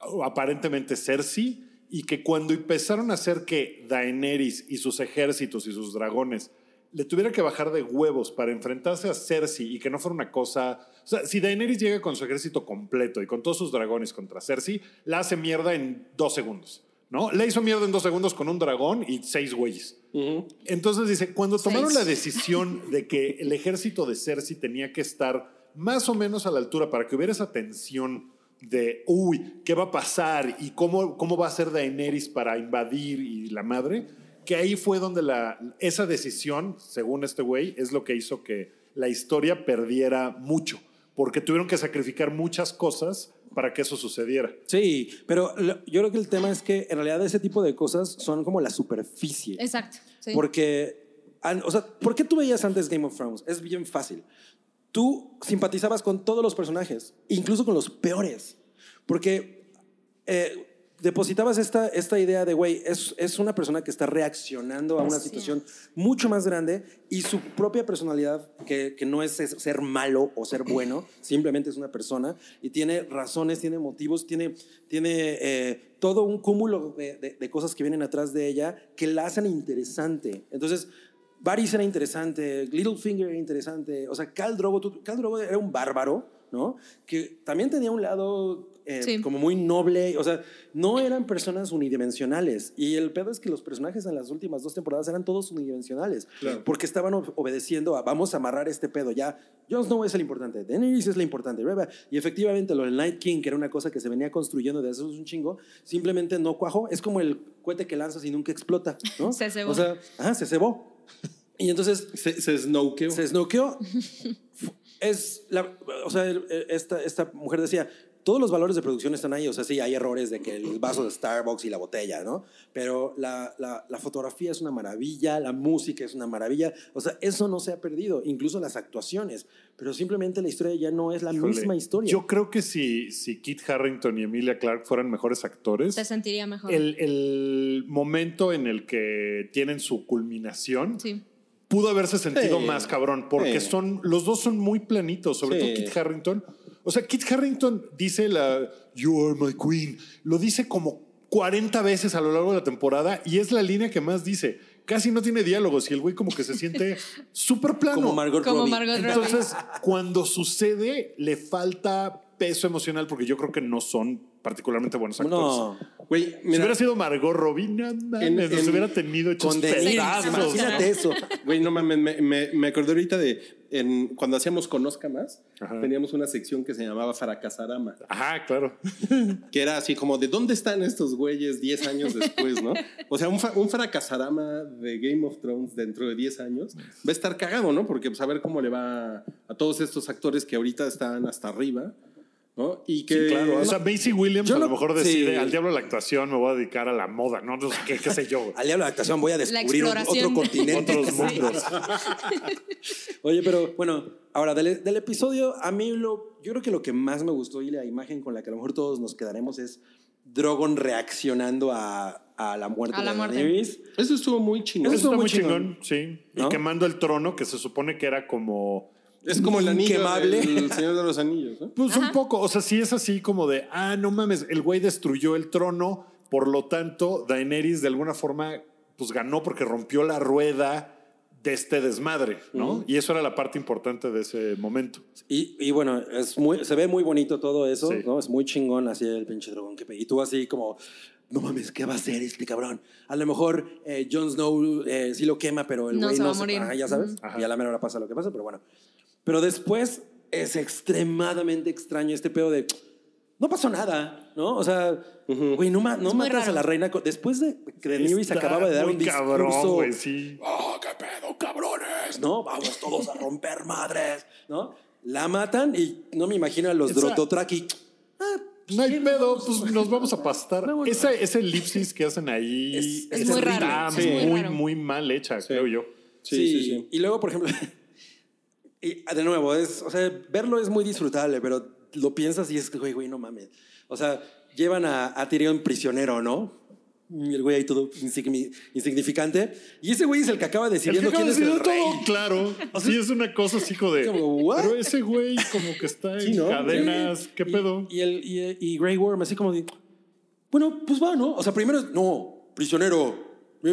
o aparentemente Cersei, y que cuando empezaron a hacer que Daenerys y sus ejércitos y sus dragones le tuviera que bajar de huevos para enfrentarse a Cersei y que no fuera una cosa... O sea, si Daenerys llega con su ejército completo y con todos sus dragones contra Cersei, la hace mierda en dos segundos, ¿no? La hizo mierda en dos segundos con un dragón y seis güeyes. Entonces dice, cuando tomaron la decisión de que el ejército de Cersei tenía que estar más o menos a la altura para que hubiera esa tensión de, uy, ¿qué va a pasar? ¿Y cómo, cómo va a ser Daenerys para invadir y la madre? Que ahí fue donde la, esa decisión, según este güey, es lo que hizo que la historia perdiera mucho, porque tuvieron que sacrificar muchas cosas para que eso sucediera. Sí, pero lo- yo creo que el tema es que en realidad ese tipo de cosas son como la superficie. Exacto. sí. Porque, an- o sea, ¿por qué tú veías antes Game of Thrones? Es bien fácil. Tú simpatizabas con todos los personajes, incluso con los peores. Porque eh, depositabas esta, esta idea de, güey, es, es una persona que está reaccionando a una situación mucho más grande y su propia personalidad, que, que no es es- ser malo o ser bueno, [CLEARS THROAT] simplemente es una persona y tiene razones, tiene motivos, tiene, tiene eh, todo un cúmulo de, de- de cosas que vienen atrás de ella que la hacen interesante. Entonces, Varys era interesante, Littlefinger era interesante, o sea, Khal Drogo, tú- Khal Drogo era un bárbaro, ¿no? Que también tenía un lado eh, Sí. como muy noble, o sea, no eran personas unidimensionales. Y el pedo es que los personajes en las últimas dos temporadas eran todos unidimensionales, porque estaban ob- obedeciendo a vamos a amarrar este pedo, ya Jon Snow es el importante, Daenerys es la importante, bla, bla. y efectivamente lo del Night King, que era una cosa que se venía construyendo desde hace un chingo, simplemente no cuajó, es como el cohete que lanzas y nunca explota, ¿no? [LAUGHS] Se cebó. O sea, ajá, se cebó. Y entonces Se, se snowqueó. se snowqueó. es la, o sea, el- esta, esta mujer decía, todos los valores de producción están ahí. O sea, sí, hay errores de que el vaso de Starbucks y la botella, ¿no? Pero la, la- la fotografía es una maravilla, la música es una maravilla. O sea, eso no se ha perdido, incluso las actuaciones. Pero simplemente la historia ya no es la Híjole, misma historia. Yo creo que si, si Kit Harrington y Emilia Clark fueran mejores actores, Te sentiría mejor. el, el momento en el que tienen su culminación Sí. pudo haberse sentido Sí. más cabrón, porque Sí. son, los dos son muy planitos, sobre Sí. todo Kit Harrington. O sea, Kit Harrington dice la You are my queen, lo dice como 40 veces a lo largo de la temporada y es la línea que más dice. Casi no tiene diálogos y el güey como que se siente súper plano. como Margot Como Robbie. Margot Robbie. Entonces, cuando sucede, le falta peso emocional porque yo creo que no son particularmente buenos actores. No, Güey, Si mira, hubiera sido Margot Robbie, no mames, En- nos en- hubiera tenido hechos con De Niro, pedazos. imagínate eso. güey, no mames, me, me- me acordé ahorita de en- cuando hacíamos Conozca Más, Ajá. teníamos una sección que se llamaba Fracasarama, Ajá, claro. que era así como, ¿de dónde están estos güeyes 10 años después, no? O sea, un, fa- un fracasarama de Game of Thrones dentro de 10 años va a estar cagado, ¿no? Porque pues a ver cómo le va a, a todos estos actores que ahorita están hasta arriba, ¿no? Y que... claro. O sea, Macy Williams Yo a lo no- mejor decide, sí. al diablo la actuación, me voy a dedicar a la moda, no, no sé qué, qué sé [LAUGHS] yo. Al diablo de la actuación voy a descubrir exploración. otro continente. Otros [LAUGHS] mundos. Oye, pero bueno, ahora del, del episodio, a mí lo, yo creo que lo que más me gustó y la imagen con la que a lo mejor todos nos quedaremos es Drogon reaccionando a, a la muerte A la de muerte. Daenerys. eso estuvo muy chingón. Eso estuvo está muy muy chingón, sí. ¿No? Y quemando el trono, que se supone que era como... Es como el anillo Inquemable. del Señor de los Anillos, ¿no? Pues un poco, o sea, sí es así como de, ah, no mames, el güey destruyó el trono, por lo tanto, Daenerys de alguna forma, pues ganó porque rompió la rueda de este desmadre, ¿no? Y eso era la parte importante de ese momento. Y, y bueno, es muy, se ve muy bonito todo eso, Sí. ¿no? Es muy chingón así el pinche Drogon. Que, pe- y tú así como, no mames, ¿qué va a hacer este cabrón? A lo mejor eh, Jon Snow eh, sí lo quema, pero el No güey se no, va a se- morir. Ajá, ya sabes. Ajá. Y a la mera hora pasa lo que pasa, pero bueno. Pero después es extremadamente extraño este pedo de, no pasó nada, ¿no? O sea, güey, no, ma- no muy matas raro. a la reina. co- Después de que Daenerys Está acababa de dar muy un discurso cabrón, güey, sí. ¡Oh, qué pedo, cabrones! ¿No? Vamos todos a romper madres, ¿no? La matan y no me imagino a los Esa- Drototraki. No hay pedo, pues nos vamos a pastar. Vámonos. Esa, esa elipsis que hacen ahí Es- es muy está raro, muy, es muy muy, raro. mal hecha, creo yo. Sí, sí, sí. Y luego, por ejemplo, [LAUGHS] y de nuevo, es, o sea, verlo es muy disfrutable, pero lo piensas y es que, güey, güey, no mames. O sea, llevan a, a Tyrion prisionero, ¿no? Y el güey ahí todo insigni- insignificante. Y ese güey es el que acaba El que decidiendo acaba quién de es el decir rey. todo claro. Sí, es una cosa así como de. Como, ¿what? Pero ese güey, como que está en Sí, ¿no? cadenas. ¿Qué Y- pedo? Y, el, y, y Grey Worm, así como de, bueno, pues va, ¿no? O sea, primero, no, prisionero, sí,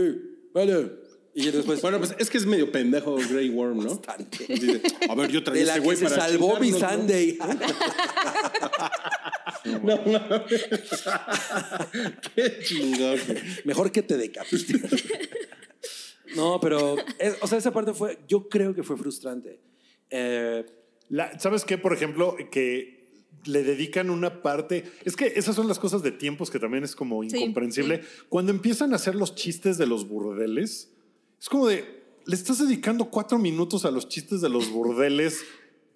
vale. Y después, Bueno, pues es que es medio pendejo Grey Worm, ¿no? Pues bastante. Dice, a ver, yo traía De la este que güey se para salvó chingarnos, ¿no?" Sunday ah, No, no. Qué chingón. güey. Mejor que te decapite. no, pero, es- o sea, esa parte fue, yo creo que fue frustrante. Eh, La- ¿Sabes qué? Por ejemplo, que le dedican una parte. Es que esas son las cosas de tiempos que también es como Sí, incomprensible. Cuando empiezan a hacer los chistes de los burdeles, es como de. Le estás dedicando cuatro minutos a los chistes [LAUGHS] de los burdeles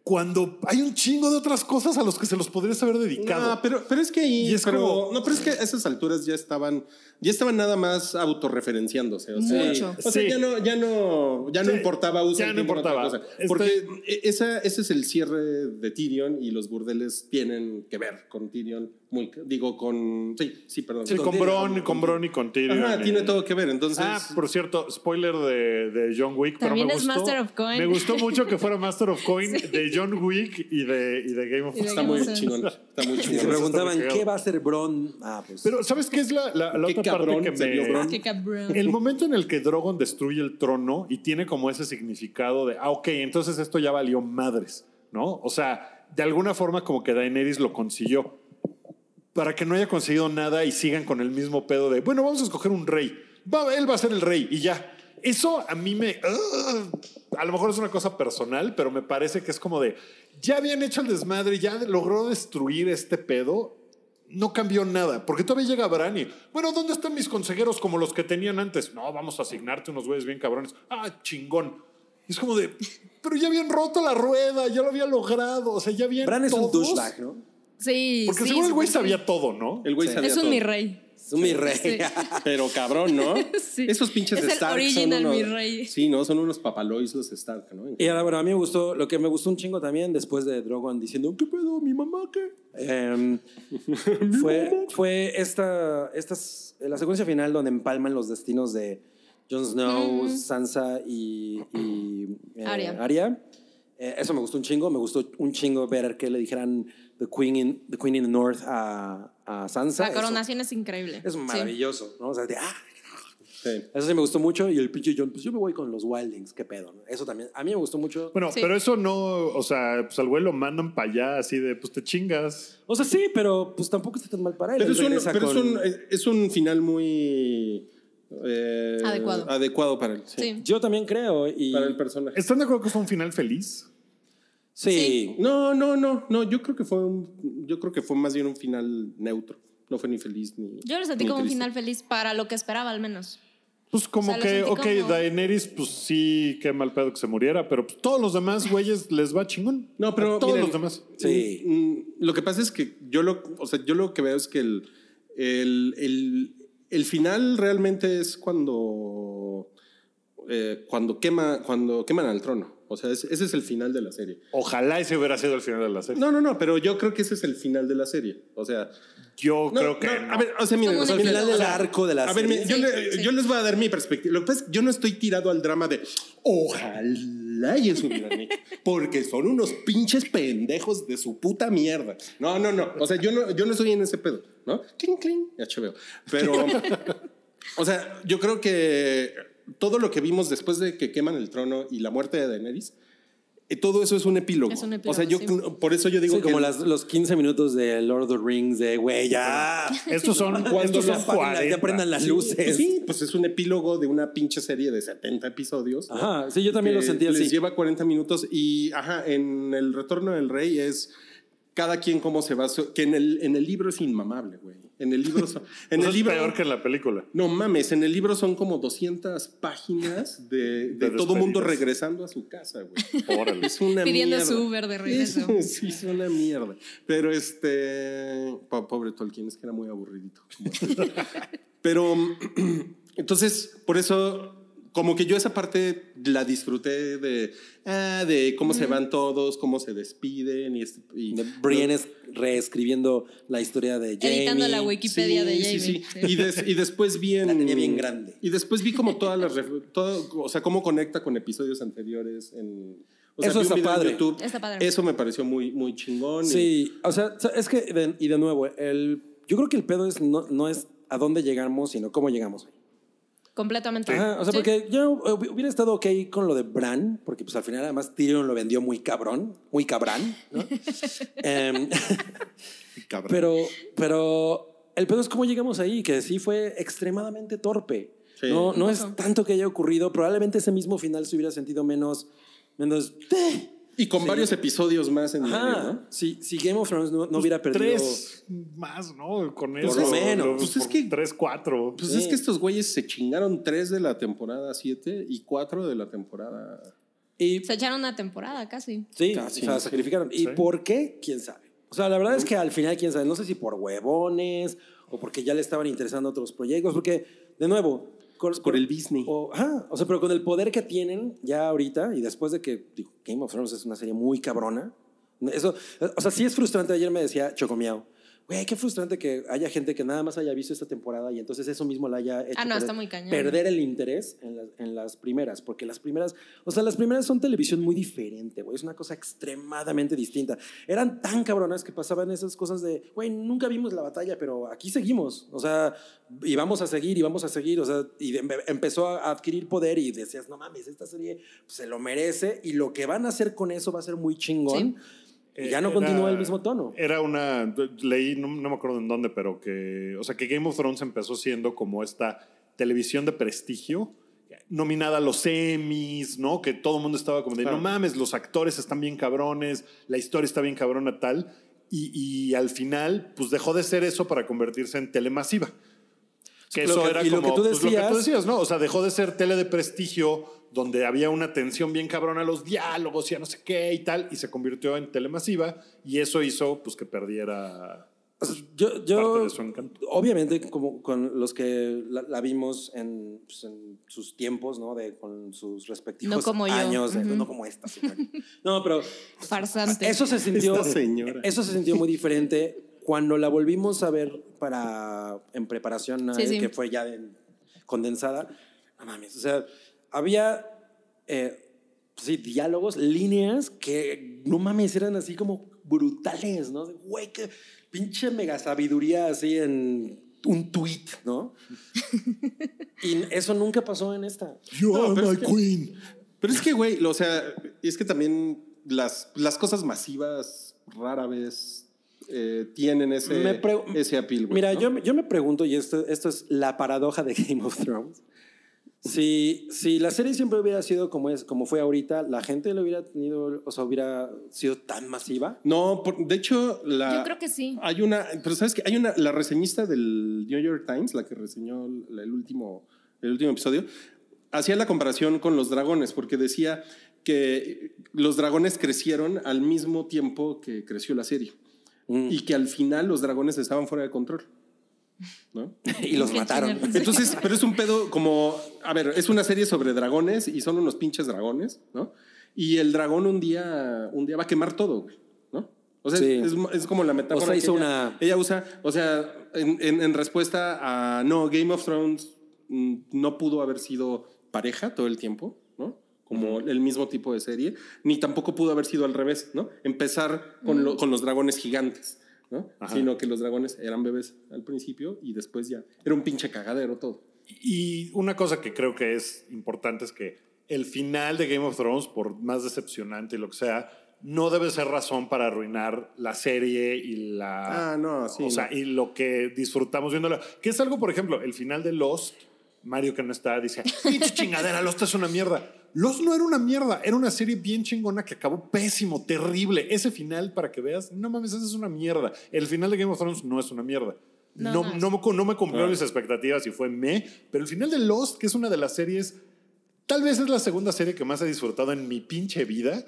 cuando hay un chingo de otras cosas a los que se los podrías haber dedicado. No, pero, pero es que ahí. Y es pero- como- No, pero es que a esas alturas ya estaban. Ya estaban nada más autorreferenciándose. O sea, Mucho. o sea, Sí. ya no, ya no, ya no Sí, importaba usa ya el no timbre para importaba. otra cosa. Este- Porque e- esa, ese es el cierre de Tyrion y los burdeles tienen que ver con Tyrion. Muy, digo, con. Sí, sí, perdón. Sí, con Tyrion. Bron, con Bron y con Tyrion. Ajá, Y- tiene todo que ver. Entonces. Ah, por cierto, spoiler de, de John Wick. También pero me es gustó, Master of Coin. Me gustó mucho [LAUGHS] que fuera Master of Coin de John Wick y de, y de Game of Y de Thrones. Está muy Digamos, chingón. Está [LAUGHS] muy y se chingón. preguntaban, cagado. ¿qué va a hacer Bron? Ah, pues. Pero ¿sabes qué es la, la- la Qué otra cabrón parte que se me... vio Bron. Qué cabrón. El momento en el que Drogon destruye el trono y tiene como ese significado de, ah, ok, entonces esto ya valió madres, ¿no? O sea, de alguna forma como que Daenerys lo consiguió. Para que no haya conseguido nada y sigan con el mismo pedo de, bueno, vamos a escoger un rey. Va- él va a ser el rey y ya. Eso a mí me... ¡Ugh! a lo mejor es una cosa personal, pero me parece que es como de, ya habían hecho el desmadre, ya logró destruir este pedo, no cambió nada, porque todavía llega Bran y, bueno, ¿dónde están mis consejeros como los que tenían antes? No, vamos a asignarte unos güeyes bien cabrones. Ah, chingón. Y es como de, pero ya habían roto la rueda, ya lo había logrado, o sea, ya habían Bran es un todos- douchebag, ¿no? Sí. Porque sí, seguro el güey sí. sabía todo, ¿no? El güey Sí. sabía Es un todo. mi rey. Es mi rey. Sí. [LAUGHS] Pero cabrón, ¿no? [LAUGHS] Sí. Esos pinches Es el Stark original, son unos, mi rey. Sí, ¿no? Son unos papalois los Stark, ¿no? Y ahora, bueno, a mí me gustó, lo que me gustó un chingo también después de Drogon diciendo, ¿qué pedo, mi mamá qué? Em, fue fue esta, estas- eh, la secuencia final donde empalman los destinos de Jon Snow, Sansa y, y, eh, Arya. Eh, eso me gustó un chingo, me gustó un chingo ver que le dijeran The Queen in the, Queen in the North a, a Sansa. La Eso- coronación es increíble. Es Sí. maravilloso, ¿no? O sea, de, ¡ah! Sí. Eso sí me gustó mucho y el pinche Jon, pues yo me voy con los Wildings, qué pedo, ¿no? Eso también, a mí me gustó mucho. Bueno, Sí. pero eso no, o sea, pues al güey lo mandan para allá así de, pues te chingas. O sea, sí, pero pues tampoco está tan mal para él. Pero, Él es un, regresa pero es con- un- eh, es un final muy... eh, Adecuado. adecuado para él. Sí. Sí. Yo también creo. Y... Para el personaje. ¿Están de acuerdo que fue un final feliz? Sí. Sí. No, no, no, no. Yo creo que fue un, yo creo que fue más bien un final neutro. No fue ni feliz ni. Yo lo sentí ni como un triste. final feliz para lo que esperaba, al menos. Pues como O sea, lo que, sentí ok, como- Daenerys, pues sí, qué mal pedo que se muriera, pero pues, todos los demás [LAUGHS] güeyes les va chingón. No, pero A todos miren, los demás. Sí. Mm, mm, Lo que pasa es que yo lo, o sea, yo lo que veo es que el, el, el- el final realmente es cuando, eh, cuando quema, cuando queman al trono. O sea, es- ese es el final de la serie. Ojalá ese hubiera sido el final de la serie. No, no, no, pero yo creo que ese es el final de la serie. O sea, Yo No, creo que no, no. A ver, o sea, miren, Como o sea, un miren, final o sea, del arco de la A ver, serie. miren, yo, Sí, le- sí. yo les voy a dar mi perspectiva. Lo que pasa es que yo no estoy tirado al drama de ojalá y eso hubieran hecho", [LAUGHS] porque son unos pinches pendejos de su puta mierda. No, no, no. O sea, yo no, yo no estoy en ese pedo, ¿no? Cling, cling, ya HBO. [LAUGHS] Pero, o sea, yo creo que todo lo que vimos después de que queman el trono y la muerte de Daenerys, eh, todo eso es un epílogo. Es un o sea, yo, epílogo, por eso yo digo Sí, que como las- los 15 minutos de Lord of the Rings, de güey, [LAUGHS] ya. [LAUGHS] Estos son, Cuando estos son ya apaguen la- 40. ya prendan las luces. Pues sí, pues es un epílogo de una pinche serie de 70 episodios. ¿no? Ajá, sí, yo también lo Que sentí así. Les lleva 40 minutos y, ajá, en El Retorno del Rey es cada quien cómo se va. a su- Que en el, en el libro es inmamable, güey. En el [LAUGHS] libro. son- en Eso el es libro. peor que en la película. No mames, en el libro son como 200 páginas de, De de todo mundo despedidas. regresando a su casa, güey. Órale. Es una Pidiendo mierda. su Uber de regreso. Es- [LAUGHS] sí, es una mierda. Pero este. po- Pobre Tolkien, es que era muy aburridito. [LAUGHS] como escritor. Pero [CLEARS THROAT] entonces, por eso, como que yo esa parte la disfruté de, ah, de cómo se van todos, cómo se despiden y, este- y- De Brienne es reescribiendo la historia de Jamie. Editando la Wikipedia de Jamie. Sí, sí, sí. Sí. Y, des- y después vi en- La tenía bien grande. Y después vi como todas las. ref- todo- o sea, cómo conecta con episodios anteriores. En, o sea, Eso vi está un video en padre. YouTube. Está padre. Eso me pareció muy, muy chingón. y- Sí, o sea, sa- es que, de- y de nuevo, el, yo creo que el pedo es no, no es a dónde llegamos, sino cómo llegamos. Completamente. Ajá, o sea, Sí. porque yo eh, hubi- hubiera estado ok con lo de Bran, porque pues al final además Tyrion lo vendió muy cabrón, muy cabrán, ¿no? Em, [LAUGHS] Cabrón. pero, pero el pedo es cómo llegamos ahí, que sí fue extremadamente torpe. Sí. No, no es Ujú. tanto que haya ocurrido, probablemente ese mismo final se hubiera sentido menos... menos Y con varios episodios más en Ajá, medio, ¿no? si, si Game of Thrones no, no hubiera perdido... Pues Tres más, ¿no? Con eso. lo menos. lo- Pues es por que- Tres, cuatro. Pues Sí. es que estos güeyes se chingaron tres de la temporada 7 y cuatro de la temporada. Y Se echaron una temporada casi. Sí, Casi. o sea, sacrificaron. ¿Y Sí. por qué? ¿Quién sabe? O sea, la verdad es que al final, quién sabe, no sé si por huevones o porque ya le estaban interesando otros proyectos, porque, de nuevo, con- Por con- el Disney. O, ajá, o sea, pero con el poder que tienen ya ahorita y después de que digo, Game of Thrones es una serie muy cabrona, eso, o sea, sí es frustrante. Ayer me decía Chocomiao, güey, qué frustrante que haya gente que nada más haya visto esta temporada y entonces eso mismo la haya hecho Ah, no, perder- está muy cañón. perder el interés en las, en las primeras, porque las primeras, o sea, las primeras son televisión muy diferente, güey, es una cosa extremadamente distinta. Eran tan cabronas que pasaban esas cosas de, güey, nunca vimos la batalla, pero aquí seguimos, o sea, y vamos a seguir y vamos a seguir, o sea, y em- empezó a adquirir poder y decías, no mames, esta serie se lo merece y lo que van a hacer con eso va a ser muy chingón. Y ya no Eh, Era- continúa el mismo tono. Era una. Leí, no, no me acuerdo en dónde, pero que. O sea, que Game of Thrones empezó siendo como esta televisión de prestigio nominada a los Emmys, ¿no? Que todo el mundo estaba como de, Claro. no mames, los actores están bien cabrones, la historia está bien cabrona, tal. Y, y al final, pues dejó de ser eso para convertirse en telemasiva. Que Lo eso que- era y lo como que tú pues, lo que tú decías- decías, ¿no? O sea, dejó de ser tele de prestigio donde había una tensión bien cabrona a los diálogos y a no sé qué y tal, y se convirtió en telemasiva, y eso hizo pues que perdiera O sea, yo, parte yo de su encanto. obviamente, como con los que la, la vimos en, pues, en sus tiempos, ¿no? De, con sus respectivos No como yo. años, de- Ujú. no como esta. señora. no, pero Farsante. Ah, eso se sintió. Esta señora. Eso se sintió muy diferente cuando la volvimos a ver para en preparación a- Sí, sí. que fue ya de- condensada. No mames, o sea, había eh, sí, diálogos, líneas que no mames, eran así como brutales, ¿no? De, Güey, qué pinche mega sabiduría así en un tweet, [LAUGHS] ¿no? y eso nunca pasó en esta. You No, are pero my es que- queen. Pero es que, güey, lo- o sea, es que también las, las cosas masivas rara vez eh, tienen ese, Me pregu- ese apil, güey. Mira, ¿no? yo, me- yo me pregunto, y esto, esto es la paradoja de Game of Thrones. Si, si la serie siempre hubiera sido como es, como fue ahorita, la gente lo hubiera tenido, o sea, hubiera sido tan masiva. [LAUGHS] No, por- de hecho, la. Yo creo que sí. Hay una, pero sabes que hay una, la reseñista del New York Times, la que reseñó la- el último, el último episodio, hacía la comparación con los dragones, porque decía que los dragones crecieron al mismo tiempo que creció la serie Mm. y que al final los dragones estaban fuera de control. ¿no? y los mataron. [LAUGHS] Entonces, pero es un pedo como, a ver, es una serie sobre dragones y son unos pinches dragones, ¿no? Y el dragón un día, un día va a quemar todo, güey, ¿no? O sea, Sí. es, es como la metáfora. O sea, que hizo ella, una- Ella usa, o sea, en, en- en respuesta a, no, Game of Thrones mm, no pudo haber sido pareja todo el tiempo, ¿no? Como el mismo tipo de serie, ni tampoco pudo haber sido al revés, ¿no? Empezar con, lo- con los dragones gigantes, ¿no? Ajá. Sino que los dragones eran bebés al principio y después ya era un pinche cagadero todo. Y una cosa que creo que es importante es que el final de Game of Thrones, por más decepcionante y lo que sea, no debe ser razón para arruinar la serie y la. Ah, no, sí, O sea, no. y lo que disfrutamos viéndola. Que es algo, por ejemplo, el final de Lost, Mario que no está, dice: ¡Pinche chingadera! Lost es una mierda. Lost no era una mierda, era una serie bien chingona que acabó pésimo, terrible. Ese final, para que veas, no mames, esa es una mierda. El final de Game of Thrones no es una mierda. No, no No, no, es. me- no me cumplió mis expectativas y fue me, pero el final de Lost, que es una de las series, tal vez es la segunda serie que más he disfrutado en mi pinche vida,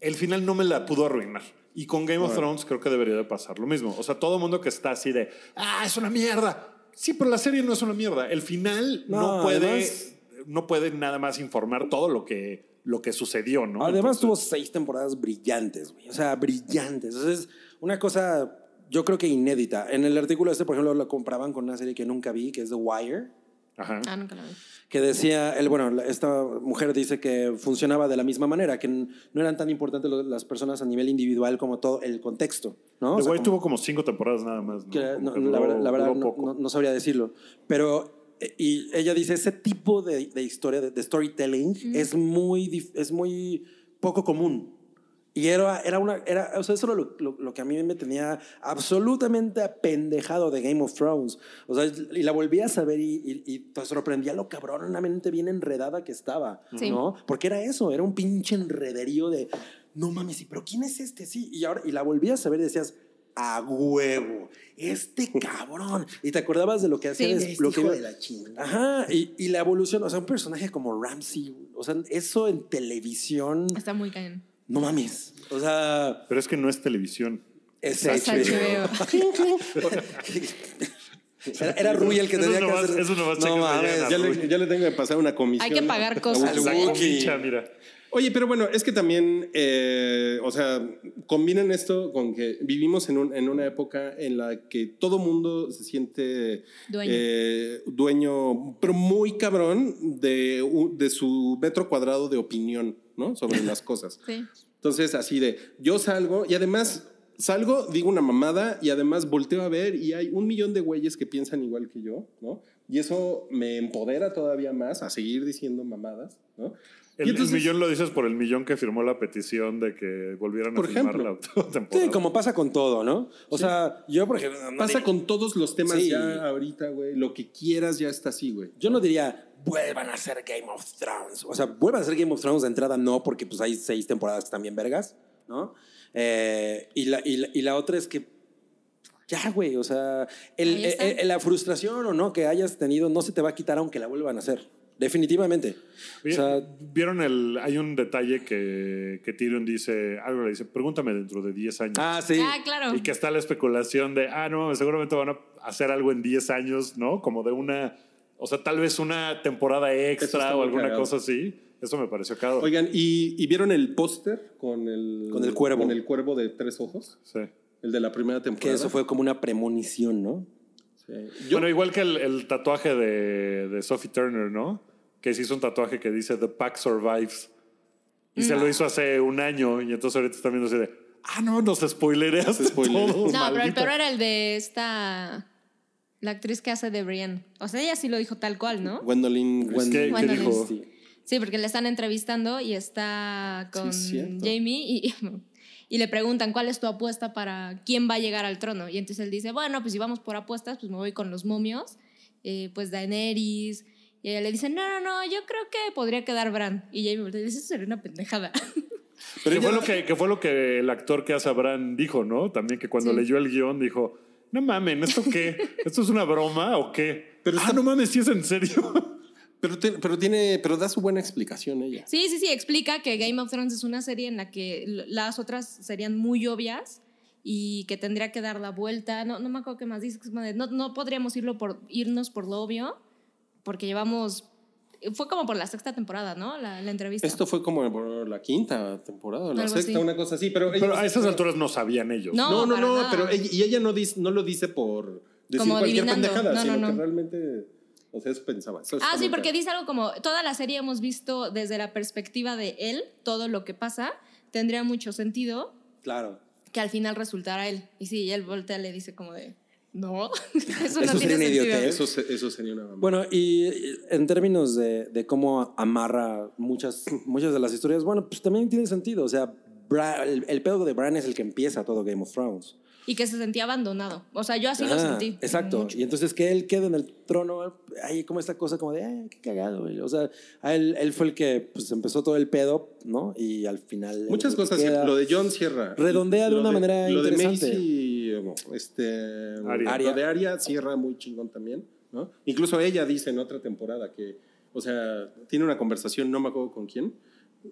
el final no me la pudo arruinar. Y con Game of Thrones creo que debería de pasar lo mismo. O sea, todo mundo que está así de, ah, es una mierda. Sí, pero la serie no es una mierda. El final no, No, puede, además- no puede nada más informar todo lo que, lo que sucedió, ¿no? Además Entonces- tuvo seis temporadas brillantes, güey. O sea, brillantes. O sea, es una cosa, yo creo que inédita. En el artículo este, por ejemplo, lo compraban con una serie que nunca vi, que es The Wire. Ajá. Ah, nunca la vi. que decía, él, bueno, la- esta mujer dice que funcionaba de la misma manera, que n- no eran tan importantes lo- las personas a nivel individual como todo el contexto, ¿no? O The sea, Wire como tuvo como cinco temporadas nada más. ¿no? que era- Como no, que la duró- verdad, la verdad duró no, poco. no- no sabría decirlo, pero eh, y ella dice, ese tipo de, de historia, de, de storytelling, es, muy, dif- es muy poco común. Y era, era una, era, o sea, eso era lo, lo- lo que a mí me tenía absolutamente apendejado de Game of Thrones. O sea, y la volví a saber y, y- y te sorprendía lo cabronamente bien enredada que estaba, Sí. ¿no? Porque era eso, era un pinche enrederío de, no mames, ¿y pero quién es este? Sí, y ahora, y la volví a saber y decías, a huevo, [LAUGHS] este cabrón. Y te acordabas de lo que hacía, Sí, des- este lo que hijo iba- Ajá, y, y la evolución, o sea, un personaje como Ramsey, o sea, eso en televisión, Está muy cañón. no mames. O sea, Pero es que no es televisión. es Es [LAUGHS] HBO. Era, era Rui el que Eso tenía que nomás- hacer. eso nomás no chequen mames. mañana. Ya le, ya le tengo que pasar una comisión. Hay que pagar a cosas, Wookiee. ¿eh? Pincha, mira. Oye, pero bueno, es que también, eh, o sea, combinan esto con que vivimos en, un- en una época en la que todo mundo se siente Dueño. eh, dueño, pero muy cabrón de, u- de su metro cuadrado de opinión, ¿no? Sobre las cosas. Sí. Entonces, así de, yo salgo y además salgo, digo una mamada y además volteo a ver y hay un millón de güeyes que piensan igual que yo, ¿no? Y eso me empodera todavía más a seguir diciendo mamadas, ¿no? El, y el millón lo dices por el millón que firmó la petición de que volvieran Por a filmar ejemplo. la octava [LAUGHS] temporada. Sí, como pasa con todo, ¿no? O sea, yo, por ejemplo. no pasa diría- con todos los temas Sí. ya ahorita, güey. Lo que quieras ya está así, güey. Yo no diría, vuelvan a hacer Game of Thrones. O sea, vuelvan a hacer Game of Thrones de entrada, no, porque pues hay seis temporadas que están bien vergas, ¿no? Eh, y, la, y, la, y la otra es que. Ya, güey, o sea, el- Ahí está. el- el- la frustración o no que hayas tenido no se te va a quitar aunque la vuelvan a hacer. definitivamente. Oye, o sea, vieron el. Hay un detalle que, que Tyrion dice. Algo le dice, pregúntame dentro de 10 años. ah, sí. Ah, claro. Y que está la especulación de, ah, no, mames, seguramente van a hacer algo en 10 años, ¿no? Como de una, o sea, tal vez una temporada Eso extra está o muy alguna cagado. cosa así. Eso me pareció caro. Oigan, ¿y, y vieron el póster con el, Con el cuervo. Con el cuervo de tres ojos, Sí. el de la primera que temporada. eso fue como una premonición, ¿no? Sí. Yo- Bueno, igual que el, el tatuaje de, de Sophie Turner, ¿no? Que se hizo un tatuaje que dice The Pack Survives. Y se Mm. lo hizo hace un año y entonces ahorita están viendo así de, ah, no, nos spoilereaste Nos spoilereaste. todo, No, No, pero el maldita". peor era el de esta. La actriz que hace de Brienne. O sea, ella sí lo dijo tal cual, ¿no? Gwendolyn, Es que- Christie. que Cuéntanos. dijo, Sí, porque le están entrevistando y está con Sí, es cierto. Jamie y, y le preguntan cuál es tu apuesta para quién va a llegar al trono. Y entonces él dice, bueno, pues si vamos por apuestas, pues me voy con los momios, eh, pues Daenerys. Y ella le dice, no, no, no, yo creo que podría quedar Bran. Y Jamie voltea y dice, eso sería una pendejada. que, fue lo que, que fue lo que el actor que hace a Bran dijo, ¿no? También que cuando Sí. leyó el guión dijo, no mamen, ¿esto qué? ¿Esto es una broma o qué? Pero ah, está- no mames, si es en serio. Pero, te- pero tiene, pero da su buena explicación ella. Sí, sí, sí, explica que Game of Thrones es una serie en la que l- las otras serían muy obvias y que tendría que dar la vuelta. No, no me acuerdo qué más dice. que es como de, No, no podríamos irlo por, irnos por lo obvio porque llevamos... Fue como por la sexta temporada, ¿no? La, la entrevista. Esto fue como por la quinta temporada, la Algo sexta, así. una cosa así. Pero, Pero ella- a esas alturas no sabían ellos. No. No, no, para no, nada. pero ella- y ella no, dice, no lo dice por decir Como cualquier adivinando. pendejada, No, no, sino no. que realmente, o sea, eso pensaba. Eso está Ah, sí, muy porque claro. dice algo como, toda la serie hemos visto desde la perspectiva de él, todo lo que pasa, tendría mucho sentido Claro. que al final resultara él. Y sí, y él voltea y le dice como de, no, [LAUGHS] eso, Eso no sería tiene una sentido. idiotez. Eso, se- eso sería una mamá. Bueno, y y en términos de, de cómo amarra muchas, muchas de las historias, bueno, pues también tiene sentido. O sea, Bra- el, el pedo de Bran es el que empieza todo Game of Thrones. Y que se sentía abandonado. O sea, yo así lo Ajá, sentí. Ah, Exacto. Mucho. Y entonces que él quede en el trono, hay como esta cosa como de, "Ah, qué cagado, güey". O sea, a él, él fue el que pues, empezó todo el pedo, ¿no? Y al final. él Muchas es el que cosas. ¿eh? queda. Lo de John Sierra. Redondea de Lo una manera Lo de interesante. Macy, eh, este, Aria. Lo de Aria Sierra muy chingón también, ¿no? Incluso ella dice en otra temporada que, o sea, tiene una conversación, no me acuerdo con quién,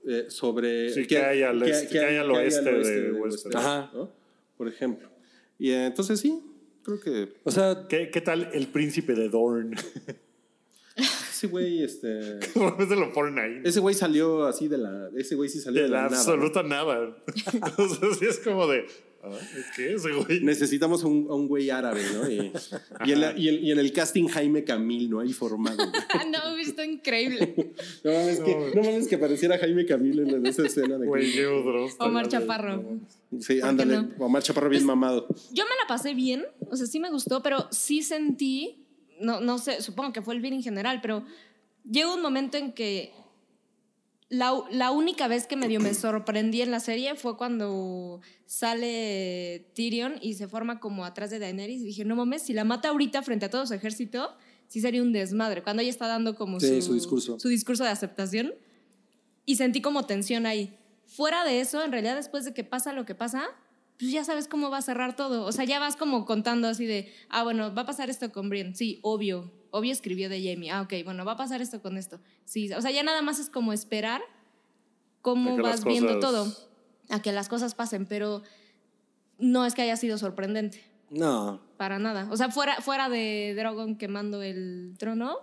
eh, sobre Sí, que hay al este- que hay al oeste de Westeros. Ajá. ¿no? Por ejemplo. Y eh, entonces sí, creo que O sea, ¿Qué, qué tal el príncipe de Dorne? [LAUGHS] ese güey, este, Por eso lo ponen ahí. ¿no? ese güey salió así de la, ese güey sí salió de, de la nada, ¿no? absoluta nada. [LAUGHS] o sea, sí es como de, ah, ¿qué es, güey? Necesitamos un, un güey árabe, ¿no? Y, y en la- y en- y en el casting Jaime Camil, ¿no? Ahí formado. güey. [LAUGHS] Ah, no, está increíble. [LAUGHS] No mames, que, no mames que pareciera Jaime Camil en esa escena de Güey, qué odroso. Omar Chaparro. Sí, ¿Por qué ándale, no? Omar Chaparro bien Pues- mamado. Yo me la pasé bien, o sea, sí me gustó, pero sí sentí, no, no sé, supongo que fue el bien en general, pero llega un momento en que la, u- la única vez que medio me sorprendí en la serie fue cuando sale Tyrion y se forma como atrás de Daenerys y dije, no mames, si la mata ahorita frente a todo su ejército, sí sería un desmadre, cuando ella está dando como Sí, su discurso. su discurso de aceptación y sentí como tensión ahí. Fuera de eso, en realidad después de que pasa lo que pasa, pues ya sabes cómo va a cerrar todo. O sea, ya vas como contando así de, ah, bueno, va a pasar esto con Brian. Sí, obvio. Obvio escribió de Jamie. Ah, ok, bueno, va a pasar esto con esto. Sí, o sea, ya nada más es como esperar A cómo que las vas viendo cosas- todo, a que las cosas pasen, pero no es que haya sido sorprendente, no. para nada. O sea, fuera, fuera de Drogon quemando el trono,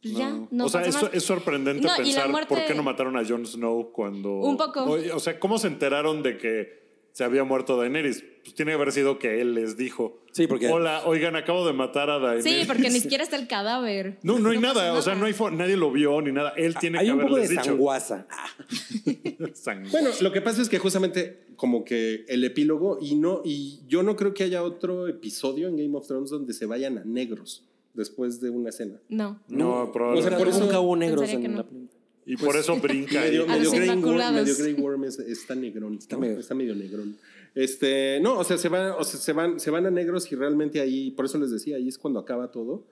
pues ya, no o sea, pasa es, más. es sorprendente No, y la pensar por muerte- qué no mataron a Jon Snow cuando. Un poco. O, o sea, ¿cómo se enteraron de que se había muerto Daenerys? Pues tiene que haber sido que él les dijo. Sí, porque- Hola, oigan, acabo de matar a Daenerys. Este, Sí, porque ni siquiera está el cadáver. [LAUGHS] No, no hay pasa nada, o sea, nada. no hay fo- nadie lo vio ni nada. Él tiene Ah, Hay que un poco de haberles [LAUGHS] dicho. sanguaza. Sangu- Bueno, lo que pasa es que justamente como que el epílogo y no y yo no creo que haya otro episodio en Game of Thrones donde se vayan a negros después de una escena. No. No, O probablemente. sea, por eso- nunca hubo negros Pensaría en que no. la película. y por eso [LAUGHS] brinca. ahí. Medio, A medio los Grey Worm, Inmaculados. medio Grey Worm es- está negrón, ¿no? está, medio- medio. negrón. Este, no, o sea, se van, o sea, se van, se van a negros y realmente ahí, por eso les decía, ahí es cuando acaba todo.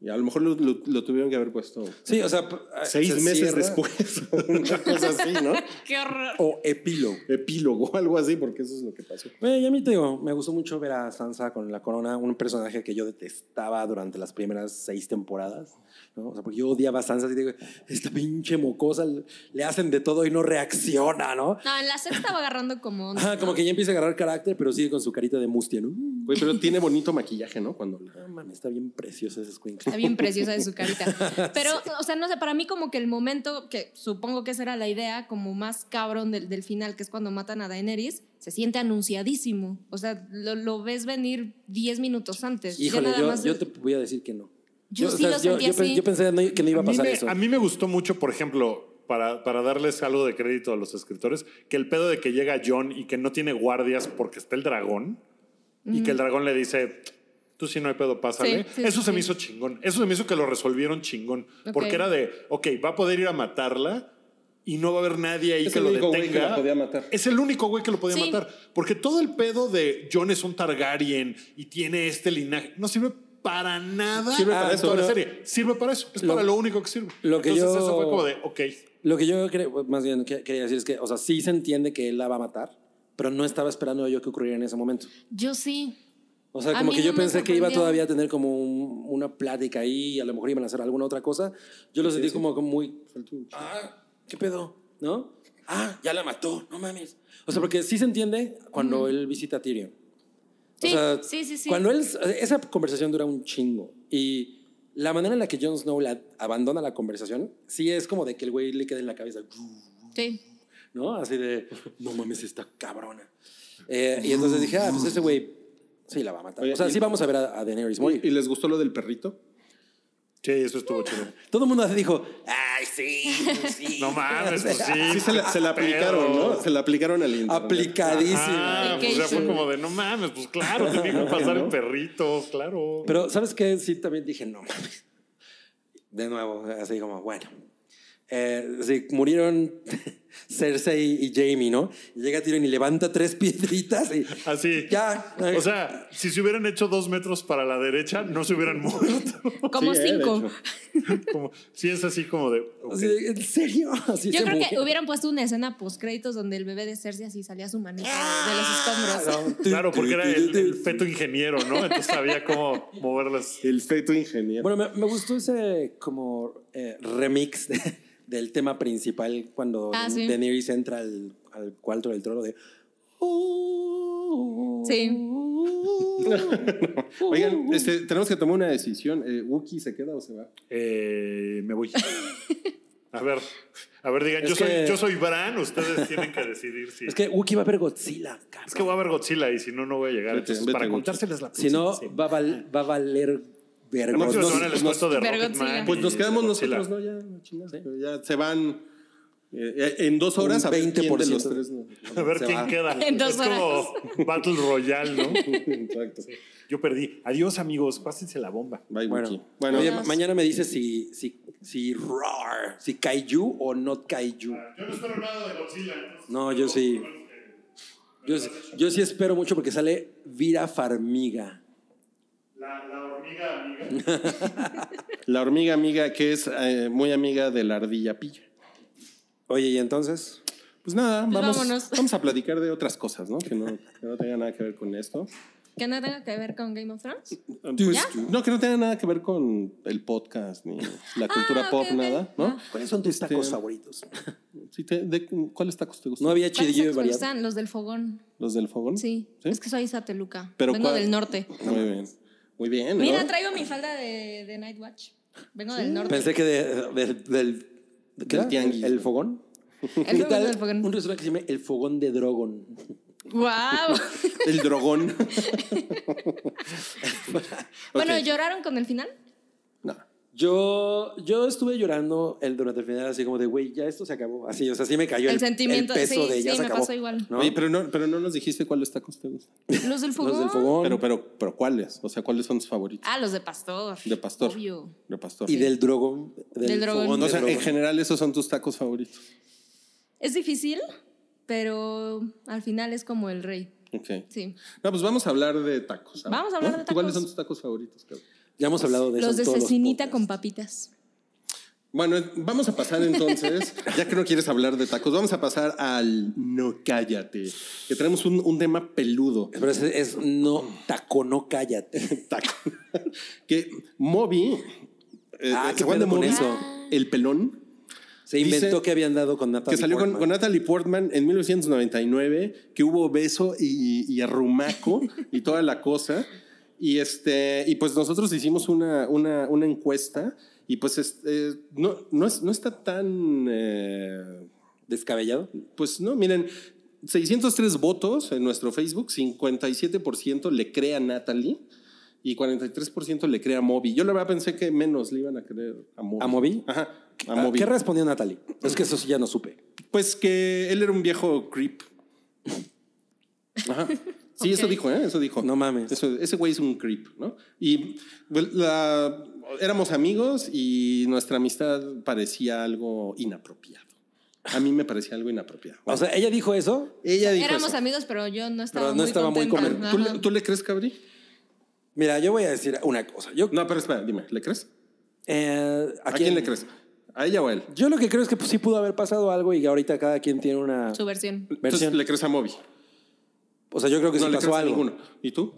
Y a lo mejor lo, lo- lo tuvieron que haber puesto Sí, o sea, p- seis se meses cierra después, Ah, [LAUGHS] una cosa así, ¿no? Qué horror. O epílogo. Epílogo, algo así, porque eso es lo que pasó. Bueno, y a mí te digo, me gustó mucho ver a Sansa con la corona, un personaje que yo detestaba durante las primeras seis temporadas, ¿no? O sea, porque yo odiaba a Sansa, así digo, esta pinche mocosa le le hacen de todo y no reacciona, ¿no? No, en la sexta va agarrando como onda. Ajá, como que ya empieza a agarrar carácter, pero sigue con su carita de mustia, ¿no? Mm, Güey, pero tiene bonito maquillaje, ¿no? Cuando la- No mames, está bien preciosa esa escuincla. Está bien preciosa de su carita. [LAUGHS] Pero, o sea, no sé, para mí como que el momento, que supongo que esa era la idea, como más cabrón del, del final, que es cuando matan a Daenerys, se siente anunciadísimo. O sea, lo, lo ves venir 10 minutos antes. Ya Híjole, nada yo, más- yo te voy a decir que no. Yo sí lo sentí yo pe- así. yo pensé no- que no iba a mí pasar me- eso. a mí me gustó mucho, por ejemplo, para, para darles algo de crédito a los escritores, que el pedo de que llega John y que no tiene guardias porque está el dragón y que el dragón le dice, tú si no hay pedo, pásale. Sí, sí, eso sí, se me sí. hizo chingón. Eso se me hizo que lo resolvieron chingón. Porque Ok. era de, ok, va a poder ir a matarla y no va a haber nadie ahí Es que el lo único güey que detenga. la podía matar. Es el único güey que lo podía Sí. matar. Porque todo el pedo de John es un Targaryen y tiene este linaje no sirve para nada Sirve en para eso, Ah, toda la pero- serie sirve para eso. Es Lo- para lo único que sirve. lo que Entonces yo- eso fue como de, ok. Lo que yo creo, más bien que- quería decir es que, o sea, sí se entiende que él la va a matar, pero no estaba esperando yo que ocurriera en ese momento. Yo sí. O sea, A como mí que yo no me pensé que iba sorprendió. todavía a tener como un- una plática ahí y a lo mejor iban a hacer alguna otra cosa. Yo lo sentí como, como muy... Ah, ¿qué pedo? ¿No? Ah, ya la mató, no mames. O sea, porque sí se entiende cuando él visita a Tyrion. Sí, o sea, sí, sí, sí. Cuando él... Esa conversación dura un chingo. Y la manera en la que Jon Snow la abandona la conversación, sí es como de que el güey le queda en la cabeza. Sí. ¿no? Así de, no mames, esta cabrona. Eh, y entonces dije, ah, pues ese güey sí la va a matar. Oye, o sea, y- sí vamos a ver a, a Daenerys morir. ¿Y les gustó lo del perrito? Sí, eso estuvo chido. Todo el mundo así dijo, ay, sí, [LAUGHS] sí. [LAUGHS] [LAUGHS] No mames, pues sí. Sí, se la, se la Pero- aplicaron, ¿no? Se la aplicaron al internet. Aplicadísimo. Ah, pues ya fue como de, no mames, pues [LAUGHS] claro, tenía que pasar el perrito, claro. Pero, ¿sabes qué? Sí, también dije, no mames. De nuevo, así como, bueno. Eh, sí, murieron [LAUGHS] Cersei y Jamie, ¿no? Y llega Tyrion y levanta tres piedritas y. Así. Ya. eh. O sea, si se hubieran hecho dos metros para la derecha, no se hubieran [LAUGHS] muerto. Como Sí, eh, de cinco. hecho. Como, sí, es así como de. ok. así de, ¿En serio? Así Yo se creo que murió. hubieran puesto una escena post créditos donde el bebé de Cersei así salía su manita de los Ah, escombros. no. Claro, porque era el, el feto ingeniero, ¿no? Entonces sabía cómo moverlas. El feto ingeniero. Bueno, me, me gustó ese como eh, remix de- del tema principal cuando Ah, sí. Daenerys entra al, al cuarto del trono de... Sí. Oigan, este, tenemos que tomar una decisión. Eh, ¿Wookie se queda o se va? Eh, me [LAUGHS] voy. A ver, a ver, digan, Es yo, soy, que- yo soy Bran, ustedes tienen que decidir si. [LAUGHS] Es que Wookiee va a ver Godzilla, cabrón. Es que voy a ver Godzilla y si no, no voy a llegar. Vete, Entonces, vete, para Gucci. contárselas la Si no, próxima va a, val- va a valer La próxima vergonzoso. semana les cuento de Pero Rocketman Godzilla. y Pues nos de quedamos Godzilla. nosotros, ¿no? Ya, no chingas, pero ya se van eh, eh, en dos Un horas a ver quién de los 20%. tres. ¿no? [LAUGHS] A ver Se quién va. queda. [LAUGHS] En dos es como Battle Royale, ¿no? [LAUGHS] Exacto. Yo perdí. Adiós, amigos. Pásense la bomba. Bye, Wookie. Bueno, Bueno, oye, ma- mañana me dices si, si, si roar, si kaiju o not kaiju. Ah, Yo no espero nada de Godzilla. No, yo sí. Yo, sí- yo sí espero mucho porque sale Vira Farmiga. La, hormiga amiga. la hormiga amiga que es eh, muy amiga de la ardilla pilla. Oye, ¿y entonces? Pues nada, vamos, vámonos. vamos a platicar de otras cosas, ¿no? Que no, que no tenga nada que ver con esto. Que no tenga que ver con Game of Thrones. Pues, no, que no tenga nada que ver con el podcast ni la cultura Ah, ok, pop, ok. Ah. nada, ¿no? ¿Cuáles son tus tacos Este- favoritos? Sí, te- de- ¿Cuáles tacos te gustan? No había ¿Cuáles chidillo tacos me variado. gustan? Los del fogón. ¿Los del fogón? Sí. Es que soy Izateluca. Pero Vengo ¿cuál? del norte. Muy bien. Muy bien, ¿no? Mira, traigo mi falda de, de Night Watch. Vengo del norte. Pensé que de- de- del. ¿qué Del era? tianguis. ¿El fogón? El ¿Qué fogón tal? del fogón. Un restaurante que se llama El Fogón de Drogon. ¡Guau! El drogón. Bueno, Ok. ¿lloraron con el final? No. Yo, yo estuve llorando el, durante el final, así como de, güey, ya esto se acabó. Así, o sea, sí me cayó el, El sentimiento, el peso sí, de ya sí, se me acabó. pasó igual. ¿no? Oye, pero no, pero no nos dijiste cuáles tacos te gustan. Los del fogón. Los del fogón Pero, pero, pero ¿cuáles? O sea, ¿cuáles son tus favoritos? Ah, los de pastor. De pastor. Obvio. De pastor. y del Drogon. Del, Del Drogon. Fogón O de sea, en Drogon. general esos son tus tacos favoritos. Es difícil, pero al final es como el rey. Ok. Sí. No, pues vamos a hablar de tacos. Vamos a hablar de ¿Tú ¿Cuáles tacos. son tus tacos favoritos, cabrón? Ya hemos hablado de eso. Los en de Pues todos cecinita con podcasts. papitas. Bueno, eh, vamos a pasar entonces, [LAUGHS] ya que no quieres hablar de tacos, vamos a pasar al no cállate, que tenemos un, un tema peludo. Pero es, es no taco, no cállate. [LAUGHS] Taco. que Moby, eh, Ah, ¿se qué acuerdan de pedo con Moby? eso. El pelón. Se Dice inventó que habían dado con Natalie que salió con, Portman. con Natalie Portman en 1999, que hubo beso y, y arrumaco y toda la cosa. Y, este, y pues nosotros hicimos una, una, una encuesta y pues este, eh, no, no, es- no está tan... eh, ¿Descabellado? pues no, miren, 603 votos en nuestro Facebook, 57% le cree a Natalie y 43% le cree a Moby. Yo la verdad pensé que menos le iban a creer a Moby. ¿A Moby? Ajá, a Ah, Moby. ¿Qué respondió Natalie? Es que eso sí ya no supe. Pues que él era un viejo creep. Ajá. Sí, eso dijo, ¿eh? Eso dijo. No mames. Eso- ese güey es un creep, ¿no? Y well, la- éramos amigos y nuestra amistad parecía algo inapropiado. A mí me parecía algo inapropiado. O sea, ella dijo eso. ella dijo Éramos eso. amigos, pero yo no estaba Pero no muy estaba muy contenta. comer- Ajá. ¿Tú le, tú le crees, Cabri? Mira, yo voy a decir una cosa. Yo, No, pero espera, dime, ¿le crees? eh, ¿A, quién? le crees? ¿A ella o a él? Yo lo que creo es que pues, sí pudo haber pasado algo y ahorita cada quien tiene una Su versión. Entonces versión. le crees a Moby. O sea, yo creo que no sí le pasó crees a algo. ninguno. ¿Y tú?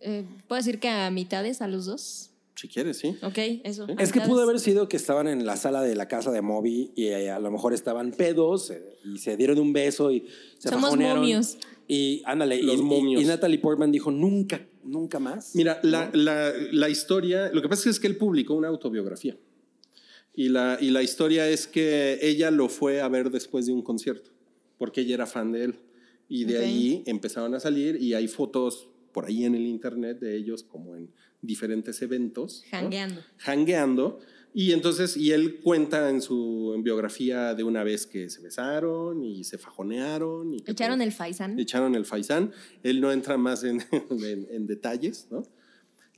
Eh, ¿Puedo decir que a mitades, a los dos? Si quieres, sí. Ok, eso. a Es que mitades. pudo haber sido que estaban en la sala de la casa de Moby y eh, a lo mejor estaban pedos eh, y se dieron un beso y se Somos fajonearon. momios. Y ándale, y- Los y, momios. y Natalie Portman dijo nunca, nunca más. Mira, la, la- la historia, lo que pasa es que él publicó una autobiografía. Y la, y la historia es que ella lo fue a ver después de un concierto, porque ella era fan de él. Y de Ok. ahí empezaron a salir y hay fotos por ahí en el internet de ellos como en diferentes eventos. ¿no? Jangueando. Hangueando. Y entonces, y él cuenta en su biografía de una vez que se besaron y se fajonearon. Y que Echaron todo- el faisán. echaron el faisán. Él no entra más en, [LAUGHS] en- en detalles, ¿no?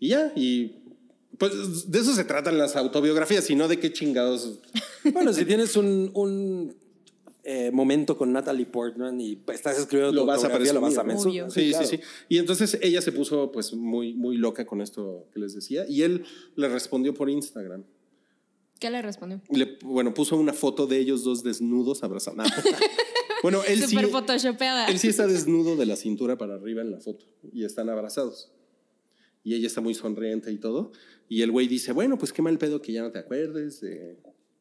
Y ya, y pues de eso se tratan las autobiografías, sino de qué chingados. Bueno, si tienes un, un, eh, momento con Natalie Portman y pues, estás escribiendo Lo tu vas a autobiografía, lo vas a presumir, mencionar. ¿no? Sí, sí, sí. Y entonces ella se puso pues muy, muy loca con esto que les decía y él le respondió por Instagram. ¿Qué le respondió? Le, bueno, puso una foto de ellos dos desnudos abrazando. [LAUGHS] bueno, él sí, Super photoshopeada. él sí está desnudo de la cintura para arriba en la foto y están abrazados. Y ella está muy sonriente y todo. Y el güey dice, bueno, pues qué mal pedo que ya no te acuerdes de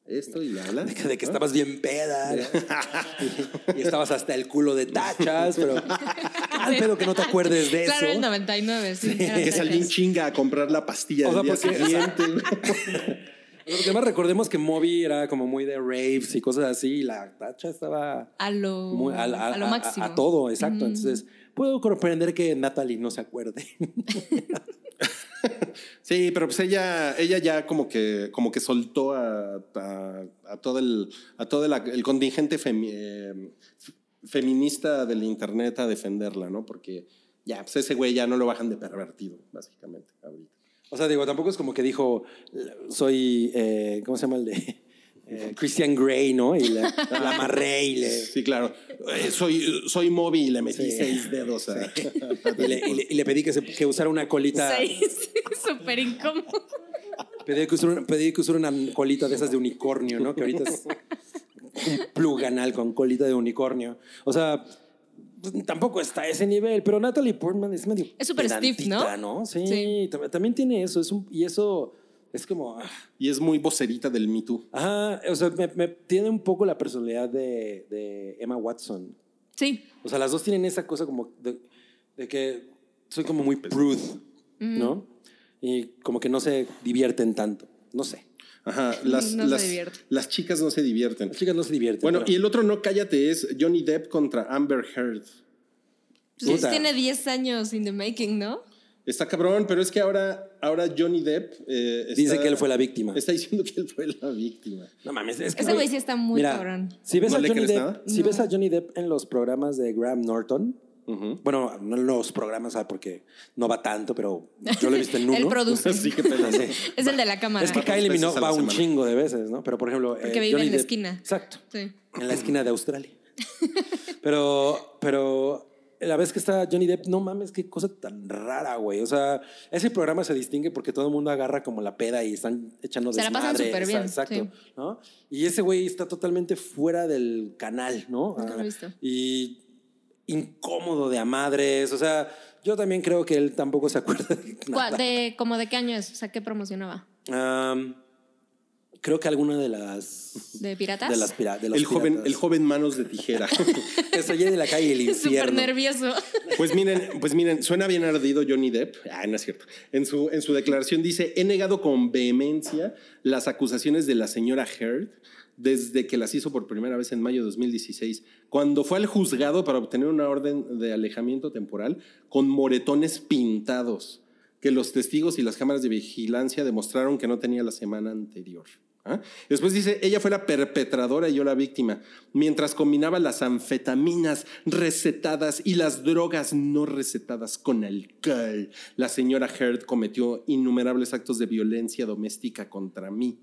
esto y la, la. De que, de que ¿no? estabas bien peda ¿no? y, y estabas hasta el culo de [LAUGHS] tachas, pero al pedo que no te acuerdes de Claro, el eso. 99, sí. [LAUGHS] eran Que salí en fechas. chinga a comprar la pastilla O del día sea, porque- [LAUGHS] siguiente. Pero además recordemos que Moby era como muy de raves y cosas así, y la tacha estaba A lo, muy al- al- a lo máximo. a [LAUGHS] todo, exacto. Mm. Entonces, puedo comprender que Natalie no se acuerde. Sí, pero pues ella, ella ya como que, como que soltó a, a- a todo el, a todo la- el contingente femi- eh, f- feminista del internet a defenderla, ¿no? Porque ya, pues ese güey ya no lo bajan de pervertido, básicamente, ahorita. O sea, digo, tampoco es como que dijo, soy, eh, ¿cómo se llama el de? [LAUGHS] Eh, Christian Grey, ¿no? Y la, la amarré y le, Sí, claro. Eh, soy, soy móvil, le Sí. metí seis dedos. a- y le- y le- y le pedí que, se- que usara una [LAUGHS] colita. Seis. Súper incómodo. Pedí que, usara, una- pedí que usara una colita de esas de unicornio, ¿no? Que ahorita es un pluganal con colita de unicornio. O sea, pues, tampoco está a ese nivel, pero Natalie Portman es medio. Es súper stiff, ¿no? pedantita, ¿no? Sí, Sí. tam- también tiene eso. Es un, y eso es como. ah, [LAUGHS] Y es muy vocerita del Me Too. Ajá, o sea, me- me- tiene un poco la personalidad de, de Emma Watson. Sí. O sea, las dos tienen esa cosa como de, de que soy como muy prude, Mm. ¿no? Y como que no se divierten tanto. No sé. Ajá, las, No se las, divierte. las chicas no se divierten. Las chicas no se divierten. Bueno, pero- y el otro no, cállate, es Johnny Depp contra Amber Heard. Pues Puta. tiene 10 años in the making, ¿no? Está cabrón, pero es que ahora, ahora Johnny Depp... eh, está- Dice que él fue la víctima. Está diciendo que él fue la víctima. No mames, es que. Ese güey sí está muy cabrón. Si ves, ¿No a le Johnny crees Depp, nada? si ves a Johnny Depp en los programas de Graham Norton, bueno, no en los programas, ah, porque no va tanto, pero yo lo [LAUGHS] he visto en Él uno. [LAUGHS] produce. Así que [LAUGHS] pena. Es el de la cámara. es que Varias Kylie veces Minogue a la va un semana. chingo de veces, ¿no? Pero por ejemplo. eh, Porque vive Johnny en la Depp- esquina. Exacto. Sí. [LAUGHS] En la esquina de Australia. Pero, pero la vez que está Johnny Depp, no mames, qué cosa tan rara, güey. O sea, ese programa se distingue porque todo el mundo agarra como la peda y están echando Se la pasan desmadre, súper exa- bien, Exacto, ¿no? Y ese güey está totalmente fuera del canal, ¿no? Nunca lo he Ah, visto. Y incómodo de a madres. O sea, yo también creo que él tampoco se acuerda de nada. ¿Cuál- de, ¿Como de qué año es? O sea, ¿qué promocionaba? Am, creo que alguna de las... ¿De piratas? De las pira- de los El joven, piratas. el joven manos [LAUGHS] de tijera. Que se llene la calle [LAUGHS] [LAUGHS] del Súper infierno. nervioso. Pues miren, pues miren, suena bien ardido Johnny Depp. Ah, no es cierto. En su, en su declaración dice, he negado con vehemencia las acusaciones de la señora Heard desde que las hizo por primera vez en mayo de 2016, cuando fue al juzgado para obtener una orden de alejamiento temporal con moretones pintados, que los testigos y las cámaras de vigilancia demostraron que no tenía la semana anterior. ¿Ah? Después dice, ella fue la perpetradora y yo la víctima, mientras combinaba las anfetaminas recetadas y las drogas no recetadas con alcohol. La señora Heard cometió innumerables actos de violencia doméstica contra mí,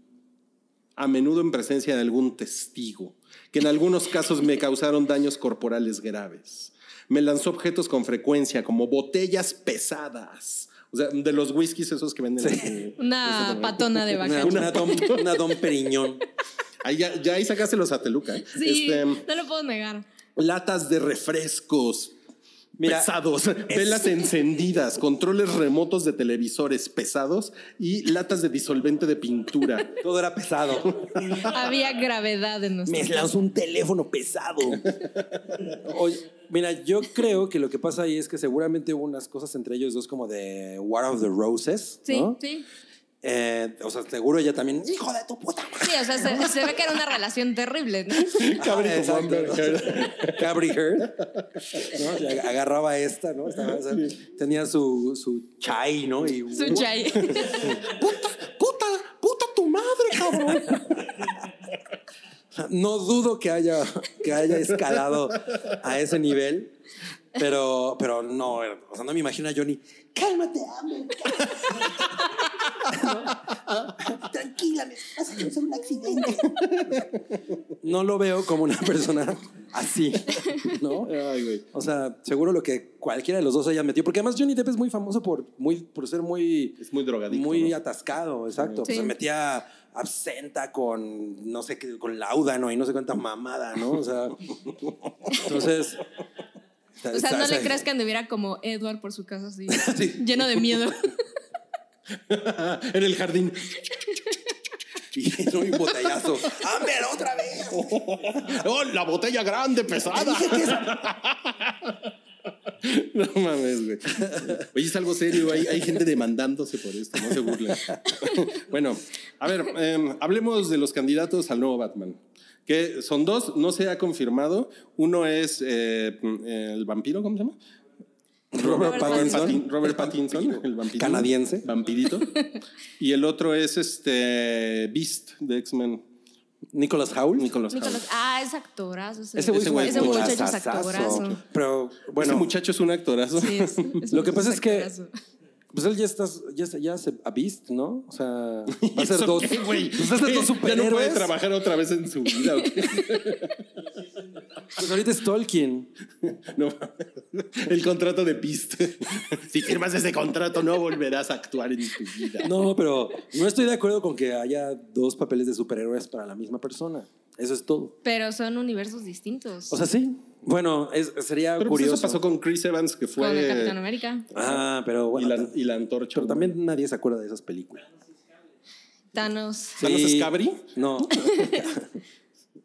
a menudo en presencia de algún testigo, que en algunos casos me causaron daños corporales graves. Me lanzó objetos con frecuencia, como botellas pesadas. O sea, de los whiskies esos que venden. en- Una en- patona de [LAUGHS] Una, vaca. una don, una don Periñón. Ahí ya, ya ahí sacaste los a Teluca. ¿eh? Sí, Este, no lo puedo negar. latas de refrescos. Mira, pesados, velas encendidas, controles remotos de televisores pesados y latas de disolvente de pintura. Todo era [LAUGHS] pesado. Había gravedad en nuestro. Me lanzó un teléfono pesado. Oye, mira, yo creo que lo que pasa ahí es que seguramente hubo unas cosas entre ellos dos como de War of the Roses. Sí, ¿no? sí. Eh, o sea, seguro ella también, hijo de tu puta madre. Sí, o sea, [LAUGHS] se, se ve que era una relación terrible, ¿no? Cabri Ah, exacto. como Amber Heard. [LAUGHS] Cabri Heard. ¿no? Y ag- Agarraba esta, ¿no? Estaba- o sea, tenía su, su chai, ¿no? Y, Su chai. puta, puta, puta tu madre, cabrón. No dudo que haya, que haya escalado a ese nivel, pero, pero no, o sea, no me imagino a Johnny. Cálmate, Amber, cálmate". Tranquila, me vas a causar un accidente. No lo veo como una persona así, ¿no? Ay, güey. O sea, seguro lo que cualquiera de los dos haya metido, porque además Johnny Depp es muy famoso por, muy, por ser muy Es muy drogadicto. muy ¿no? atascado, exacto. Sí. Se metía absenta con, no sé, qué, con láudano y no sé cuánta mamada, ¿no? O sea, entonces... [LAUGHS] [LAUGHS] O sea, [LAUGHS] no le crees que anduviera como Edward por su casa así, Sí. lleno de [LAUGHS] miedo. [LAUGHS] en el jardín. Y soy un botellazo. ¡Amber, otra vez! ¡Oh, la botella grande, pesada! [LAUGHS] no mames, güey. Oye, es algo serio. Hay, hay gente demandándose por esto, no se burlen. [LAUGHS] bueno, a ver, em, hablemos de los candidatos al nuevo Batman. Que son dos, no se ha confirmado. Uno es eh, el vampiro, ¿cómo se llama? Robert Pattinson. Patin- Robert Pattinson, el vampirito. Canadiense. Vampirito. Y el otro es este Beast de X-Men. Nicholas Howl. Nicolas Cage. Nicolás, ah, es actorazo. Ese, Ese güey Ese güey es ese un muchacho es muchachazazo. actorazo. Pero, Bueno, bueno... este muchacho es un actorazo. Sí, es- es Lo que muchacho pasa es que- actorazo. Pues él ya está, ya, está- ya se ha visto, ¿no? O [LAUGHS] sea, va a ser ¿Eso dos. qué, güey? Pues [LAUGHS] va a ser dos ¿Qué? Ya no puede superhéroes. trabajar otra vez en su vida. ¿o qué? pues ahorita es Tolkien. No, el contrato de Beast. Si firmas ese contrato, no volverás a actuar en tu vida. No, pero no estoy de acuerdo con que haya dos papeles de superhéroes para la misma persona. Eso es todo. Pero son universos distintos. O sea, sí. Bueno, es- sería Pero pues curioso. eso pasó con Chris Evans, que fue. con el Capitán América. Ah, pero y, bueno. la, ta- y la antorcha. pero también nadie se acuerda de esas películas. Thanos. ¿Thanos Scabri? No,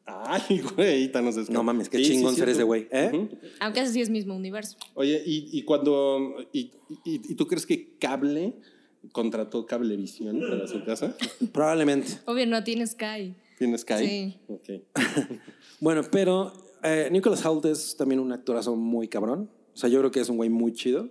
Ay, güey, Thanos Scabri. no mames, qué Sí, sí, chingón cierto. ser ese güey. ¿eh? Ujú. Aunque ese sí es mismo universo. Oye, y, y cuando. Y, y- y tú crees que Cable contrató Cablevisión para su casa? Probablemente. Obvio, no tiene Sky. ¿Tienes Sky? Sí. Ok. Bueno, pero eh, Nicholas Hoult es también un actorazo muy cabrón. O sea, yo creo que es un güey muy chido.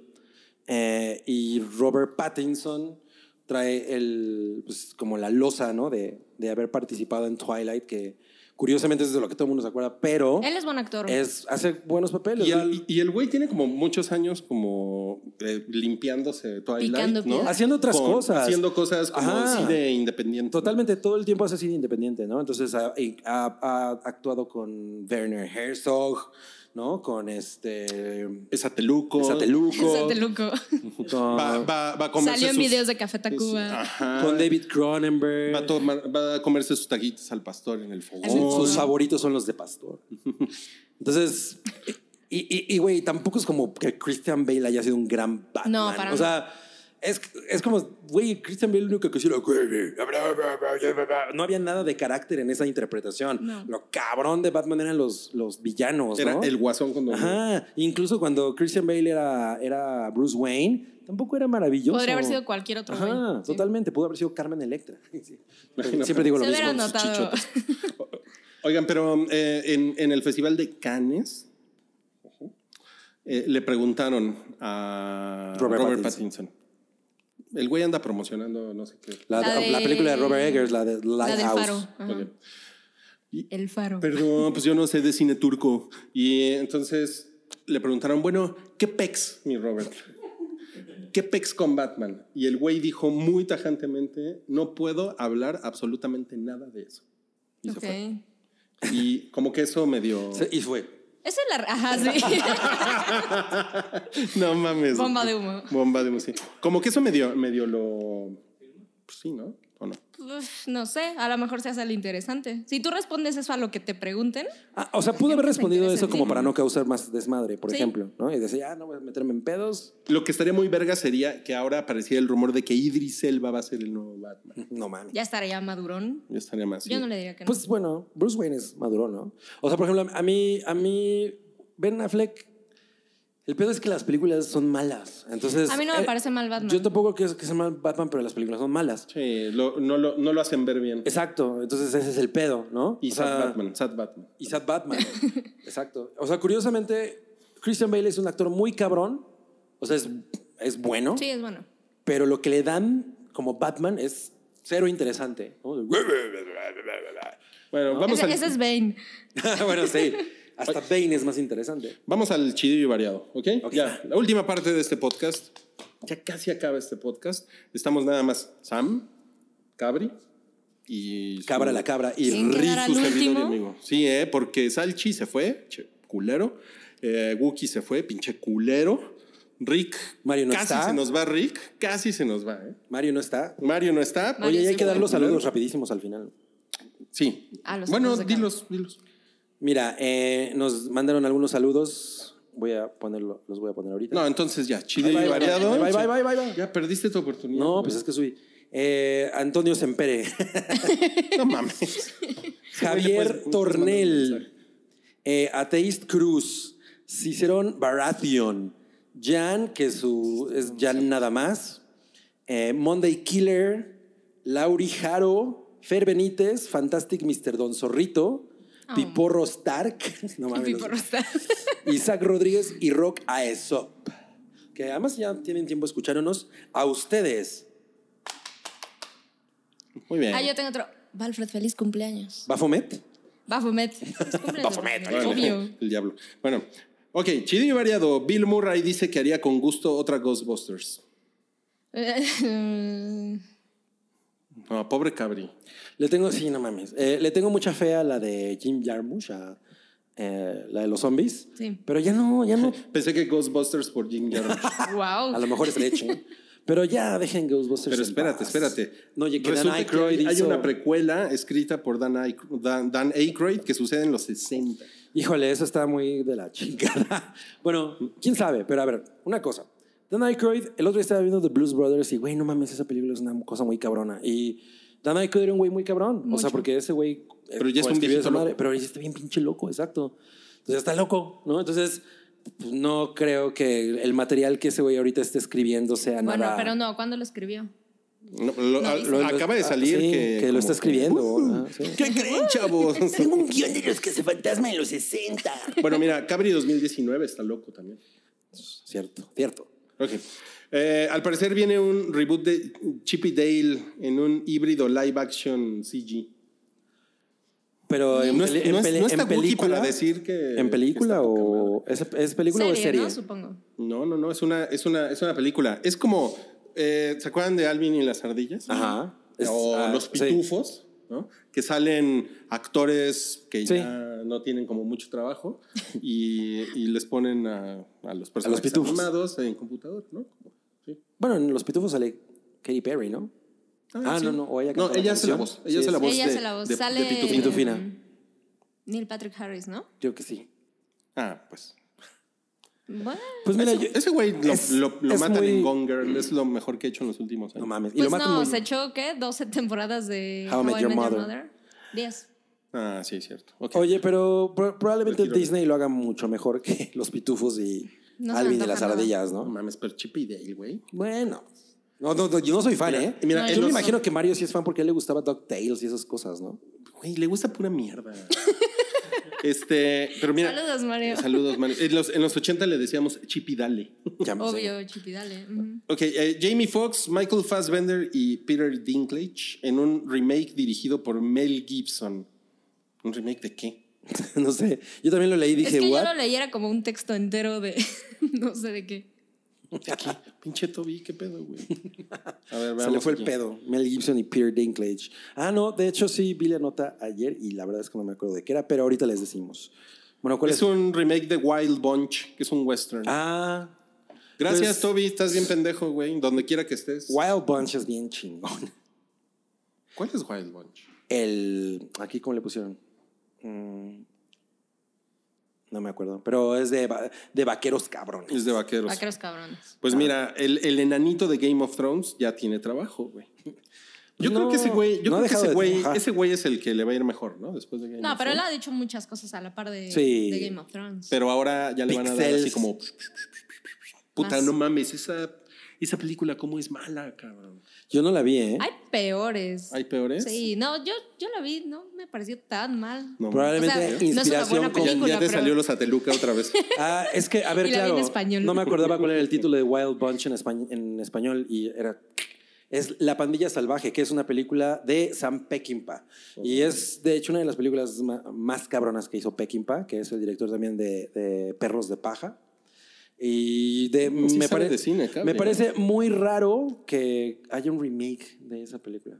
Eh, y Robert Pattinson trae el, pues, como la losa, ¿no? De, de haber participado en Twilight, que Curiosamente, eso es de lo que todo el mundo se acuerda, pero Él es buen actor. es, hace buenos papeles. Y el, y el güey tiene como muchos años como eh, limpiándose Picando Twilight, ¿no? piedras. Haciendo otras Con- cosas. Haciendo cosas como Ajá. así de independiente. Totalmente, todo el tiempo ha sido independiente, ¿no? Entonces ha, y ha- ha actuado con Werner Herzog, ¿no? Con este. Es ateluco. Sateluco. [LAUGHS] Sateluco. Con, Va, va, va a comerse Salió en sus- videos de Café Tacuba. Ah, Ajá. con David Cronenberg. Va a, tomar- va a comerse sus taquitos al pastor en el fogón. Sus- Sus favoritos son los de pastor. [LAUGHS] Entonces, y- y, y, güey, tampoco es como que Christian Bale haya sido un gran Batman. No, para O sea, es, es como, güey, Christian Bale lo único que hacía era, "Güey, bla, bla, bla, bla, bla, bla". No había nada de carácter en esa interpretación. No. Lo cabrón de Batman eran los, los villanos, Era ¿no? el guasón cuando... Ajá, incluso cuando Christian Bale era, era Bruce Wayne, tampoco era maravilloso. Podría haber sido cualquier otro. Ajá, güey. Sí. totalmente, pudo haber sido Carmen Electra. [LAUGHS] Sí. Imagínate. Siempre digo lo Se mismo. hubiera con sus notado. chichotas. Oigan, pero eh, en, en el Festival de Cannes eh, le preguntaron a Robert Robert, Pattinson. Pattinson. El güey anda promocionando no sé qué. La, La de- la película de Robert Eggers, la de La Lighthouse. del faro. Ajá. Ok. El faro. Perdón, pues yo no sé de cine turco. Y eh, entonces le preguntaron, bueno, ¿qué pex, mi Robert? ¿Qué pex con Batman? Y el güey dijo muy tajantemente, no puedo hablar absolutamente nada de eso. Y se Ok. fue. Y como que eso me dio... Sí, Y fue. Esa es la. [LAUGHS] Ajá, sí. No mames. Bomba de humo. Bomba de humo, sí. Como que eso medio, medio lo. Pues sí, ¿no? ¿O no? Uf, no sé, a lo mejor se hace el interesante. Si tú respondes eso a lo que te pregunten, Ah, o sea, pudo Siempre haber me respondido interesa, eso como sí. para no causar más desmadre, por Sí. ejemplo, ¿no? Y decir, ah, no voy a meterme en pedos. Lo que estaría muy verga sería que ahora apareciera el rumor de que Idris Elba va a ser el nuevo Batman. No mames. ya estaría madurón. Yo estaría más. Yo no le diría que no. Pues bueno, Bruce Wayne es maduro, ¿no? O sea, por ejemplo, a mí, a mí, Ben Affleck, el pedo es que las películas son malas. Entonces. a mí no me eh, parece mal Batman. Yo tampoco quiero que sea mal Batman, pero las películas son malas. Sí, lo- no, lo, no lo hacen ver bien. Exacto, entonces ese es el pedo, ¿no? Y O Sad sea, Batman, Sad Batman. Y [LAUGHS] Sad Batman. Exacto. O sea, curiosamente, Christian Bale es un actor muy cabrón. O sea, es, es bueno. Sí, es bueno. Pero lo que le dan como Batman es cero interesante. ¿no? Bueno, vamos, Ese, al, ese es Bane. [LAUGHS] bueno, sí. Hasta Bane es más interesante. vamos al chido y variado, ¿ok? Ok. Ya, la última parte de este podcast. Ya casi acaba este podcast. Estamos nada más Sam, Cabri y. su- Cabra la cabra y Sin ri- quedar al su servidor y último. amigo. Sí, eh, porque Salchi se fue, che, culero. Eh, Wookie se fue, pinche culero. Rick. Mario no casi está. se nos va Rick, casi se nos va. eh. Mario no está. Mario no está. Mario Oye, y hay sí que dar fue. los saludos rapidísimos al final. Sí. A Ah, los bueno, amigos de dilos, dilos. Mira, eh, nos mandaron algunos saludos. Voy a ponerlo, los voy a poner ahorita. No, entonces ya, chido Bye, y bye, variado. bye, bye, bye, bye, bye. Ya perdiste tu oportunidad. No, güey. pues es que subí. Eh, Antonio Sempere. [LAUGHS] No mames. pues, Javier puedes- puedes mandar un Tornel, eh, Ateist Cruz, Cicerón Baratheon, Jan, que su, es Jan nada más, eh, Monday Killer, Lauri Jaro, Fer Benítez, Fantastic Mr. Don Zorrito, Piporro Stark, [LAUGHS] no mames, Pipo Rostar. Isaac Rodríguez y Rock Aesop, que además ya tienen tiempo escuchándonos. A ustedes, Muy bien. Ah, yo tengo otro. Valfred, feliz cumpleaños. Bafomet. Bafomet. Es cumpleaños de Bafomet, Órale, Obvio. El diablo. Bueno, ok, chido y variado. Bill Murray dice que haría con gusto otra Ghostbusters. [LAUGHS] Eh, No, pobre Cabri. Le tengo, sí, no mames. Eh, le tengo mucha fe a la de Jim Jarmusch, a, eh, la de los zombies. Sí. Pero ya no, [LAUGHS] ya no. Pensé que Ghostbusters por Jim [LAUGHS] Jarmusch. wow. A lo mejor es leche. ¿no? Pero ya dejen Ghostbusters. Pero en espérate, paz. espérate. Ah, No, oye, que Dan Resulta que Aykroyd hay, hay hizo- una precuela escrita por Dan, Ayk- Dan, Dan Aykroyd que sucede en los 60. Híjole, eso está muy de la chingada. [LAUGHS] Bueno, quién sabe, pero a ver, una cosa. Dan Aykroyd, el otro día estaba viendo The Blues Brothers y, güey, no mames, esa película es una cosa muy cabrona. Y Dan Aykroyd era un güey muy cabrón. O sea, Mucho. porque ese güey. eh, Pero ya es un coescribió viejito esa madre, loco. Pero ya está bien pinche loco, exacto. Entonces está loco, ¿no? Entonces, pues, no creo que el material que ese güey ahorita esté escribiendo sea Bueno, nada. pero no, ¿cuándo lo escribió? No, lo- No, a- dice- lo- acaba de ah, salir sí, que. uh. lo como- está escribiendo. ah, sí. ¿Qué creen, chavos? Tengo un guión de los que se fantasma en los 60. bueno, mira, Cabri 2019 está loco también. Cierto, cierto. Ok. Eh, al parecer viene un reboot de Chip y Dale en un híbrido live action CG. Pero en, No, es- peli- en no es- peli- no está en Gucci película. para decir que. ¿En que película está o.? ¿Es, es película o es serie? ¿no? Supongo. No, no, no, es una, es una, es una película. Es como, eh, ¿se acuerdan de Alvin y las ardillas? Ajá. Es- o ah, Los sí. Pitufos, ¿no? Que salen actores que Sí. ya no tienen como mucho trabajo y, y les ponen a, a los personajes pitufos. animados en computador, ¿no? Sí. Bueno, en Los Pitufos sale Katy Perry, ¿no? Ah, no, no, o ella No, canta la ella hace la canción. voz. Ella Sí, hace la sí. voz. Ella de, se la voz. de- de Sale Pitufina. Pitufina. mm, Neil Patrick Harris, ¿no? Yo que sí. Ah, pues. Bueno, Pues mira, yo- Ese güey lo, Es- lo- lo es matan muy- en Gone Girl. Es lo mejor que he hecho en los últimos no años. mames. y lo pues matan no, muy- se echó, ¿qué? 12 temporadas de How I Met Your I Mother. Diez. Ah, sí, cierto. Ok. Oye, pero pro- probablemente Retiro. Disney lo haga mucho mejor que [LAUGHS] Los Pitufos y No se Alvin me y antoja las nada. Ardillas, ¿no? No mames, pero Chip y Dale, güey. Bueno. No, no, no, yo no soy fan, Mira, ¿eh? mira, No, yo yo me no. imagino que Mario sí es fan porque a él le gustaba DuckTales y esas [LAUGHS] cosas, ¿no? Güey, le gusta pura mierda. [LAUGHS] este, pero mira. Saludos, Mario. Saludos, Mario. En los, en los 80 le decíamos Chip y Dale. Ya me sé. Obvio, Chipidale. ujú. Ok, eh, Jamie Foxx, Michael Fassbender y Peter Dinklage en un remake dirigido por Mel Gibson. ¿Un remake de qué? [LAUGHS] no sé. Yo también lo leí y Es dije, que ¿what? yo lo leyera como un texto entero de [LAUGHS] no sé de qué. ¿De qué? [LAUGHS] Pinche Toby, qué pedo, [LAUGHS] güey. A ver, Se le veamos fue aquí. el pedo. Mel Gibson y Peter Dinklage. Ah, no, de hecho sí vi la nota ayer y la verdad es que no me acuerdo de qué era, pero ahorita les decimos. Bueno, ¿cuál es? Es un remake de Wild Bunch, que es un western. Ah, Gracias, pues- Toby. Estás bien pendejo, güey. Donde quiera que estés. Wild Bunch es bien chingón. [LAUGHS] ¿Cuál es Wild Bunch? El. Aquí, ¿cómo le pusieron? Mm, no me acuerdo, pero es de, va- de vaqueros cabrones. Es de vaqueros. Vaqueros cabrones. Pues mira, el, el enanito de Game of Thrones ya tiene trabajo, güey. Yo No, creo que ese güey, yo no ha creo que dejado ese de güey, trabajar. ese güey es el que le va a ir mejor, ¿no? Después de Game No, of pero él Thrones. ha dicho muchas cosas a la par de, Sí. de Game of Thrones. Pero ahora ya le van a dar así Pixels. como puta, Más. no mames, esa esa película cómo es mala, cabrón. Yo no la vi, ¿eh? Hay peores. ¿Hay peores? Sí, no, yo, yo la vi, no me pareció tan mal. No, Probablemente O sea, no es una inspiración buena con- ya, película, ya te pero- salió los ateluca [LAUGHS] otra vez. Ah, es que, a ver, Y la vi en claro. español. No me acordaba cuál era el título de Wild Bunch en, españ- en español y era. Es La Pandilla Salvaje, que es una película de Sam Peckinpah. Y es, de hecho, una de las películas ma- más cabronas que hizo Peckinpah, que es el director también de, de Perros de Paja. Y de, Pues Sí me, sabe pare- de cine, cabrón. me parece muy raro que haya un remake de esa película.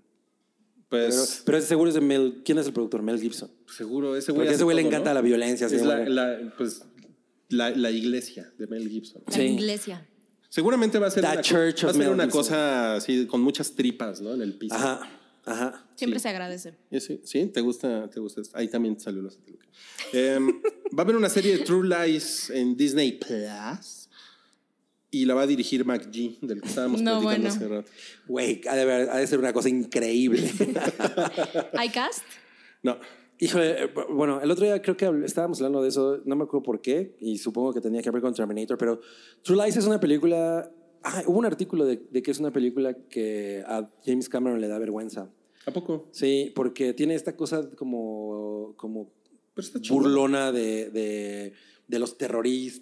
Pero, Pues pero seguro es de Mel. ¿Quién es el productor? Mel Gibson. seguro ese güey Porque a ese hace güey le todo, encanta ¿no? la violencia. así Es de- la, la- pues la, la iglesia de Mel Gibson. La Sí. iglesia. Seguramente va a ser The una, co- Church of va a ser Mel una Gibson. cosa así con muchas tripas, ¿no? En el piso. Ajá, ajá. Siempre Sí. se agradece. Y Sí, sí, te gusta, te gusta. esto? Ahí también te salió la sateluca. Em, [LAUGHS] va a haber una serie de True Lies en Disney Plus y la va a dirigir Mac G, del que estábamos No, platicando bueno. hace rato. Güey, ha de, ver- ha de ser una cosa [LAUGHS] increíble. ¿Hay cast? No, Híjole, eh, bueno, el otro día creo que habl- estábamos hablando de eso, no me acuerdo por qué, y supongo que tenía que ver con Terminator, pero True Lies es una película. Ah, hubo un artículo de, de que es una película que a James Cameron le da vergüenza. ¿a poco? Sí, porque tiene esta cosa como, como Pero está chido. burlona de, de, de los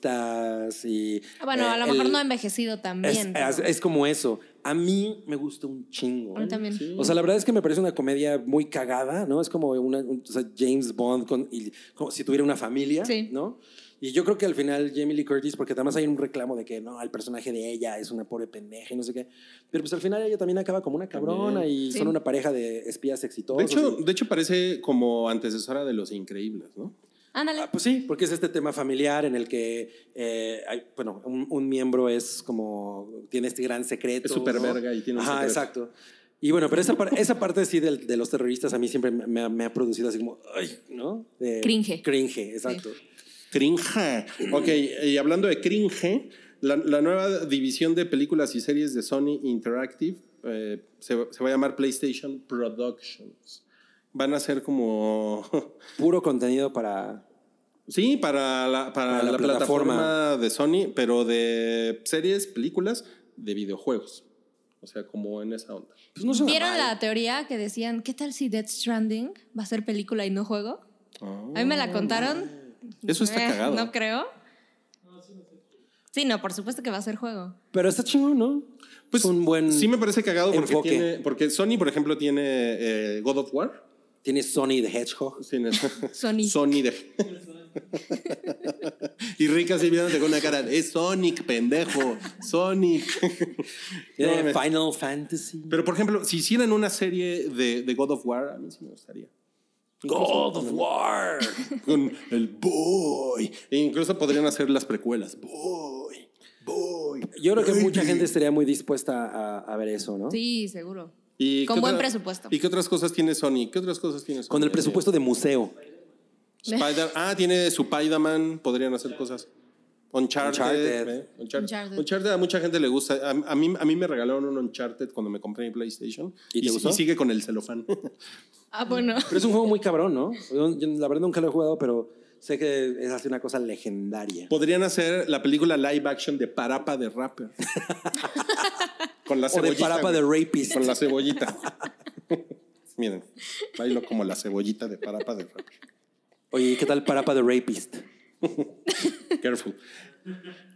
terroristas y. Ah, Bueno, eh, a lo el- mejor no ha envejecido tan es, bien. es- pero- es como eso. A mí me gusta un chingo. a mí también. Sí. O sea, la verdad es que me parece una comedia muy cagada, ¿no? Es como una, un- o sea, James Bond con, y como si tuviera una familia, Sí. ¿no? Y yo creo que al final Jamie Lee Curtis, porque además hay un reclamo de que no, el personaje de ella es una pobre pendeja y no sé qué, pero pues al final ella también acaba como una cabrona y Sí. son una pareja de espías De exitosos. hecho, y- de hecho, parece como antecesora de Los Increíbles, ¿no? Ándale. Ah, pues sí, porque es este tema familiar en el que, eh, hay- bueno, un, un miembro es como, tiene este gran secreto. Es súper verga y tiene un Ajá, secreto. exacto. Y bueno, pero esa, par- esa parte sí del- de los terroristas a mí siempre me, me ha- me ha producido así como, ay, ¿no? De- Cringe. Cringe, exacto. Cringe. Ok, y hablando de cringe, la, la nueva división de películas y series de Sony Interactive eh, se, se va a llamar PlayStation Productions. Van a ser como [LAUGHS] Puro contenido para... Sí, para la, para Para la la, plataforma. plataforma. de Sony, pero de series, películas, de videojuegos. O sea, como en esa onda. Pues no suena ¿Vieron mal. la teoría que decían, qué tal si Death Stranding va a ser película y no juego? Ah. A mí me la contaron. Mm. Eso está Eh, cagado. No creo. Sí, no, por supuesto que va a ser juego. Pero está chingón, ¿no? Pues un buen... sí me parece cagado porque, enfoque. tiene, porque Sony, por ejemplo, tiene eh, God of War. Tiene Sony the Hedgehog. [LAUGHS] Sin eso. Sonic. Sonic. [LAUGHS] y Rick así viéndote con una cara. de, Es Sonic, pendejo. [LAUGHS] Sonic. Eh, Tiene mames. Final Fantasy. Pero por ejemplo, si hicieran una serie de, de God of War, a mí sí me gustaría. God of War. Con el boy. E incluso podrían hacer las precuelas. Boy. Boy. Yo creo que baby. mucha gente estaría muy dispuesta a, a ver eso, ¿no? Sí, seguro. ¿Y Con qué buen otra- presupuesto. ¿Y qué otras cosas tiene Sony? ¿Qué otras cosas tiene Sony? Con el presupuesto de museo. Spider- ah, tiene su Spider-Man, podrían hacer cosas. Uncharted. Uncharted. ¿eh? Uncharted. Uncharted. Uncharted a mucha gente le gusta. A, a mí, a mí me regalaron un Uncharted cuando me compré mi PlayStation. ¿Y te gustó? sigue con el celofán. [LAUGHS] Ah, [LAUGHS] bueno. Pero es un juego muy cabrón, ¿no? Yo, yo la verdad nunca lo he jugado, pero sé que es así una cosa legendaria. Podrían hacer la película live action de Parapa [LAUGHS] de Rapper. con la O de cebollita. Parapa de güey. Rapist. Con la cebollita. [LAUGHS] Miren, bailo como la cebollita de Parapa de Rapper. Oye, ¿y ¿qué tal Parapa de Rapist? Careful.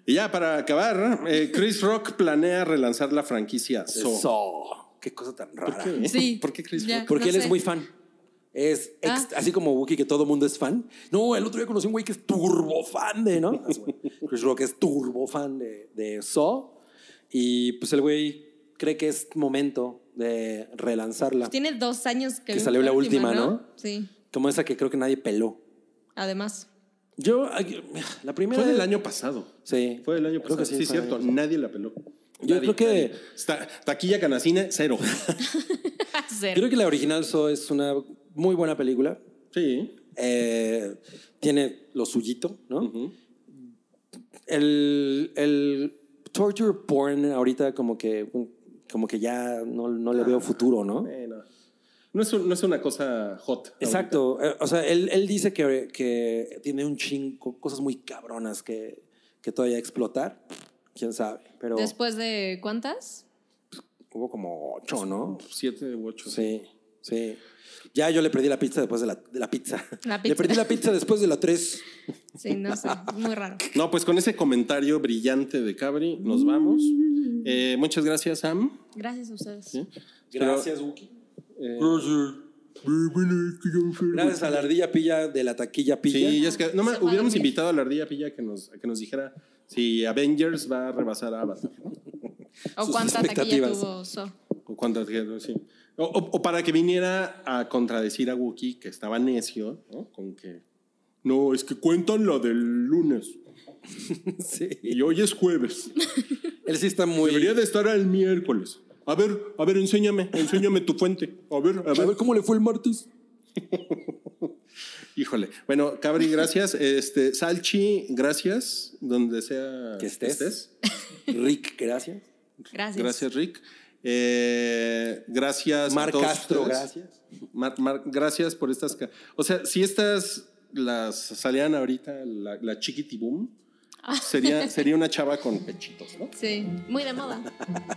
Y ya para acabar, eh, Chris Rock planea relanzar la franquicia Saw. Eso. Qué cosa tan rara. Sí. ¿Por qué Chris Ya, Rock? Porque no él es sé. muy fan. Es ex- así como Wookiee, que todo mundo es fan. No, el otro día conocí a un güey que es turbo fan de, ¿no? Así, [LAUGHS] güey. Chris Rock es turbo fan de, de Saw. Y pues el güey cree que es momento de relanzarla. Tiene dos años que. Que vi salió la última, ¿no? Sí. Como esa que creo que nadie peló. Además. [LAUGHS] Yo, ay, la primera. Fue del año pasado. Sí. Fue del año Creo pasado. que eh, sí, sí, fue del cierto. año pasado. Nadie la peló. Yo Nadie, creo que- nadie. Esta- taquilla canacine, cero. Cero. Creo que la original Saw es una muy buena película. [LAUGHS] sí. Eh, tiene lo suyito, ¿no? Ujú. el, el torture porn ahorita como que como que ya no, no le veo futuro, ¿no? Bueno. No es, un- no es una cosa hot. ahorita. Exacto. Eh, O sea, él, él dice que, que tiene un chingo, cosas muy cabronas que, que todavía explotar. Quién sabe. Pero Después de cuántas? hubo como ocho, ¿no? Siete u ocho. Sí, sí. Ya yo le perdí la pizza después de la, de la pizza. La Le pizza. perdí la pizza después de la tres. Sí, no sé. Muy raro. No, pues con ese comentario brillante de Cabri, nos vamos. Eh, muchas gracias, Sam. Gracias a ustedes. Sí. Wookie. Eh, Gracias a la ardilla pilla de la taquilla pilla. Sí, ya es que no, ma- Se fue a hubiéramos dormir. invitado a la ardilla pilla que nos, que nos dijera si Avengers va a rebasar a Avatar. ¿no? O Sus cuánta taquilla expectativas. tuvo So. O, cuántas- sí. O- o- o para que viniera a contradecir a Wookiee, que estaba necio, ¿no? Con que. No, es que cuentan la del [LAUGHS] lunes. Sí. Y hoy es jueves. Él sí está muy... Debería de estar el miércoles. A ver, a ver, enséñame, enséñame tu fuente. A ver, a A ver. ver cómo le fue el martes. Híjole. Bueno, Cabri, gracias. Este, Salchi, gracias. Donde sea Que estés. Rick, gracias. Gracias. Gracias, Rick. Eh, gracias. a Mar todos Castro, ustedes. gracias. Mar- Mar- gracias por estas. ca- O sea, si estas las salieran ahorita, la, la chiquitiboom, sería, sería una chava con pechitos, ¿no? Sí. Muy de moda.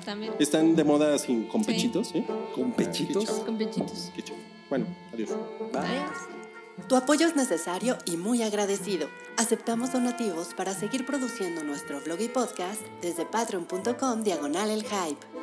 También. Están de moda sin, con Sí. pechitos, ¿sí? Ah, Con pechitos. Qué chavo, Con pinchitos. qué chavo. Bueno, adiós. Adiós. Tu apoyo es necesario y muy agradecido. Aceptamos donativos para seguir produciendo nuestro blog y podcast desde patreon.com diagonal el hype.